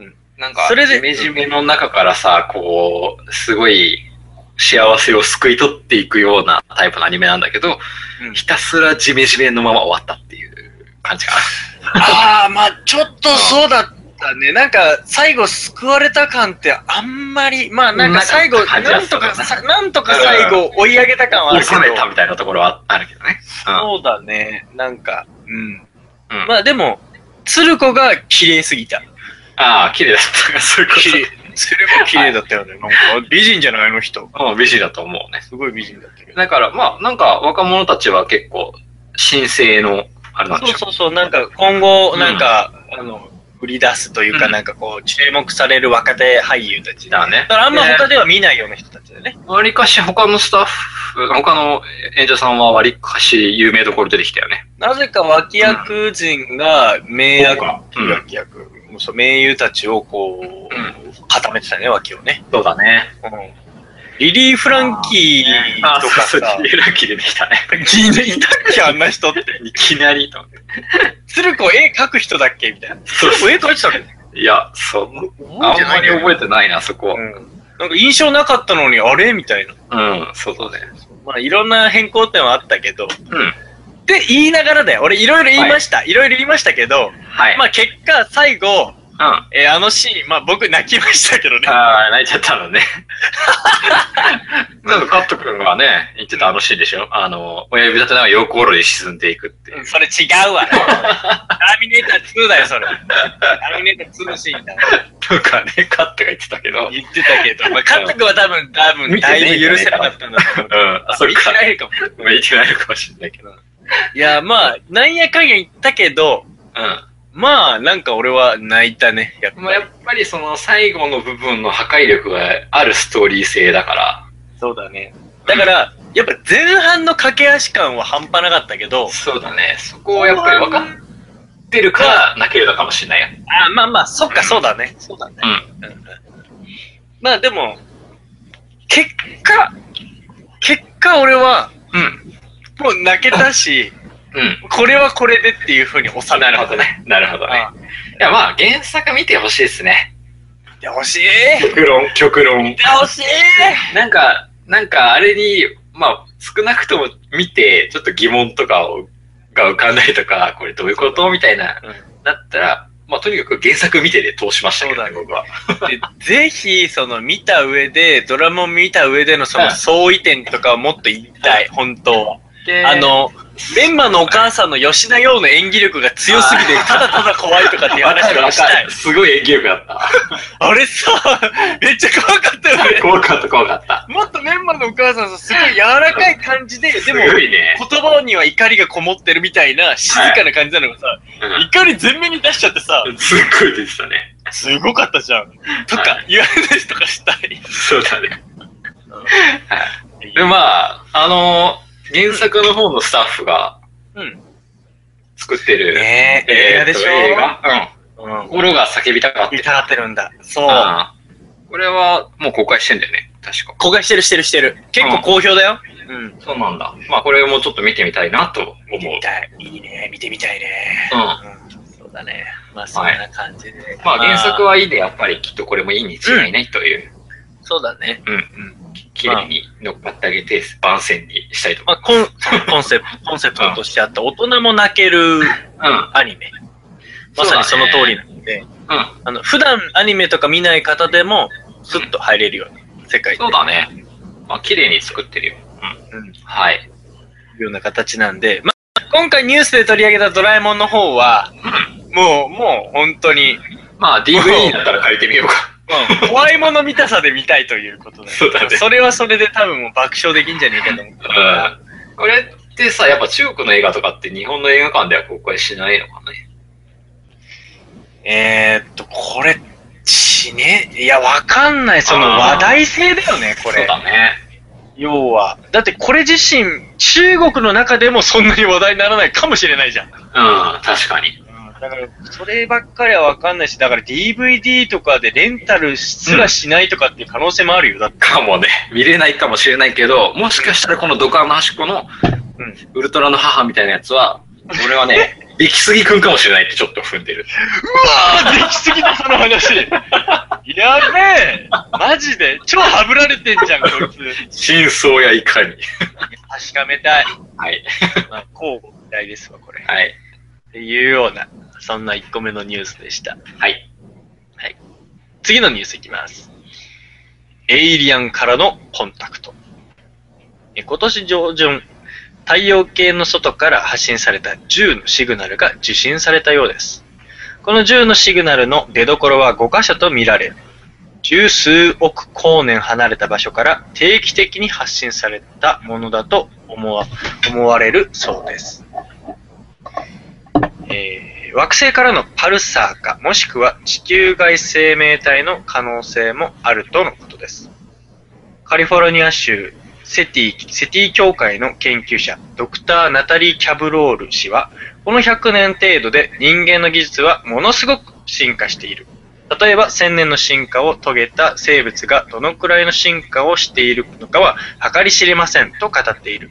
Speaker 2: うん。なんか、
Speaker 3: それで
Speaker 2: ジメジメの中からさ、こう、すごい幸せを救い取っていくようなタイプのアニメなんだけど、
Speaker 3: た。うん
Speaker 2: ひたすらジメジメのまま終わったっていう感じか
Speaker 3: ああ、まあちょっとそうだったね。なんか、最後救われた感ってあんまり、まあなんか最後、
Speaker 2: なんか感じ
Speaker 3: な
Speaker 2: は
Speaker 3: ん
Speaker 2: す
Speaker 3: と
Speaker 2: る
Speaker 3: かさ、なんとか最後追い上げた感はあ
Speaker 2: な。
Speaker 3: るけ
Speaker 2: 収
Speaker 3: ど。
Speaker 2: めたみたいなところはあるけどね。
Speaker 3: そうだね。なんか、うん。
Speaker 2: うん。
Speaker 3: まあでも、鶴子が綺麗すぎた。
Speaker 2: ああ、綺麗だった。そういうこ
Speaker 3: 綺麗。 [laughs] 鶴子綺麗だったよね。なんか、美人じゃないあの人。
Speaker 2: [laughs] と。うん、美人だと思うね。
Speaker 3: すごい美人だったけど。
Speaker 2: だから、まあ、なんか若者たちは結構、神聖の、あれなんでし
Speaker 3: そ
Speaker 2: ょ
Speaker 3: うそうそう、なんか今後、
Speaker 2: うん
Speaker 3: なんか、あの、売り出すというか、
Speaker 2: うん
Speaker 3: なんかこう、注目される若手俳優たちだ。
Speaker 2: だね。
Speaker 3: だからあんま
Speaker 2: で
Speaker 3: 他では見ないような人たちだよね。
Speaker 2: わりかし他のスタッフ、他の演者さんはわりかし有名どころ出てきたよね。
Speaker 3: なぜか脇役陣が、名役、
Speaker 2: うん
Speaker 3: 脇役、もうそう、名優たちをこう、固めてたね、脇をね。
Speaker 2: そうだね。
Speaker 3: うんリリー・フランキー
Speaker 2: あ、
Speaker 3: と
Speaker 2: そう
Speaker 3: か
Speaker 2: そう、
Speaker 3: さ、
Speaker 2: ラッキー出てきたね。
Speaker 3: 気にいたっけ、あんな人って。
Speaker 2: いきなりと思って。
Speaker 3: 鶴子絵描く人だっけみたいな。
Speaker 2: そう
Speaker 3: 鶴子絵描いてたっけ
Speaker 2: いや、そう。あんまり覚えてないな、そこは。
Speaker 3: うんなんか印象なかったのに、あれみたいな。
Speaker 2: うん、そうだね。
Speaker 3: まあ、いろんな変更点はあったけど、
Speaker 2: うん。
Speaker 3: って言いながらだよ。俺、いろいろ言いました。いろいろ言いましたけど、
Speaker 2: はい。
Speaker 3: まあ、結果、最後、
Speaker 2: うん。
Speaker 3: えーあのシーン、まあ、僕泣きましたけどね。
Speaker 2: ああ、泣いちゃったのね。 [laughs] でも、カット君がね、言ってたあのシーンでしょあの、親指立てながら横ろに沈んでいくっていう。
Speaker 3: それ違う [laughs] わ。ターミネーター2だよ、それ。ターミネーター2のシーンだ。
Speaker 2: とかね、カットが言ってたけど。
Speaker 3: 言ってたけど、まあ、監督は多分、多分、
Speaker 2: 見て
Speaker 3: だ
Speaker 2: ねえ
Speaker 3: いぶ許せなかったんだと
Speaker 2: う
Speaker 3: 思う。
Speaker 2: ん、あ、そっ
Speaker 3: 見て
Speaker 2: か。
Speaker 3: ないかも。
Speaker 2: 言ってないのかもしれないけど。
Speaker 3: いや、まあ、なんやかんや言ったけど、
Speaker 2: うん。
Speaker 3: まあ、なんか俺は泣いたね。やっぱ
Speaker 2: まあ、やっぱりその最後の部分の破壊力があるストーリー性だから。
Speaker 3: そうだね。だから、やっぱ前半の駆け足感は半端なかったけど、
Speaker 2: そうだね。そこをやっぱり分かってるから泣けるのかもしれないよ。
Speaker 3: あまあまあ、そっか、そうだね。そうだね。
Speaker 2: うん。
Speaker 3: うんうんまあでも、結果、結果俺は、
Speaker 2: うん。
Speaker 3: もう泣けたし、
Speaker 2: うん。
Speaker 3: これはこれでっていうふうに収め
Speaker 2: なるほどね。なるほどね。
Speaker 3: あ
Speaker 2: いや、まあ、原作見てほしいですね。
Speaker 3: いや、欲しいい
Speaker 2: 極論、極論。
Speaker 3: や、欲しい
Speaker 2: なんか、なんかあれに、まあ、少なくとも見て、ちょっと疑問とかを、が浮かんだりとか、これどういうことみたいな、
Speaker 3: うん
Speaker 2: だったら、まあ、とにかく原作見てで通しましたけどね、
Speaker 3: そうだね
Speaker 2: 僕は。
Speaker 3: でぜひ、その、見た上で、ドラマを見た上でのその相違点とかをもっと言いたい、本当は。あの、メンマのお母さんの吉田洋の演技力が強すぎて、ただただ怖いとかっていう
Speaker 2: わか
Speaker 3: 話
Speaker 2: る
Speaker 3: が
Speaker 2: わ
Speaker 3: した
Speaker 2: か
Speaker 3: い
Speaker 2: る。。すごい演技力だっ
Speaker 3: あれさ、めっちゃ怖かったよ
Speaker 2: [laughs] た。
Speaker 3: ね。
Speaker 2: 怖かった、怖かった。
Speaker 3: もっとメンマのお母さんさ、すごい柔らかい感じで、ですも、
Speaker 2: ごいね。
Speaker 3: 言葉には怒りがこもってるみたいな、静かな感じなのがさ、
Speaker 2: う
Speaker 3: 怒り全面に出しちゃってさ、
Speaker 2: んすっごい出てたね。
Speaker 3: すごかったじゃん。とか
Speaker 2: は、
Speaker 3: 言われたりとかしたい。
Speaker 2: そうだね。で、まあ、あの原作の方のスタッフが
Speaker 3: うん。
Speaker 2: 作ってる、
Speaker 3: ねえ、映画でしょ
Speaker 2: えーと映画
Speaker 3: う
Speaker 2: うん。
Speaker 3: ん。
Speaker 2: 心が叫びたかった。
Speaker 3: 見たがってるんだ。そう。
Speaker 2: これはもう公開してんだよね、確か。
Speaker 3: 公開してるしてるしてる。結構好評だよ。うん。
Speaker 2: そうなんだ。まあこれもちょっと見てみたいなと思う。
Speaker 3: 見てみたい。いいね。見てみたいね。
Speaker 2: うん。
Speaker 3: うん。そうだね。まあ、そんな感じで。
Speaker 2: まあ原作はいいで、やっぱりきっとこれもいいに違いないという、
Speaker 3: そうだね。
Speaker 2: うん、うん、綺麗に乗っかってあげて、番宣にしたいと
Speaker 3: まあ、
Speaker 2: 思
Speaker 3: コン、 [laughs] コンセプト、コンセプトとしてあった、大人も泣ける
Speaker 2: う。うん。
Speaker 3: アニメ。まさにその通りなので、
Speaker 2: うん。
Speaker 3: あの、普段アニメとか見ない方でも、スッと入れるような世界
Speaker 2: そうだね。まあ綺麗に作ってるよ。
Speaker 3: うん
Speaker 2: はい。
Speaker 3: ような形なんで、まあ、今回ニュースで取り上げたドラえもんの方は、もう、もう本当に、
Speaker 2: まあ DVD だったら借りてみようか。
Speaker 3: うん怖いもの見たさで見たいということで、
Speaker 2: そうだね
Speaker 3: それはそれで多分もう爆笑できんじゃねえかと思う。
Speaker 2: うん。これってさ、やっぱ中国の映画とかって日本の映画館では公開しないのかね。
Speaker 3: えー、っと、これ、しね、いや、わかんない、その
Speaker 2: あー
Speaker 3: 話題性だよね、こ
Speaker 2: そう
Speaker 3: れ。
Speaker 2: だね。
Speaker 3: 要は。だってこれ自身、中国の中でもそんなに話題にならないかもしれないじゃん。
Speaker 2: うん、確かに。
Speaker 3: だから、そればっかりはわかんないし、だから DVD とかでレンタルすらしないとかっていう可能性もあるよ。だって、
Speaker 2: かもね、見れないかもしれないけど、もしかしたらこのドカンの端っこの
Speaker 3: うん、
Speaker 2: ウルトラの母みたいなやつは、俺はね、
Speaker 3: [laughs]
Speaker 2: 出来すぎくんかもしれないってちょっと踏んでる。
Speaker 3: あできすぎた、その話。やべえマジで超はぶられてんじゃん、こいつ。
Speaker 2: 真相やいかに。
Speaker 3: 確かめたい。
Speaker 2: はい。
Speaker 3: まあ、交互期待ですわ、これ。
Speaker 2: はい。
Speaker 3: っていうような、そんな1個目のニュースでした。
Speaker 2: はい。
Speaker 3: 次のニュースいきます。エイリアンからのコンタクト。え今年上旬、太陽系の外から発信された10のシグナルが受信されたようです。この10のシグナルの出所は5箇所と見られ、十数億光年離れた場所から定期的に発信されたものだと思わ思われるそうです。えー惑星からのパルサーか、もしくは地球外生命体の可能性もあるとのことです。カリフォルニア州セティ、セティ協会の研究者、ドクター・ナタリー・キャブロール氏は、この100年程度で人間の技術はものすごく進化している。例えば1000年の進化を遂げた生物がどのくらいの進化をしているのかは計り知れませんと語っている。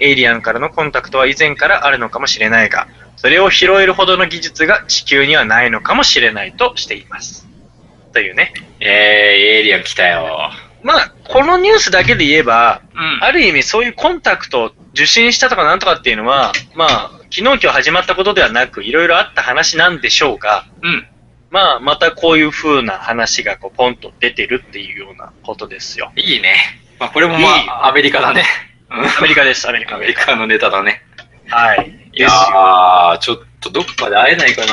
Speaker 3: エイリアンからのコンタクトは以前からあるのかもしれないが、それを拾えるほどの技術が地球にはないのかもしれないとしています。というね。
Speaker 2: えー、エイリアン来たよ。
Speaker 3: まあ、このニュースだけで言えば、
Speaker 2: うん
Speaker 3: ある意味そういうコンタクトを受信したとかなんとかっていうのは、まあ、昨日今日始まったことではなく、いろいろあった話なんでしょうが、
Speaker 2: うん。
Speaker 3: まあ、またこういう風な話がこうポンと出てるっていうようなことですよ。
Speaker 2: いいね。まあこれもま
Speaker 3: いい
Speaker 2: あ、アメリカだね。
Speaker 3: アメリカです、アメリカ。
Speaker 2: アメリカのネタだね。
Speaker 3: はい。
Speaker 2: い
Speaker 3: で
Speaker 2: や
Speaker 3: すよ
Speaker 2: ー、ちょっとどっかで会えないかな、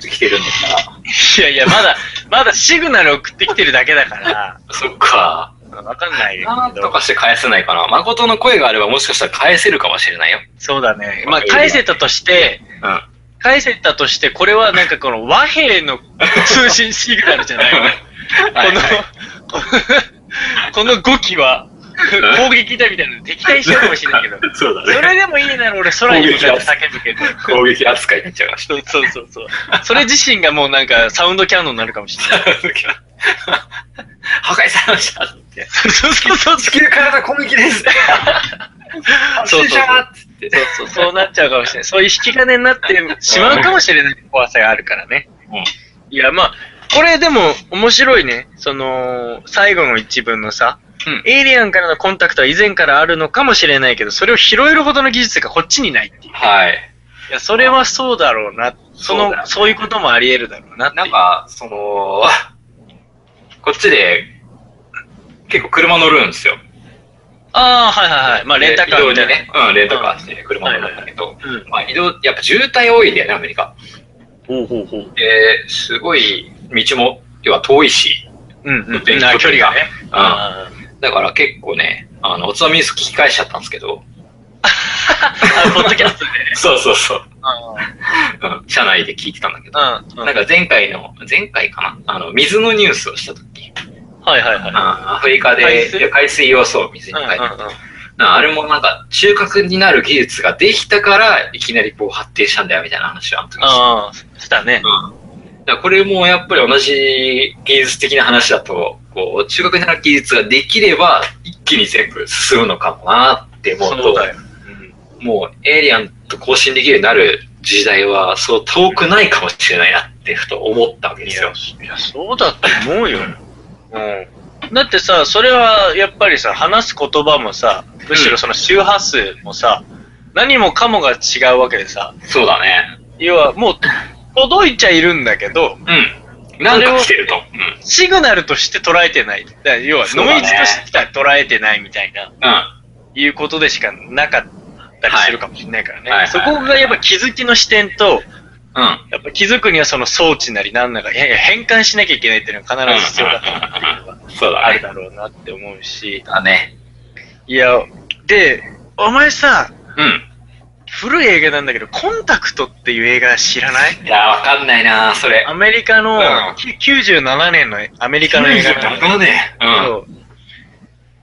Speaker 2: 来てるんだか
Speaker 3: いやいや、まだ、まだシグナル送ってきてるだけだから、
Speaker 2: ら。そっか。
Speaker 3: わかんないけ
Speaker 2: なんと
Speaker 3: ど
Speaker 2: か。して返せないかな。誠の声があればもしかしたら返せるかもしれないよ。
Speaker 3: そうだね。まあ、返せたとして、
Speaker 2: うん。 [laughs]
Speaker 3: 返せたとして、これはなんかこの和平の通信シグナルじゃないよね。
Speaker 2: はいはい
Speaker 3: [laughs] この、この語機は、攻撃だみたいなの敵対しちゃうかもしれ [laughs] ないけど。
Speaker 2: そうだね。
Speaker 3: それでもいいなら俺空に向かって叫ぶけど。
Speaker 2: 攻撃扱いになっちゃいまし
Speaker 3: そうそうそうそう。それ自身がもうなんかサウンドキャノンになるかもしれない。
Speaker 2: [laughs] た。破壊されましたって。
Speaker 3: そうそうそう
Speaker 2: 地球からの攻撃です
Speaker 3: そうそうそう
Speaker 2: [laughs] 死者って
Speaker 3: そうそう、そうなっちゃうかもしれない。そういう引き金になってしまうかもしれない怖さがあるからね。
Speaker 2: うん
Speaker 3: いや、まあ、これでも面白いね。その、最後の一文のさ、
Speaker 2: うん
Speaker 3: エイリアンからのコンタクトは以前からあるのかもしれないけど、それを拾えるほどの技術がこっちにないっていう。
Speaker 2: はい。
Speaker 3: いや、それはそうだろうな。その、そう
Speaker 2: そ
Speaker 3: う,、
Speaker 2: だよね
Speaker 3: いうこともあり得るだろうなってい
Speaker 2: な
Speaker 3: うん
Speaker 2: か、その、こっちで、結構車乗るんですよ。
Speaker 3: ああ、はいはいはい。まあ、レンタカーみたいな。
Speaker 2: で移動にね。うん、レンタカーして車乗るんだけど、
Speaker 3: うん。
Speaker 2: まあ移動、やっぱ渋滞多いんだよね、アメリカ。
Speaker 3: ほうほうほう。
Speaker 2: で、すごい、道も、要は遠いし、
Speaker 3: うんうん。
Speaker 2: 運転距離が
Speaker 3: 距離がね。
Speaker 2: うん。
Speaker 3: あ
Speaker 2: だから結構ね、あの、おつまみニュース聞き返しちゃったんですけど、
Speaker 3: ーあ、ポッドキャストで。
Speaker 2: そうそうそう。
Speaker 3: う
Speaker 2: うん、車内で聞いてたんだけど、
Speaker 3: ん。うん。
Speaker 2: なんか前回の、前回かなあの、水のニュースをした時、
Speaker 3: はいはいは
Speaker 2: う
Speaker 3: い
Speaker 2: ん。アフリカで
Speaker 3: 海水
Speaker 2: いや海水要素を水に変えた。なあれもなんか、中核になる技術ができたから、いきなりこう発展したんだよみたいな話をあの時にして
Speaker 3: ああ、したね。
Speaker 2: うんだからこれもやっぱり同じ技術的な話だと、こう、中学になる技術ができれば、一気に全部進むのかもなって思う
Speaker 3: そう
Speaker 2: と、
Speaker 3: だよ
Speaker 2: もうエイリアンと交信できるようになる時代は、そう遠くないかもしれないなってふと思ったわけですよ。
Speaker 3: いや、そうだと思うよ。うん。だってさ、それはやっぱりさ、話す言葉もさ、むしろその周波数もさ、何もかもが違うわけでさ、
Speaker 2: そうだね。
Speaker 3: 要はもう届いちゃいるんだけど、
Speaker 2: うん。なんか来てると。うん。
Speaker 3: シグナルとして捉えてない。だから要は
Speaker 2: そう
Speaker 3: ノ
Speaker 2: だ
Speaker 3: イ
Speaker 2: ね
Speaker 3: ズとしては捉えてないみたいな、
Speaker 2: うん。
Speaker 3: いうことでしかなかったりするかもしれないからね。
Speaker 2: はいはい
Speaker 3: そこがやっぱ気づきの視点と、
Speaker 2: うん。
Speaker 3: やっぱ気づくにはその装置なりなんなり、いやいや変換しなきゃいけないっていうのは必ず必要だったっていうのは
Speaker 2: そう
Speaker 3: あ
Speaker 2: だ
Speaker 3: る
Speaker 2: ね。
Speaker 3: だろうなって思うし、
Speaker 2: だね。
Speaker 3: いや、で、お前さ、
Speaker 2: うん。
Speaker 3: 古い映画なんだけど、コンタクトっていう映画知らない
Speaker 2: いや、わかんないなそれ。
Speaker 3: アメリカの、
Speaker 2: うん
Speaker 3: き97年のアメリカの映画なんだ
Speaker 2: だね。う
Speaker 3: け
Speaker 2: ん。
Speaker 3: ど、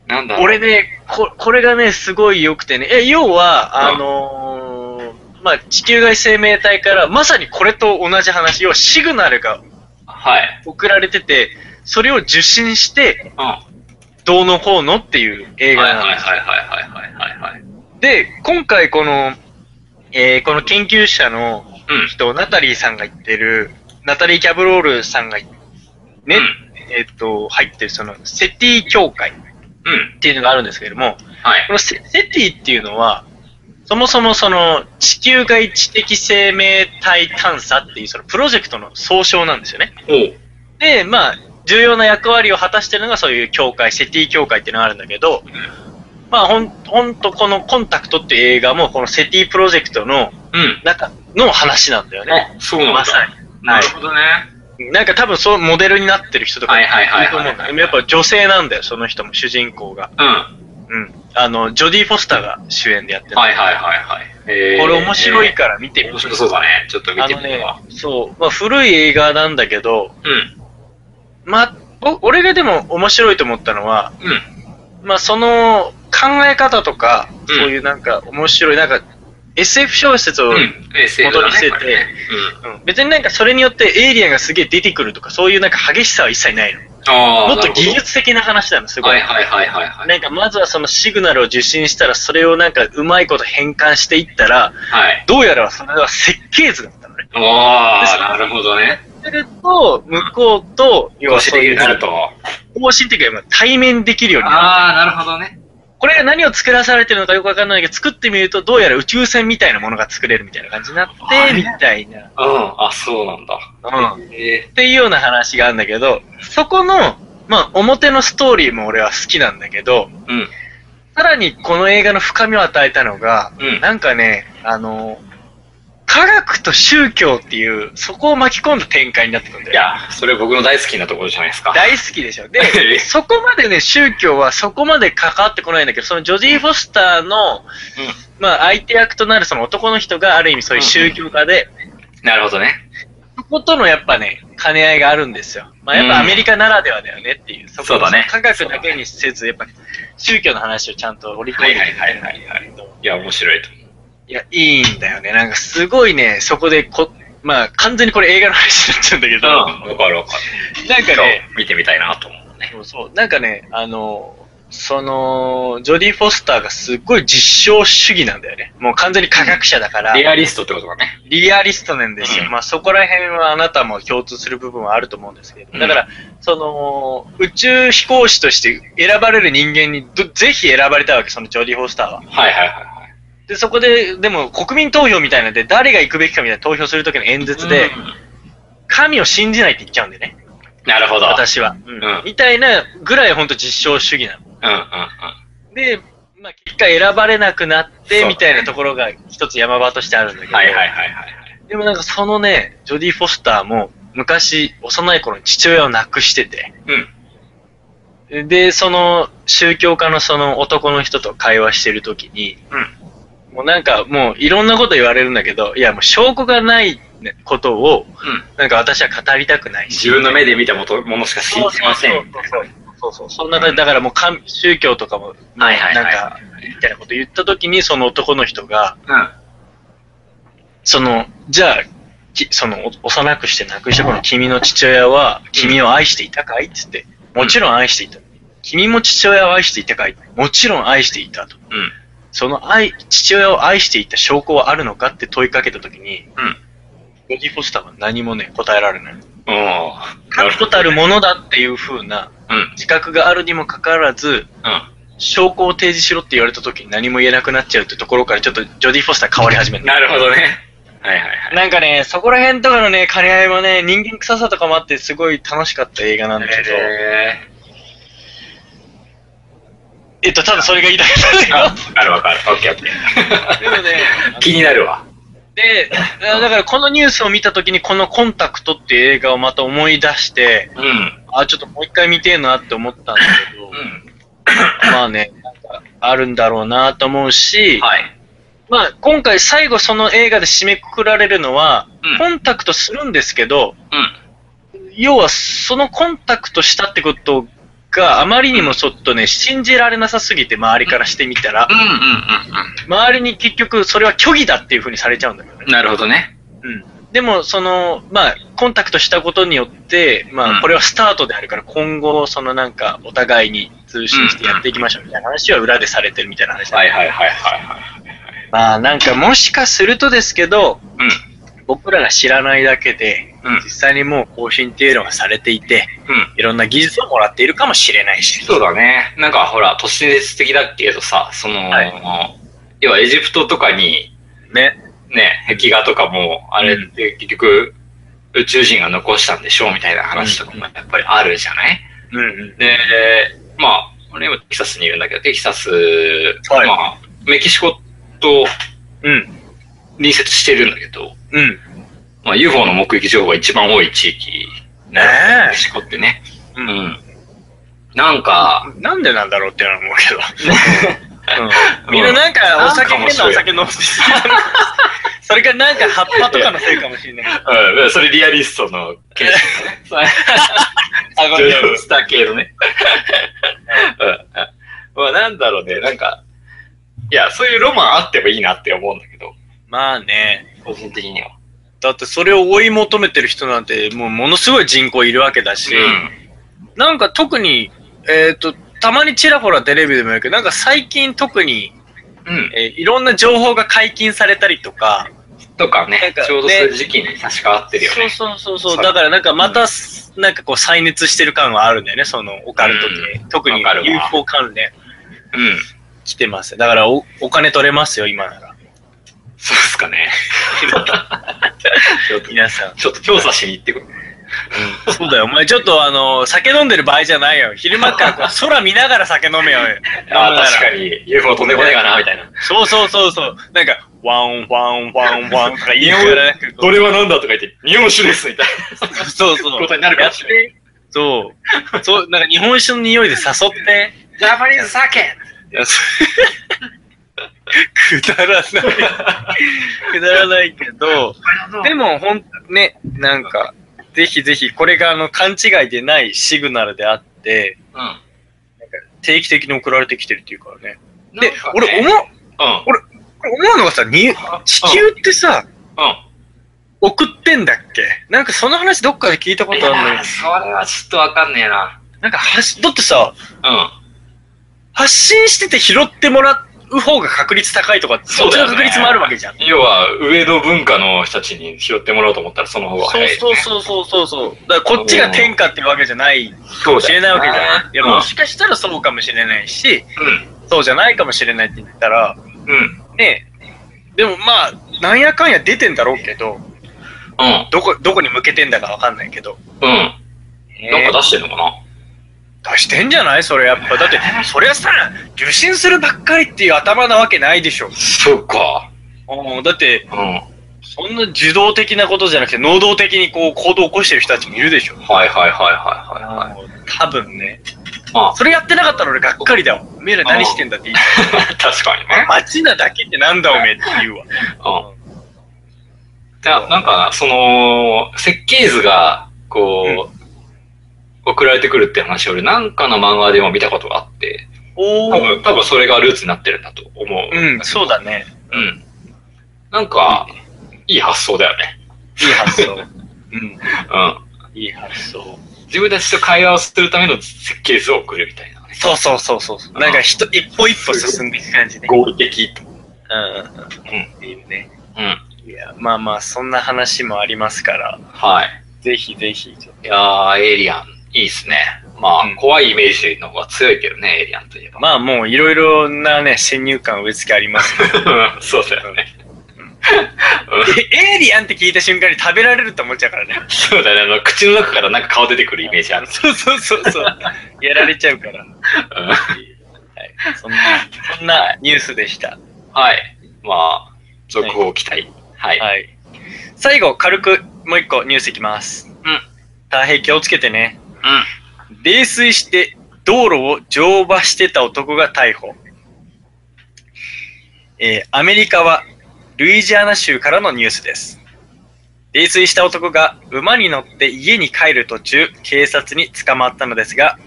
Speaker 2: なんだ
Speaker 3: 俺ねこ、これがね、すごい良くてね、え要は、あのーまあ、地球外生命体からまさにこれと同じ話、要はシグナルが
Speaker 2: はい。
Speaker 3: 送られてて、それを受信して、
Speaker 2: うん。はい
Speaker 3: どうのこうのっていう映画
Speaker 2: はい
Speaker 3: なん
Speaker 2: はい
Speaker 3: です。
Speaker 2: はいはいはいはい。
Speaker 3: で、今回この、えーこの研究者の
Speaker 2: うん。
Speaker 3: 人、ナタリーさんが言ってる、ナタリー・キャブロールさんが、ね、えっと、入ってるその、セティ協会っ
Speaker 2: うん。うん。
Speaker 3: ていうのがあるんですけれども、
Speaker 2: はい
Speaker 3: こ。のセセティっていうのは、そもそもその、地球外知的生命体探査っていうそのプロジェクトの総称なんですよね。
Speaker 2: おう。
Speaker 3: で、まあ、重要な役割を果たしてるのがそういう協会、セティ協会っていうのがあるんだけど、まあ、ほん、ほんとこのコンタクトっていう映画も、このセティプロジェクトの
Speaker 2: うん。
Speaker 3: 中の話なんだよね。
Speaker 2: あ、そうなんだ。
Speaker 3: まさ
Speaker 2: なるほどね。
Speaker 3: に。なんか多分そうモデルになってる人とか
Speaker 2: はいはいはい
Speaker 3: ると思うんだけど、やっぱ女性なんだよ、その人も、主人公が。
Speaker 2: うん。
Speaker 3: うん。あの、ジョディ・フォスターが主演でやってる。
Speaker 2: はいはいはいはい。えー
Speaker 3: これ面白いから見てみ
Speaker 2: 面白そうだね。ちょっと見
Speaker 3: あ
Speaker 2: て
Speaker 3: の
Speaker 2: みる
Speaker 3: ね
Speaker 2: わ。、
Speaker 3: そう、まあ古い映画なんだけど、
Speaker 2: うん。
Speaker 3: まあ、ぼ俺がでも面白いと思ったのは、
Speaker 2: うん。
Speaker 3: まあ、その考え方とか、
Speaker 2: うん
Speaker 3: そういうなんか面白い、なんか SF 小説を、
Speaker 2: うん。えー、セーフだ
Speaker 3: 元にして
Speaker 2: ね。
Speaker 3: て
Speaker 2: これね
Speaker 3: うん別になんかそれによってエイリアンがすげえ出てくるとか、そういうなんか激しさは一切ないの。
Speaker 2: うん。あ
Speaker 3: も
Speaker 2: あ。
Speaker 3: っと技
Speaker 2: なる
Speaker 3: 術的な話なの、す
Speaker 2: ほど
Speaker 3: ごい。
Speaker 2: はいはいはいはいはい。
Speaker 3: なんかまずはそのシグナルを受信したら、それをなんかうまいこと変換していったら、
Speaker 2: はい。
Speaker 3: どうやらそれは設計図だったのね。
Speaker 2: ああ、なるほどね。
Speaker 3: すると、向こうと、要
Speaker 2: 教
Speaker 3: はそう
Speaker 2: えて
Speaker 3: い
Speaker 2: く
Speaker 3: う
Speaker 2: なると。あ
Speaker 3: 方針的には対面できるようになる。
Speaker 2: あー、なるほどね。
Speaker 3: これが何を作らされてるのかよくわかんないけど、作ってみるとどうやら宇宙船みたいなものが作れるみたいな感じになって、みたいな。
Speaker 2: うん。あ、そうなんだ。
Speaker 3: うん。っ
Speaker 2: え
Speaker 3: ていうような話があるんだけど、そこの、まあ、表のストーリーも俺は好きなんだけど、
Speaker 2: ー。うん。
Speaker 3: さらにこの映画の深みを与えたのが、
Speaker 2: うん
Speaker 3: なんかね、あの、科学と宗教っていう、そこを巻き込んだ展開になってくるんだ
Speaker 2: い
Speaker 3: よ。
Speaker 2: や、それ僕の大好きなところじゃないですか。、
Speaker 3: 大好きでしょ。でそこまでね、宗教はそこまで関わってこないんだけど、そのジョディ・フォスターの、まあ、相手役となるその男の人がある意味そういう宗教家で、
Speaker 2: [laughs] なるほどね。
Speaker 3: そことのやっぱね、兼ね合いがあるんですよ。まあ、やっぱアメリカならではだよねっていう。そこ
Speaker 2: そうだね
Speaker 3: 科学だけにせず、やっぱ宗教の話をちゃんと折り込んでくれてるんだ
Speaker 2: はいはいはい
Speaker 3: けど、
Speaker 2: いや、面白いと思う。
Speaker 3: いや、いいんだよね。なんかすごいね、そこでこ、まあ完全にこれ映画の話になっちゃうんだけど、
Speaker 2: ああ、わかるわか
Speaker 3: なんか
Speaker 2: る。
Speaker 3: ね、
Speaker 2: 見てみたいなと思うね。
Speaker 3: そうそう、なんかね、あの、その、ジョディ・フォスターがすっごい実証主義なんだよね。もう完全に科学者だから、
Speaker 2: リアリストってことかね。
Speaker 3: リアリストなんですよ。
Speaker 2: うん
Speaker 3: まあそこら辺はあなたも共通する部分はあると思うんですけど、だから、その、宇宙飛行士として選ばれる人間にどぜひ選ばれたわけ、そのジョディ・フォスターは。
Speaker 2: はいはいはいはい。
Speaker 3: で、そこで、でも国民投票みたいなので、誰が行くべきかみたいな投票するときの演説で、
Speaker 2: うん
Speaker 3: 神を信じないって言っちゃうんだよね、
Speaker 2: なるほど。
Speaker 3: 私は。
Speaker 2: うん。うんうん
Speaker 3: みたいなぐらい本当実証主義なの。
Speaker 2: う
Speaker 3: で、まあ、結果選ばれなくなっ
Speaker 2: そう
Speaker 3: て
Speaker 2: だね
Speaker 3: みたいなところが一つ山場としてあるんだけ
Speaker 2: ん。
Speaker 3: ど、
Speaker 2: はいはいはいはいはい。
Speaker 3: でもなんかそのね、ジョディ・フォスターも昔幼い頃に父親を亡くしてて、
Speaker 2: うん。
Speaker 3: で、その宗教家のその男の人と会話してるときに、もうなんかもういろんなこと言われるんだけど、いやもう証拠がないねことを
Speaker 2: うん。うん。
Speaker 3: なんか私は語りたくないし。
Speaker 2: 自分の目で見たもとものしか信じません。
Speaker 3: そうそうそうそう。そんな感じ、だからもう神宗教とかも、
Speaker 2: はいはいはい
Speaker 3: なんか、みたいなこと言ったときにその男の人が、
Speaker 2: う
Speaker 3: その、じゃあ、きその、お幼くして亡くしたこの君の父親は、君を愛していたかいっつって、もちろん愛していた。君も父親を愛していたかいもちろん愛していたと。
Speaker 2: ん。うん。
Speaker 3: その愛、父親を愛していた証拠はあるのかって問いかけたときに、
Speaker 2: うん。
Speaker 3: ジョディ・フォスターは何もね、答えられない。
Speaker 2: おお。
Speaker 3: 確固たるものだっていう風な
Speaker 2: うん。うん。
Speaker 3: 自覚があるにもかかわらず、証拠を提示しろって言われた時に何も言えなくなっちゃうってところからちょっとジョディ・フォスター変わり始める。
Speaker 2: なるほどね。はいはいはい。
Speaker 3: なんかね、そこら辺とかのね、兼ね合いもね、人間臭さとかもあってすごい楽しかった映画なんだけど、
Speaker 2: え
Speaker 3: えっと、ただそれが言いたい
Speaker 2: ー、あ、わ
Speaker 3: んだけ
Speaker 2: かるわかる。オッケーオッ
Speaker 3: ど、
Speaker 2: ケ
Speaker 3: でも
Speaker 2: ー。
Speaker 3: ね、
Speaker 2: [laughs] 気になるわ。
Speaker 3: で、だからこのニュースを見た時にこのコンタクトっていう映画をまた思い出して、
Speaker 2: うん。うん。
Speaker 3: あ、ちょっともう一回見てえなって思ったんだけど、まあね、なんかあるんだろうなと思うし、
Speaker 2: はい。
Speaker 3: まあ、今回最後その映画で締めくくられるのは、
Speaker 2: うん
Speaker 3: コンタクトするんですけど、
Speaker 2: うん。
Speaker 3: 要はそのコンタクトしたってことがあまりにもちょっとね、信じられなさすぎて周りからしてみたら、
Speaker 2: うんうんうん
Speaker 3: 周りに結局それは虚偽だっていう風にされちゃうんだけどね。
Speaker 2: うん。なるほどね。
Speaker 3: うん。でも、その、まあ、コンタクトしたことによって、ま
Speaker 2: うん
Speaker 3: あ、これはスタートであるから、今後、そのなんか、お互いに通信してやっていきましょうみたいな話は裏でされてるみたいな話だ
Speaker 2: はいはいはいはいはい。
Speaker 3: まあ、なんか、もしかするとですけど、
Speaker 2: うん。
Speaker 3: 僕らが知らないだけで、
Speaker 2: うん
Speaker 3: 実際にもう更新っていうのがされていて、
Speaker 2: うん。
Speaker 3: いろんな技術をもらっているかもしれないし。
Speaker 2: そうだね。なんかほら、都市伝説的だけどさ、その、
Speaker 3: は
Speaker 2: 要はエジプトとかに、
Speaker 3: ね。
Speaker 2: ね、壁画とかも、あれって結局、宇宙人が残したんでしょうみたいな話とかもやっぱりあるじゃない、
Speaker 3: うんうん。
Speaker 2: で、まあ、俺今テキサスにいるんだけど、テキサス、
Speaker 3: はい
Speaker 2: まあ、メキシコと
Speaker 3: うん。
Speaker 2: 隣接してるんだけど、
Speaker 3: うん。
Speaker 2: まあ UFO の目撃情報が一番多い地域。
Speaker 3: ねえ
Speaker 2: メキシコってね。
Speaker 3: う。
Speaker 2: うんん。なんか、
Speaker 3: なんでなんだろうっていうのは思うけど。うん、みんななんかお酒変なお酒飲んでそれかなんか葉っぱとかのせいかもしれないけ
Speaker 2: うん、それリアリストのケースだ
Speaker 3: ど。あ、
Speaker 2: ね。ジ
Speaker 3: ご
Speaker 2: ョ
Speaker 3: めん
Speaker 2: リースター系のね。うんうんまあなんだろうね、なんか、いや、そういうロマンあってもいいなって思うんだけど、
Speaker 3: まあね。
Speaker 2: 個人的には。
Speaker 3: だってそれを追い求めてる人なんてもうものすごい人口いるわけだし、なんか特に、えっ、と、たまにちらほらテレビでもやるけど、なんか最近特に、
Speaker 2: うん。うん。
Speaker 3: えーいろんな情報が解禁されたりとか、
Speaker 2: とか
Speaker 3: な
Speaker 2: ね
Speaker 3: んか、
Speaker 2: ちょうどそういう時期に差し掛かってるよね。
Speaker 3: そうそうそうそう。だからなんかまた、なんかこう再熱してる感はあるんだよね、そのオカルト系。特に
Speaker 2: わかるわ
Speaker 3: UFO 関連
Speaker 2: うん。
Speaker 3: 来てます。だからおお金取れますよ、今なら。
Speaker 2: そうっすかね。ちょっと
Speaker 3: 皆さん。
Speaker 2: ちょっと調査しに行ってくる。
Speaker 3: そうだよ、お前ちょっとあの、酒飲んでる場合じゃないよ。昼間からこう
Speaker 2: [laughs]
Speaker 3: 空見ながら酒飲めよ。
Speaker 2: あ
Speaker 3: 飲む
Speaker 2: あ、
Speaker 3: なら
Speaker 2: 確かに UFO 飛んでこねえかな、みたいな。
Speaker 3: そうそうそうそう。なんか、ワンワンワンワンとか言いながらなんか
Speaker 2: [laughs]
Speaker 3: こ、
Speaker 2: どれはなんだとか言って、日本酒です、みたいう
Speaker 3: そうそう。
Speaker 2: ことになるかもしれ
Speaker 3: やってそう。そう、なんか日本酒の匂いで誘って。
Speaker 2: な。ジャパニーズ酒
Speaker 3: いや、そくだらな
Speaker 2: [laughs]
Speaker 3: い。 [laughs] くだらないけど、でもほん、ね、なんか、ぜひぜひ、これがあの、勘違いでないシグナルであって、
Speaker 2: うん。
Speaker 3: 定期的に送られてきてるっていうからね。で、俺
Speaker 2: 俺、
Speaker 3: 思う、
Speaker 2: うん。
Speaker 3: 俺思うのがさ、に地球ってさ、
Speaker 2: う
Speaker 3: 送ってんだっけなんかその話どっかで聞いたこ
Speaker 2: ん。い
Speaker 3: とあるの
Speaker 2: や
Speaker 3: よ
Speaker 2: ー、。それはちょっとわかんねえな。
Speaker 3: なんか発、だってさ、
Speaker 2: うん。
Speaker 3: 発信してて拾ってもらう方が確率高いとか、そ
Speaker 2: そ
Speaker 3: っ
Speaker 2: う
Speaker 3: ち
Speaker 2: だ
Speaker 3: の
Speaker 2: よ
Speaker 3: 確
Speaker 2: ね
Speaker 3: 率もあるわけじゃん。
Speaker 2: 要は、上の文化の人たちに拾ってもらおうと思ったら、その方が
Speaker 3: そ
Speaker 2: 早
Speaker 3: う
Speaker 2: い。
Speaker 3: そうそうそうそうそう。だからこっちが天下ってわけじゃないか
Speaker 2: そ
Speaker 3: もしれないわけじゃない。いや、
Speaker 2: うん
Speaker 3: もしかしたらそうかもしれないし、
Speaker 2: う
Speaker 3: そうじゃないかもしれないって言ったら、
Speaker 2: ん。うん。
Speaker 3: ねえ、でもまあ、なんやかんや出てんだろうけど、
Speaker 2: うん。
Speaker 3: どこ、どこに向けてんだかわかんないけど。
Speaker 2: うん。なんか
Speaker 3: ね
Speaker 2: 出してんのかな
Speaker 3: え出してんじゃないそれやっぱ。だって、そりゃさ、受信するばっかりっていう頭なわけないでしょ。
Speaker 2: そうか。
Speaker 3: うんだって、
Speaker 2: うん。はい
Speaker 3: そんな受動的なことじゃなくて、能動的にこう行動を起こしてる人たちもいるでしょ。
Speaker 2: はいはいはいはいはい。
Speaker 3: 多分ね。
Speaker 2: まあ、
Speaker 3: それやってなかったら俺がっかりだわ。おめえら何してんだって言っ
Speaker 2: 確かに
Speaker 3: て。
Speaker 2: ね。
Speaker 3: 街なだけってなんだおめえって言うわ。
Speaker 2: うん。じゃあ、なんか、その、設計図が、こう、送られてくるって話を俺なんかの漫画でも見たことがあって、
Speaker 3: お
Speaker 2: 多分、多分それがルーツになってるんだと思う。
Speaker 3: うん、そうだね。
Speaker 2: うん。なんか、いい発想だよね。
Speaker 3: いい発 [laughs] 想。うん。
Speaker 2: うん。
Speaker 3: いい発想。
Speaker 2: 自分たちと会話をするための設計図を送るみたいなね。
Speaker 3: そうそうそうそうそう。なんか人、一歩一歩進んでいく感じね。
Speaker 2: 合理的。
Speaker 3: うんうんうん。っていうね。
Speaker 2: うん。
Speaker 3: いや、まあまあ、そんな話もありますから、
Speaker 2: はい。
Speaker 3: ぜひぜひ、ちょっ
Speaker 2: いやー、エイリアン、いいっすね。まあ、
Speaker 3: うん
Speaker 2: 怖いイメージの方が強いけどね、エイリアンといえば
Speaker 3: と。。まあもういろいろなね、先入観植え付けありますけど
Speaker 2: うんそうだよね。うん
Speaker 3: [laughs] えエイリアンって聞いた瞬間に食べられると思っちゃうからね。
Speaker 2: そうだね、あの、口の中からなんか顔出てくるイメージある。
Speaker 3: そうそうそうそう。やられちゃうから。
Speaker 2: うん
Speaker 3: はい。そんな、そんなニュースでした。
Speaker 2: はい。まあ、続報期待。はい。
Speaker 3: はい。最後、軽くもう一個ニュースいきます。うん。太平気をつけてね。泥酔して道路を乗馬してた男が逮捕。えーアメリカはルイジアナ州からのニュースです。泥酔した男が馬に乗って家に帰る途中、警察に捕まったのですが、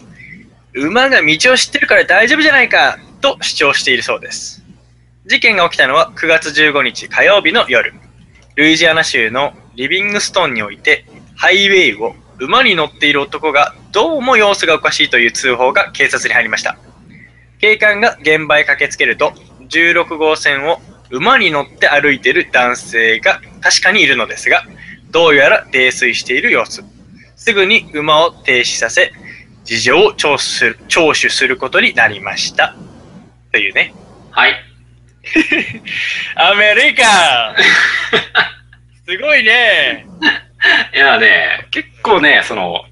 Speaker 3: 馬が道を知ってるから大丈夫じゃないかと主張しているそうです。事件が起きたのは9月15日火曜日の夜、ルイジアナ州のリビングストンにおいて、ハイウェイを馬に乗っている男がどうも様子がおかしいという通報が警察に入りました。警官が現場へ駆けつけると、16号線を馬に乗って歩いている男性が確かにいるのですが、どうやら泥酔している様子。すぐに馬を停止させ、事情を聴取する聴取することになりました。というね。
Speaker 2: はい。
Speaker 3: アメリ [laughs] カすごいね。
Speaker 2: いやね、結構ね、その、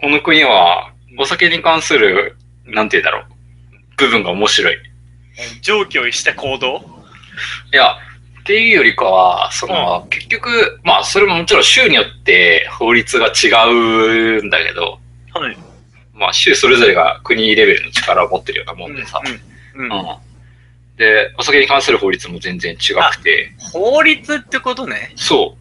Speaker 2: この国は、お酒に関する、なんて言うんだろう、部分が面白い。
Speaker 3: 上記を逸した行動
Speaker 2: いや、っていうよりかは、その、結局、まあ、それももちろん州によって法律が違うんだけど、
Speaker 3: はい。
Speaker 2: まあ、州それぞれが国レベルの力を持ってるようなもんでさ、
Speaker 3: うんうん
Speaker 2: うんで、お酒に関する法律も全然違くて、
Speaker 3: 法律ってことね。
Speaker 2: そう。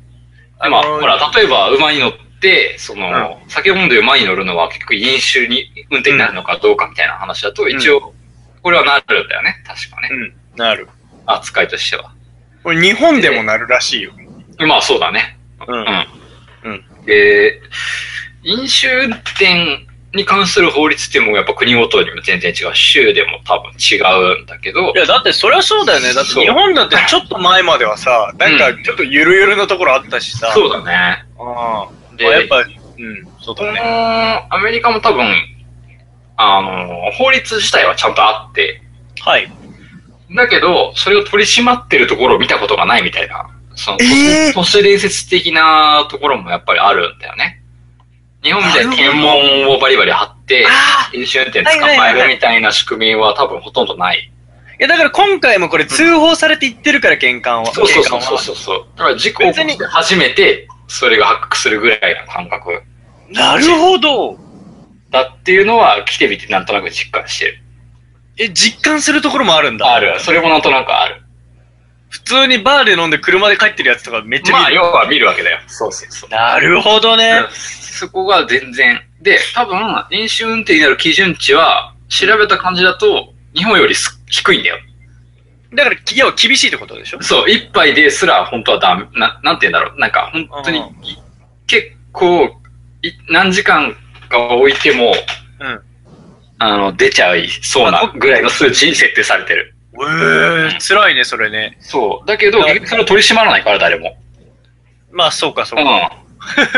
Speaker 3: あ
Speaker 2: ま
Speaker 3: の
Speaker 2: あ、ほら、例えば、馬に乗って、その、酒を飲んで馬に乗るのは結局飲酒に、運転になるのかどうかみたいな話だと、
Speaker 3: ん
Speaker 2: 一応、これはなるんだよね、確か
Speaker 3: う
Speaker 2: ね。
Speaker 3: ん。なる。
Speaker 2: 扱いとしては。
Speaker 3: これ日本でもなるらしいよ。
Speaker 2: まあ、そうだね。
Speaker 3: うん
Speaker 2: う
Speaker 3: うんん。
Speaker 2: で、飲酒運転に関する法律っていうのもやっぱ国ごとにも全然違う。州でも多分違うんだけど
Speaker 3: い、や、だってそりゃそうだよね。だって
Speaker 2: そう
Speaker 3: 日本だってちょっと前までは
Speaker 2: [laughs]
Speaker 3: さ、なん
Speaker 2: う
Speaker 3: かちょっとゆるゆるのところあったしさ。
Speaker 2: そうだね。
Speaker 3: ああ。
Speaker 2: で
Speaker 3: まあやっぱ、うん、そう
Speaker 2: こ
Speaker 3: だ
Speaker 2: の
Speaker 3: ね。
Speaker 2: アメリカも多分、あの、法律自体はちゃんとあって、
Speaker 3: はい。
Speaker 2: だけど、それを取り締まってるところを見たことがないみたいな、その、
Speaker 3: えー
Speaker 2: 都市伝説的なところもやっぱりあるんだよね。日本みたいに検問をバリバリ張って、
Speaker 3: ああ
Speaker 2: 飲酒運転捕まえるみたいな仕組みは多分ほとんどない。
Speaker 3: いや、だから今回もこれ通報されていってるから、玄関は。
Speaker 2: そうそうそう
Speaker 3: 警
Speaker 2: そう
Speaker 3: 官は
Speaker 2: そうそう。だから事故を起こして初めてそれが発覚するぐらいの感覚
Speaker 3: なるほど。
Speaker 2: だっていうのは来てみてなんとなく実感してる。
Speaker 3: え、実感するところもあるんだ。
Speaker 2: ある。それもなんとなくある。
Speaker 3: 普通にバーで飲んで車で帰ってるやつとかめっち
Speaker 2: ま
Speaker 3: ゃ見
Speaker 2: あ
Speaker 3: る。
Speaker 2: 要は見るわけだよ。そうそうそう。
Speaker 3: なるほどね。
Speaker 2: そこが全然。で、多分飲酒運転になる基準値は調べた感じだと、日本よりす低いんだよ。
Speaker 3: だから、企業は厳しいってことでしょ
Speaker 2: そう、一杯ですら本当はダメ、な、なんて言うんだろう。なんか本当に
Speaker 3: うん、
Speaker 2: い結構、い何時間か置いても、
Speaker 3: うん
Speaker 2: あの、出ちゃいそう
Speaker 3: あ
Speaker 2: な
Speaker 3: こ
Speaker 2: ぐらいの数値に設定されてる。
Speaker 3: えー、辛いね、それね。
Speaker 2: そう。だけど、
Speaker 3: だ
Speaker 2: 結局それを取り締まらないから、誰も。
Speaker 3: まあ、そうか、そう
Speaker 2: う
Speaker 3: か。
Speaker 2: ん。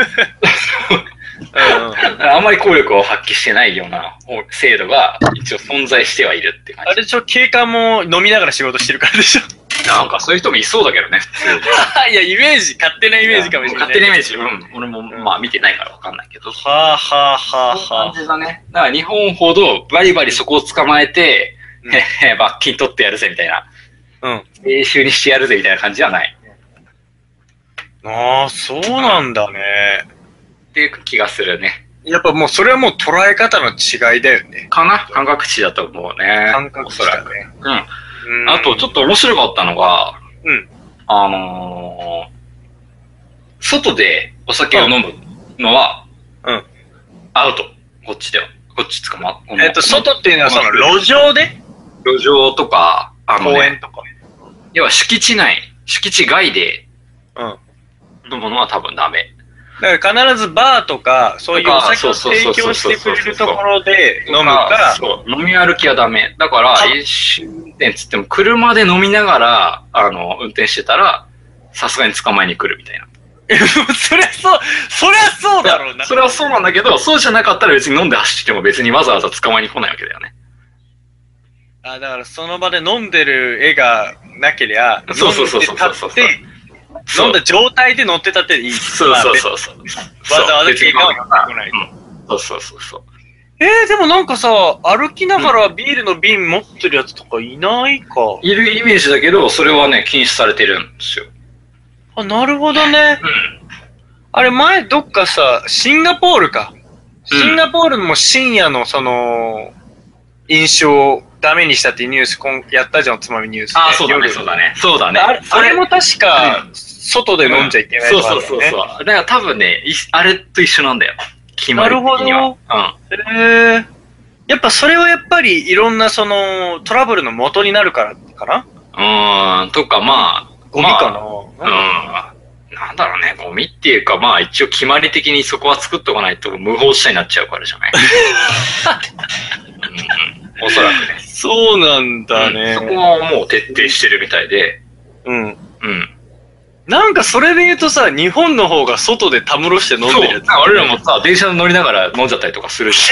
Speaker 3: うんうん
Speaker 2: あんまり効力を発揮してないようなお制度が一応存在してはいるって感
Speaker 3: あれでしょ、警官も飲みながら仕事してるからでしょ。
Speaker 2: じ。なんかそういう人もいそうだけどね、普通に。
Speaker 3: [laughs] いや、イメージ、勝手 [laughs] なイメージかもしれない。
Speaker 2: 勝手なイメージ。うん。俺も、まあ見てないからわかんないけど。
Speaker 3: はあはあはあ
Speaker 2: そういう
Speaker 3: は
Speaker 2: 感じだね。だから日本ほどバリバリそこを捕まえて、
Speaker 3: うん
Speaker 2: へっへ罰金取ってやるぜみたいな、
Speaker 3: あ。うん。
Speaker 2: 練習にしてやるぜみたいな感じはない。
Speaker 3: ああ、そうなんだね。
Speaker 2: っていう気がするね。
Speaker 3: やっぱもうそれはもう捉え方の違いだよね。
Speaker 2: かな感覚値だと思うね。
Speaker 3: 感覚
Speaker 2: おそ
Speaker 3: 値だ
Speaker 2: ら
Speaker 3: ね
Speaker 2: く。うん。
Speaker 3: うん
Speaker 2: あと、ちょっと面白かったのが、
Speaker 3: うん。
Speaker 2: あのー、外でお酒を飲むのは、
Speaker 3: うん。
Speaker 2: アウト。こっちでは。こっち捕ま、
Speaker 3: えっと、外っていうのはその路上で
Speaker 2: 路上とか、あのね、
Speaker 3: 公園とか。
Speaker 2: 要は敷地内、敷地外で
Speaker 3: うん。
Speaker 2: 飲むものは多分ダメ。
Speaker 3: だから必ずバーとか、そういうお酒を提供してくれるところで飲むか、
Speaker 2: そう、飲み歩きはダメ。だから、
Speaker 3: あ
Speaker 2: 飲酒運転つっても、車で飲みながら、あの、運転してたら、さすがに捕まえに来るみたいな。
Speaker 3: [laughs] そりゃそう、そりゃそうだろうな。
Speaker 2: [laughs] それはそうなんだけど、そうじゃなかったら別に飲んで走っても別にわざわざ捕まえに来ないわけだよね。
Speaker 3: あだからその場で飲んでる絵がなけりゃ、
Speaker 2: そうそうそうそ
Speaker 3: 飲
Speaker 2: う
Speaker 3: んで立って
Speaker 2: そう
Speaker 3: 飲んだ状態で乗ってたっていい。
Speaker 2: そうそうそうそう。
Speaker 3: わざわざ
Speaker 2: 別に
Speaker 3: 警官は呼んでこない
Speaker 2: うんそうそうそうそう。
Speaker 3: えー、でもなんかさ、歩きながらビールの瓶持ってるやつとかいないか。
Speaker 2: いるイメージだけど、それはね、禁止されてるんですよ。
Speaker 3: あ、なるほどね。
Speaker 2: うん。
Speaker 3: あれ前どっかさ、シンガポールか。
Speaker 2: うん
Speaker 3: シンガポールも深夜のその、印象をダメにしたっていうニュースこんやったじゃん、おつまみニュースで。
Speaker 2: ああ、そうだね、
Speaker 3: 夜
Speaker 2: そうだね。そうだね。
Speaker 3: あれあれも確か、外で飲んじゃいけない
Speaker 2: そう
Speaker 3: とかあ
Speaker 2: そ
Speaker 3: る
Speaker 2: う
Speaker 3: よね
Speaker 2: そうそう。だから多分ね、いあれと一緒なんだよ。決まり的に
Speaker 3: なる
Speaker 2: は。
Speaker 3: ほへえ。やっぱそれはやっぱりいろんなそのトラブルの元になるからかな
Speaker 2: うん。うーん、とかまあ、
Speaker 3: ゴミかな、
Speaker 2: まあ、うん。なんだろうね、ゴミっていうか、まあ一応決まり的にそこは作っとかないと無法地帯になっちゃうからじゃない。うん、おそらくね。
Speaker 3: そうなんだ
Speaker 2: うんそこはもう徹底してるみたいで、
Speaker 3: うん。
Speaker 2: うん。
Speaker 3: なんかそれで言うとさ、日本の方が外でたむろして飲んでるやつ。
Speaker 2: そう俺らもさ、電車乗りながら飲んじゃったりとかする
Speaker 3: [laughs]
Speaker 2: し。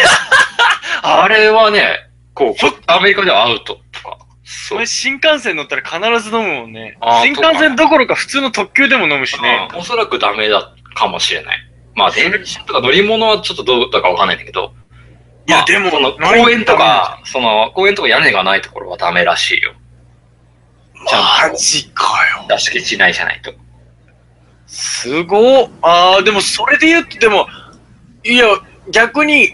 Speaker 2: あれはね、こう、こアメリカではアウトとか。そう
Speaker 3: 俺。新幹線乗ったら必ず飲むもんね
Speaker 2: あ。ー
Speaker 3: 新幹線どころか普通の特急でも飲むしね。
Speaker 2: うんおそらくダメだかもしれない。まあ、電車とか乗り物はちょっとどうだかわかんないんだけど。
Speaker 3: いや
Speaker 2: まあ
Speaker 3: でも
Speaker 2: その
Speaker 3: 乗り物
Speaker 2: 公園とか、その、公園とか屋根がないところはダメらしいよ。ちゃんと、
Speaker 3: ジかよ。
Speaker 2: 出し地内じゃないと。
Speaker 3: すごっ。あー、でもそれで言うと、でも、いや、逆に、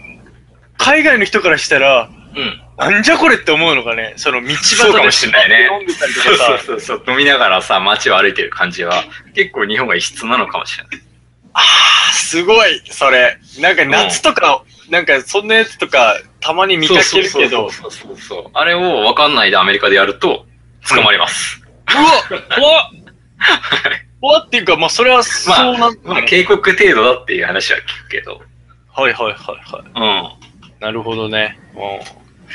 Speaker 3: 海外の人からしたら、
Speaker 2: うん。
Speaker 3: なんじゃこれって思うのかね。その道端で
Speaker 2: そうかもしれないね
Speaker 3: 飲んでたりと
Speaker 2: そう
Speaker 3: か
Speaker 2: そう
Speaker 3: さ。
Speaker 2: そうそう。飲みながらさ、街を歩いてる感じは、結構日本が異質なのかもしれない。
Speaker 3: すごい、それ。なんか夏とか、なんかそんなやつとか、たまに見かけるけど。
Speaker 2: そうそうそうそうそう。あれをわかんないでアメリカでやると、捕まります。
Speaker 3: うわ怖っ怖っっていうか、まあ、それはそうなんだ、
Speaker 2: まあ、警告程度だっていう話は聞くけど。
Speaker 3: はいはいはいは
Speaker 2: うん。
Speaker 3: い。なるほどね。も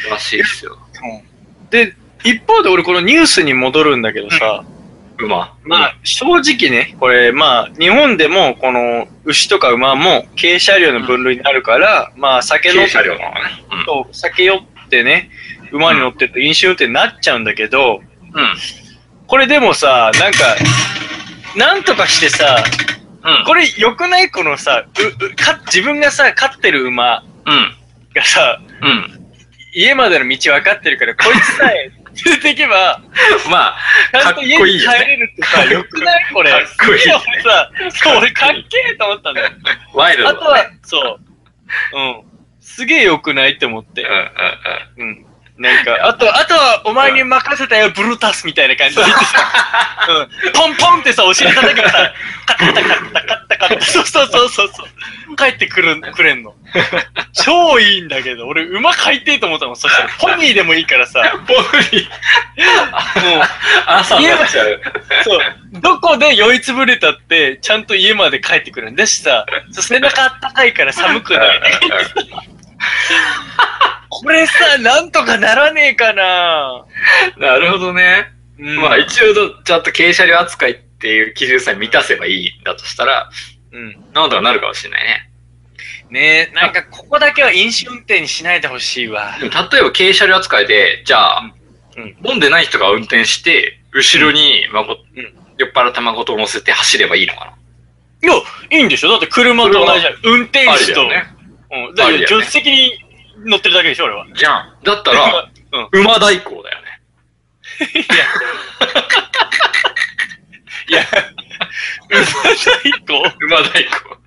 Speaker 2: らしいですよ。
Speaker 3: うで、一方で俺このニュースに戻るんだけどさ、
Speaker 2: 馬。
Speaker 3: まあ、正直ね、これ、まあ、日本でも、この、牛とか馬も、軽車両の分類になるから、まあ、酒飲
Speaker 2: 軽
Speaker 3: む
Speaker 2: 車両のね。うん。
Speaker 3: と、酒酔ってね、馬に乗ってると飲酒運転になっちゃうんだけど、
Speaker 2: うん。
Speaker 3: これでもさ、なんか、なんとかしてさ、
Speaker 2: うん。
Speaker 3: これ良くないこのさ、う、う、か、自分がさ、飼ってる馬
Speaker 2: うん。
Speaker 3: がさ、
Speaker 2: うん。
Speaker 3: 家までの道分かってるから、こいつさえ連れてけば、
Speaker 2: [laughs] まあ、
Speaker 3: ちゃんと家
Speaker 2: かっこい
Speaker 3: に
Speaker 2: い
Speaker 3: 帰
Speaker 2: よね
Speaker 3: れるってさ、良くないこれ。
Speaker 2: かっこいい
Speaker 3: すげえ俺さ、そう俺かっけえと思ったんだよ。
Speaker 2: ワイルド
Speaker 3: あ
Speaker 2: だ、
Speaker 3: とは、そう。うん。すげえ良くないって思っ
Speaker 2: う
Speaker 3: て
Speaker 2: んうん。うん。
Speaker 3: うん。なんか、あと、あとは、お前に任せたよ、ブルータスみたいな感じで言ってさ、うん。ポンポンってさ、お尻叩くからさ、カッタカッタカッタカッタカそうそうそうそうそう。帰ってくる、くれんの。超いいんだけど、俺、馬飼いてえと思ったもん。そしたら、ポニーでもいいからさ、
Speaker 2: ポニー、
Speaker 3: もう、
Speaker 2: 朝になっちゃう。
Speaker 3: そう。どこで酔いつぶれたって、ちゃんと家まで帰ってくるんだしさ、そう背中あったかいから寒くない。これさ、なんとかならねえかな、
Speaker 2: [laughs] なるほどね。
Speaker 3: うん、
Speaker 2: まあ一応ど、ちゃんと軽車両扱いっていう基準さえ満たせばいいんだとしたら、
Speaker 3: うん。
Speaker 2: なんとかなるかもしれないね。
Speaker 3: ねえ、なんかここだけは飲酒運転にしないでほしいわ。
Speaker 2: でも例えば軽車両扱いで、じゃあ、
Speaker 3: うんうん
Speaker 2: 飲んでない人が運転して、後ろに孫、
Speaker 3: うん
Speaker 2: 酔っ払った孫と乗せて走ればいいのかな。
Speaker 3: いや、いいんでしょだって車と同じじゃん。運転
Speaker 2: あり
Speaker 3: 手
Speaker 2: だ
Speaker 3: と。
Speaker 2: よね。
Speaker 3: うん。だ
Speaker 2: あ
Speaker 3: か
Speaker 2: り
Speaker 3: ら
Speaker 2: だよ
Speaker 3: 助手
Speaker 2: ね
Speaker 3: 席に乗ってるだけでしょ、俺は。
Speaker 2: じゃん。だっ
Speaker 3: [laughs]
Speaker 2: たら、馬代行だよね。
Speaker 3: いや。いや、馬最高。
Speaker 2: 馬代行。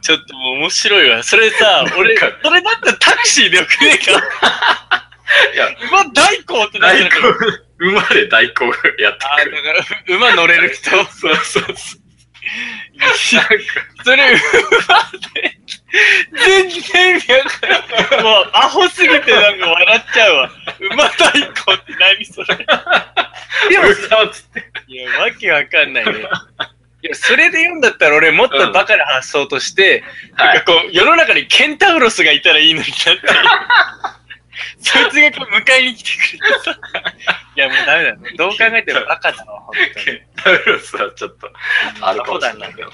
Speaker 3: ちょっともう面白いわ。それさ、俺、
Speaker 2: なんか
Speaker 3: それだったらタクシーでよくねえか。
Speaker 2: いや、
Speaker 3: 馬大行ってなってる
Speaker 2: 代
Speaker 3: か
Speaker 2: 行
Speaker 3: ら。、
Speaker 2: [laughs] 馬で代行やって
Speaker 3: あ
Speaker 2: く
Speaker 3: ー
Speaker 2: る。
Speaker 3: だから、馬乗れる人。
Speaker 2: そうそうそう。
Speaker 3: それ、馬で、全然意味わかんない。もう、アホすぎてなんか笑っちゃうわ。馬大行って何それ。
Speaker 2: でも、歌つって。
Speaker 3: いや、わけわかんないね。いや、それで言うんだったら俺もっとバカな発想として、
Speaker 2: は
Speaker 3: なん
Speaker 2: い。
Speaker 3: かこう、世の中にケンタウロスがいたらいいのにな [laughs] って。そいつがこう迎えに来てくれてさ。いや、もうダメだね。どう考えてもバカだわ、本当に。
Speaker 2: タウロスはちょっと、あるかもしれないけど。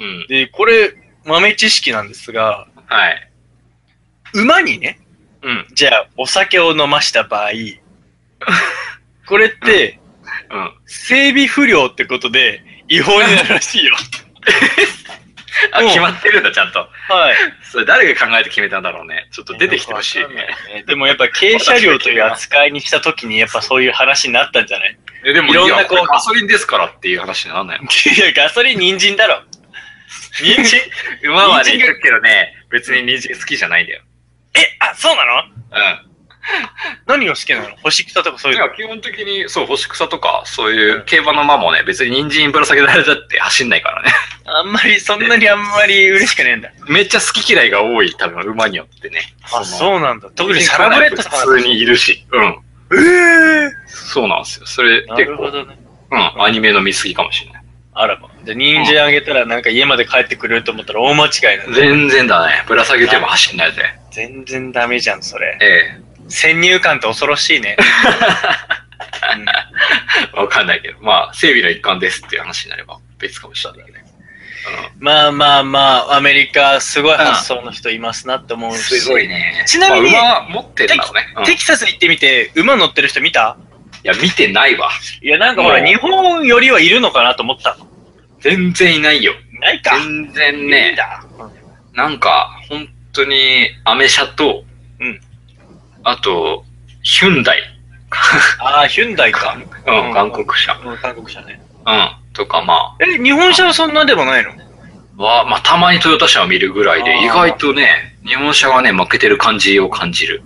Speaker 2: うん。
Speaker 3: で、これ、豆知識なんですが、
Speaker 2: はい。
Speaker 3: 馬にね、
Speaker 2: うん。
Speaker 3: じゃあ、お酒を飲ました [laughs] 場合、これって、
Speaker 2: うん。
Speaker 3: 整備不良ってことで、違法になるらしいよ。
Speaker 2: あ、
Speaker 3: うん
Speaker 2: 決まってるんだ、ちゃんと。
Speaker 3: はい。
Speaker 2: それ誰が考えて決めたんだろうね。ちょっと出てきてほしいね。
Speaker 3: でもやっぱ軽車両という扱いにしたときにやっぱそういう話になったんじゃない
Speaker 2: え、でも、
Speaker 3: い
Speaker 2: い
Speaker 3: ろんな
Speaker 2: や、こ
Speaker 3: こ
Speaker 2: れ
Speaker 3: う
Speaker 2: ガソリンですからっていう話にならないの
Speaker 3: いや、ガソリン人参だろ。人 [laughs] 参
Speaker 2: 馬はね、言っとくけどね、別に人参好きじゃないんだよ。
Speaker 3: え、あ、そうなの
Speaker 2: うん。
Speaker 3: 何が好きなの星草とかそういう
Speaker 2: で
Speaker 3: の。
Speaker 2: も基本的に、そう、干し草とか、そういう競馬の馬もね、別に人参ぶら下げられたって走んないからね。
Speaker 3: あんまり、そんなにあんまり嬉しくねえんだ。
Speaker 2: めっちゃ好き嫌いが多い、多分、馬によってね。
Speaker 3: あ、
Speaker 2: う。
Speaker 3: そうなんだ。特にサラブレッドさん
Speaker 2: 普通にいるし。うん。
Speaker 3: え
Speaker 2: そうなんですよ。
Speaker 3: [laughs]
Speaker 2: それ、
Speaker 3: な
Speaker 2: 結
Speaker 3: る
Speaker 2: 構
Speaker 3: ほ、どね。
Speaker 2: うん、アニメの見過ぎかもしれない。
Speaker 3: あらば。じゃあ、人参あげたらなんか家まで帰ってくれると思ったら大間違いなんだ。
Speaker 2: 全然だね。ぶら下げても走んないぜ。
Speaker 3: 全然ダメじゃん、それ。
Speaker 2: え
Speaker 3: 先入観って恐ろしいね。 [laughs] うん
Speaker 2: え。わかんないけど。まあ、整備の一環ですっていう話になれば別かもしれないけどね。
Speaker 3: まあまあまあ、アメリカ、すごい発想の人いますなって思
Speaker 2: う。
Speaker 3: うんし。
Speaker 2: すごいね。
Speaker 3: ちなみに
Speaker 2: まあ、馬持ってるんだろうね。うん
Speaker 3: テキサス行ってみて、馬乗ってる人見た
Speaker 2: いや、見てないわ。
Speaker 3: いや、なんかほら、
Speaker 2: もう
Speaker 3: 日本よりはいるのかなと思った。
Speaker 2: 全然いないよ。
Speaker 3: ないか。
Speaker 2: 全然
Speaker 3: いい
Speaker 2: ね、
Speaker 3: だ
Speaker 2: なんか、本当に、アメ車と、
Speaker 3: うん。
Speaker 2: あと、ヒュン
Speaker 3: [laughs]
Speaker 2: ダイ。
Speaker 3: ああ、ヒュンダイか。
Speaker 2: うん、韓国車。
Speaker 3: うん韓国車ね。
Speaker 2: うん。とか、ま
Speaker 3: え、日本車はそんなでもないの
Speaker 2: あ、は、まあ、たまにトヨタ車を見るぐらい
Speaker 3: あ
Speaker 2: で、
Speaker 3: ー
Speaker 2: 意外とね、日本車がね、負けてる感じを感じる。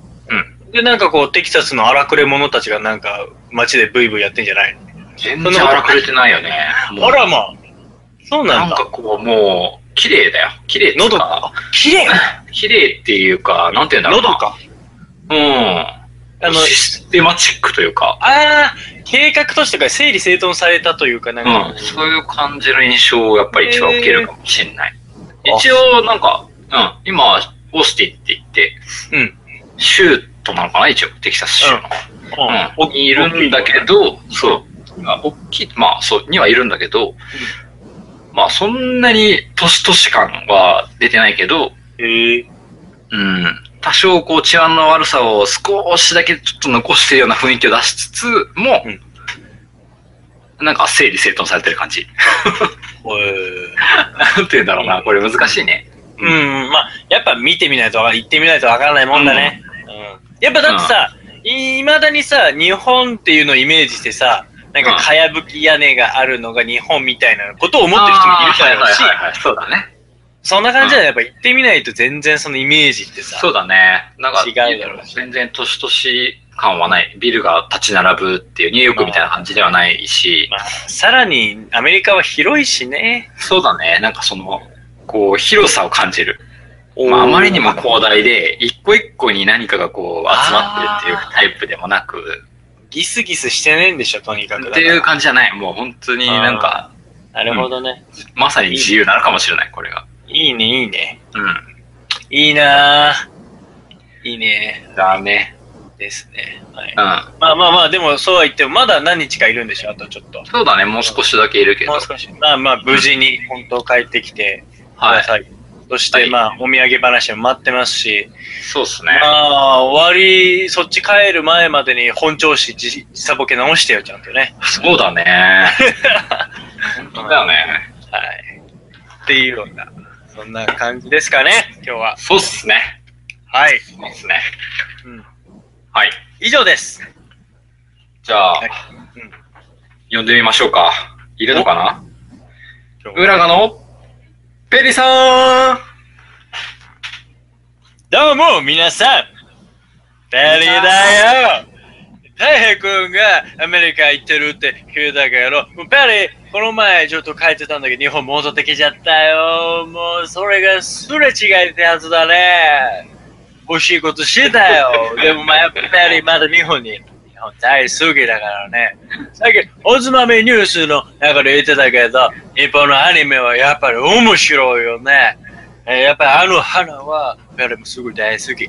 Speaker 3: で、なんかこう、テキサスの荒くれ者たちがなんか、街でブイブイやってんじゃない
Speaker 2: 全然荒くれてないよね。
Speaker 3: のあらまあ。そう
Speaker 2: な
Speaker 3: なんん
Speaker 2: か
Speaker 3: だ。
Speaker 2: こう、もう、綺麗だよ。綺麗っていう
Speaker 3: 喉
Speaker 2: か
Speaker 3: か。。綺麗
Speaker 2: 綺麗っていうか、なんて言うんだろう
Speaker 3: 喉
Speaker 2: な。
Speaker 3: か。
Speaker 2: うん。
Speaker 3: あ
Speaker 2: あ
Speaker 3: の
Speaker 2: の、、システマチックというか、
Speaker 3: ああ、計画としてか整理整頓されたというか、なんか
Speaker 2: う
Speaker 3: こ
Speaker 2: ん、
Speaker 3: う、
Speaker 2: そういう感じの印象をやっぱり一番受けるかもしれない。一応、なんか、うん、今、オースティンって言って、
Speaker 3: うん。
Speaker 2: 州都なのかな一応、テキサス州の。
Speaker 3: う
Speaker 2: うん。いるんだけど、そう。あ大きい、まあ、そう、にはいるんだけど、まあ、そんなに年とし感は出てないけど、
Speaker 3: ん。へえ。
Speaker 2: うん。多少、こう、治安の悪さを少しだけちょっと残してるような雰囲気を出しつつも、
Speaker 3: うん
Speaker 2: なんか整理整頓されてる感じ。 [laughs]
Speaker 3: おえ
Speaker 2: なんて言うんだろうな。これ難しいね。
Speaker 3: うん、まあ、やっぱ見てみないとわか、行ってみないとわからないもんだね。うん。やっぱだってさ、いまだにさ、日本っていうのをイメージしてさ、なん
Speaker 2: う
Speaker 3: か、
Speaker 2: ん
Speaker 3: かやぶき屋根があるのが日本みたいなことを思ってる人もいるだろうし、
Speaker 2: あーはいはいはいはいそうだね。
Speaker 3: そんな感じだよね。やっぱ行ってみないと全然そのイメージってさ、
Speaker 2: そうだね。なんか、
Speaker 3: 違うだろうし
Speaker 2: 全然年々感はない。ビルが立ち並ぶっていうニューヨークみたいな感じではないし、
Speaker 3: まあ、さらにアメリカは広いしね。
Speaker 2: そうだね、なんかその、こう、広さを感じる。まあ、あまりにも広大で、一個一個に何かがこう、集まってるっていうタイプでもなく、
Speaker 3: ギスギスしてねえんでしょ、とにかくだ
Speaker 2: っ
Speaker 3: か
Speaker 2: て
Speaker 3: ら。
Speaker 2: いう感じじゃない。もう本当になんか、
Speaker 3: なるほどね。
Speaker 2: まさに自由なのかもしれない、これが。
Speaker 3: いいね、いいね。
Speaker 2: うん。
Speaker 3: いいなぁ。いいね。
Speaker 2: だね。
Speaker 3: ですね。はい。
Speaker 2: うん。
Speaker 3: まあまあまあ、でもそうは言っても、まだ何日かいるんでしょ、あとちょっと。
Speaker 2: そうだね、もう少しだけいるけど。
Speaker 3: もう少し。まあまあ、無事に本当帰ってきてく
Speaker 2: は
Speaker 3: だ
Speaker 2: い。
Speaker 3: さい。そし
Speaker 2: は
Speaker 3: て、
Speaker 2: い
Speaker 3: まあ、お土産話も待ってますし、
Speaker 2: そうっすね。
Speaker 3: まあ、終わり、そっち帰る前までに本調子、時時差ボケ直してよ、ちゃんとね。
Speaker 2: [laughs] そうだね。本当だよね。
Speaker 3: はい。っていうような、そんな感じですかね、今日は。
Speaker 2: そうっすね。
Speaker 3: はい。
Speaker 2: そうっすね。
Speaker 3: うん、
Speaker 2: はい。
Speaker 3: 以上です。
Speaker 2: じゃあ
Speaker 3: はい、うん
Speaker 2: 呼んでみましょうか。いるのかな
Speaker 3: 今日は
Speaker 2: 浦賀のペリさん
Speaker 3: どうも、皆さん。ペリーだよ。大平君がアメリカ行ってるって聞いたけど、もうペリー、この前ちょっと帰ってたんだけど、日本戻ってきちゃったよ。もう、それがすれ違いってやつだね。欲しいことしてたよ。でも、まあ、やっぱりまだ日本に。日本大好きだからね。さっき、おつまみニュースの中で言ってたけど、日本のアニメはやっぱり面白いよね。えーやっぱりあの花は、誰もすごい大好き。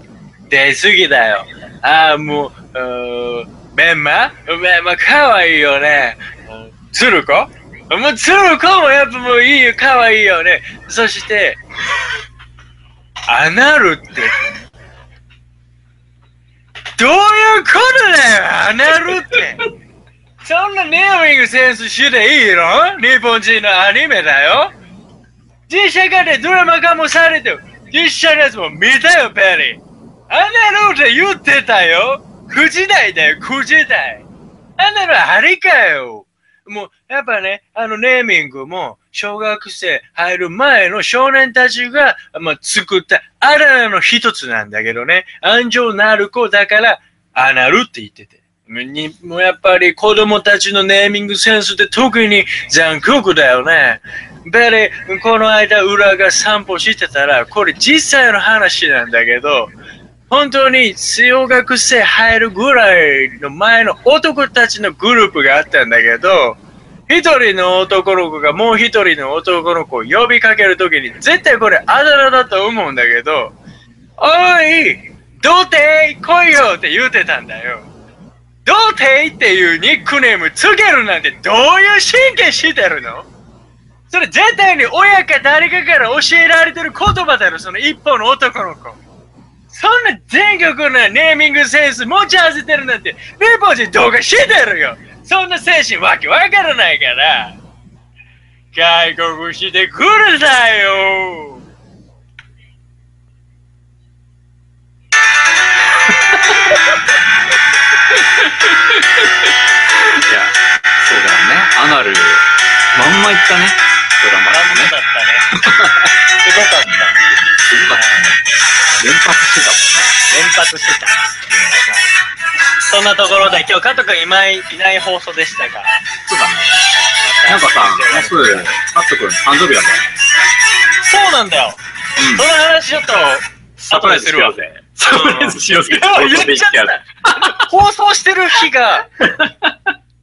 Speaker 3: 大好きだよ。ああ、もう、うーんメンマメンマかわいいよね。うんつる子もうつる子もやっぱもういいよ、かわいいよね。そして、アナルって、どういうことだよ、アナルって。そんなネーミングセンスしていいの日本人のアニメだよ。実写化でドラマ化もされてる。実写のやつも見たよ、ペリー。あんなのって言ってたよ。9時台だよ、9時台。あんなのあれかよ。もう、やっぱね、あのネーミングも、小学生入る前の少年たちが、まあ、作ったあららの一つなんだけどね。安城なる子だから、あなるって言ってて。にもうやっぱり子供たちのネーミングセンスって特に残酷だよね。ベリー、この間裏が散歩してたら、これ実際の話なんだけど、本当に小学生入るぐらいの前の男たちのグループがあったんだけど、一人の男の子がもう一人の男の子を呼びかけるときに、絶対これあだ名だと思うんだけど、おい童貞来いよって言ってたんだよ。童貞っていうニックネームつけるなんてどういう神経してるのそれ絶対に親か誰かから教えられてる言葉だろ、その一方の男の子。そんな全国のネーミングセンス持ち合わせてるなんて、日本人どうかしてるよそんな精神わけわからないから。外国してくるさいよ
Speaker 2: いや、そうだよね。アナル、まんまいったね。ドラマだね。
Speaker 3: ったね。すごかった。
Speaker 2: すごかったね連発して
Speaker 3: 連発してた。そんなところで今日加藤君いないいない放送でしたが。
Speaker 2: たもん。そうだね。なんかさ、もうすぐ、カット君、誕生日だね。
Speaker 3: そうなんだよ。
Speaker 2: うん
Speaker 3: その話ちょっと、
Speaker 2: サプライズしようぜ。 [laughs] サプライズしよう
Speaker 3: い
Speaker 2: ぜ。
Speaker 3: や言っちゃった放送してる日が、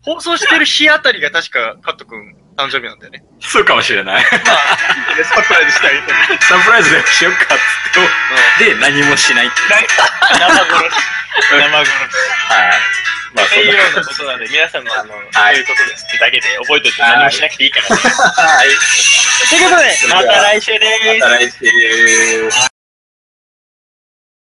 Speaker 3: 放送してる日あたりが確かカット君誕生日なんだよね。
Speaker 2: そうかもしれない。
Speaker 3: サプライズしてあげて。
Speaker 2: サプライズでもしようかっつって、で、何もしないっていう。
Speaker 3: 生殺し。生殺し。
Speaker 2: はい。まあ、
Speaker 3: っていうようなことなんで、皆さんもあの、そう
Speaker 2: はい
Speaker 3: いうことですってだけで覚えておいて何もしなくていいから。ということで、また来週です。
Speaker 2: 働いてる。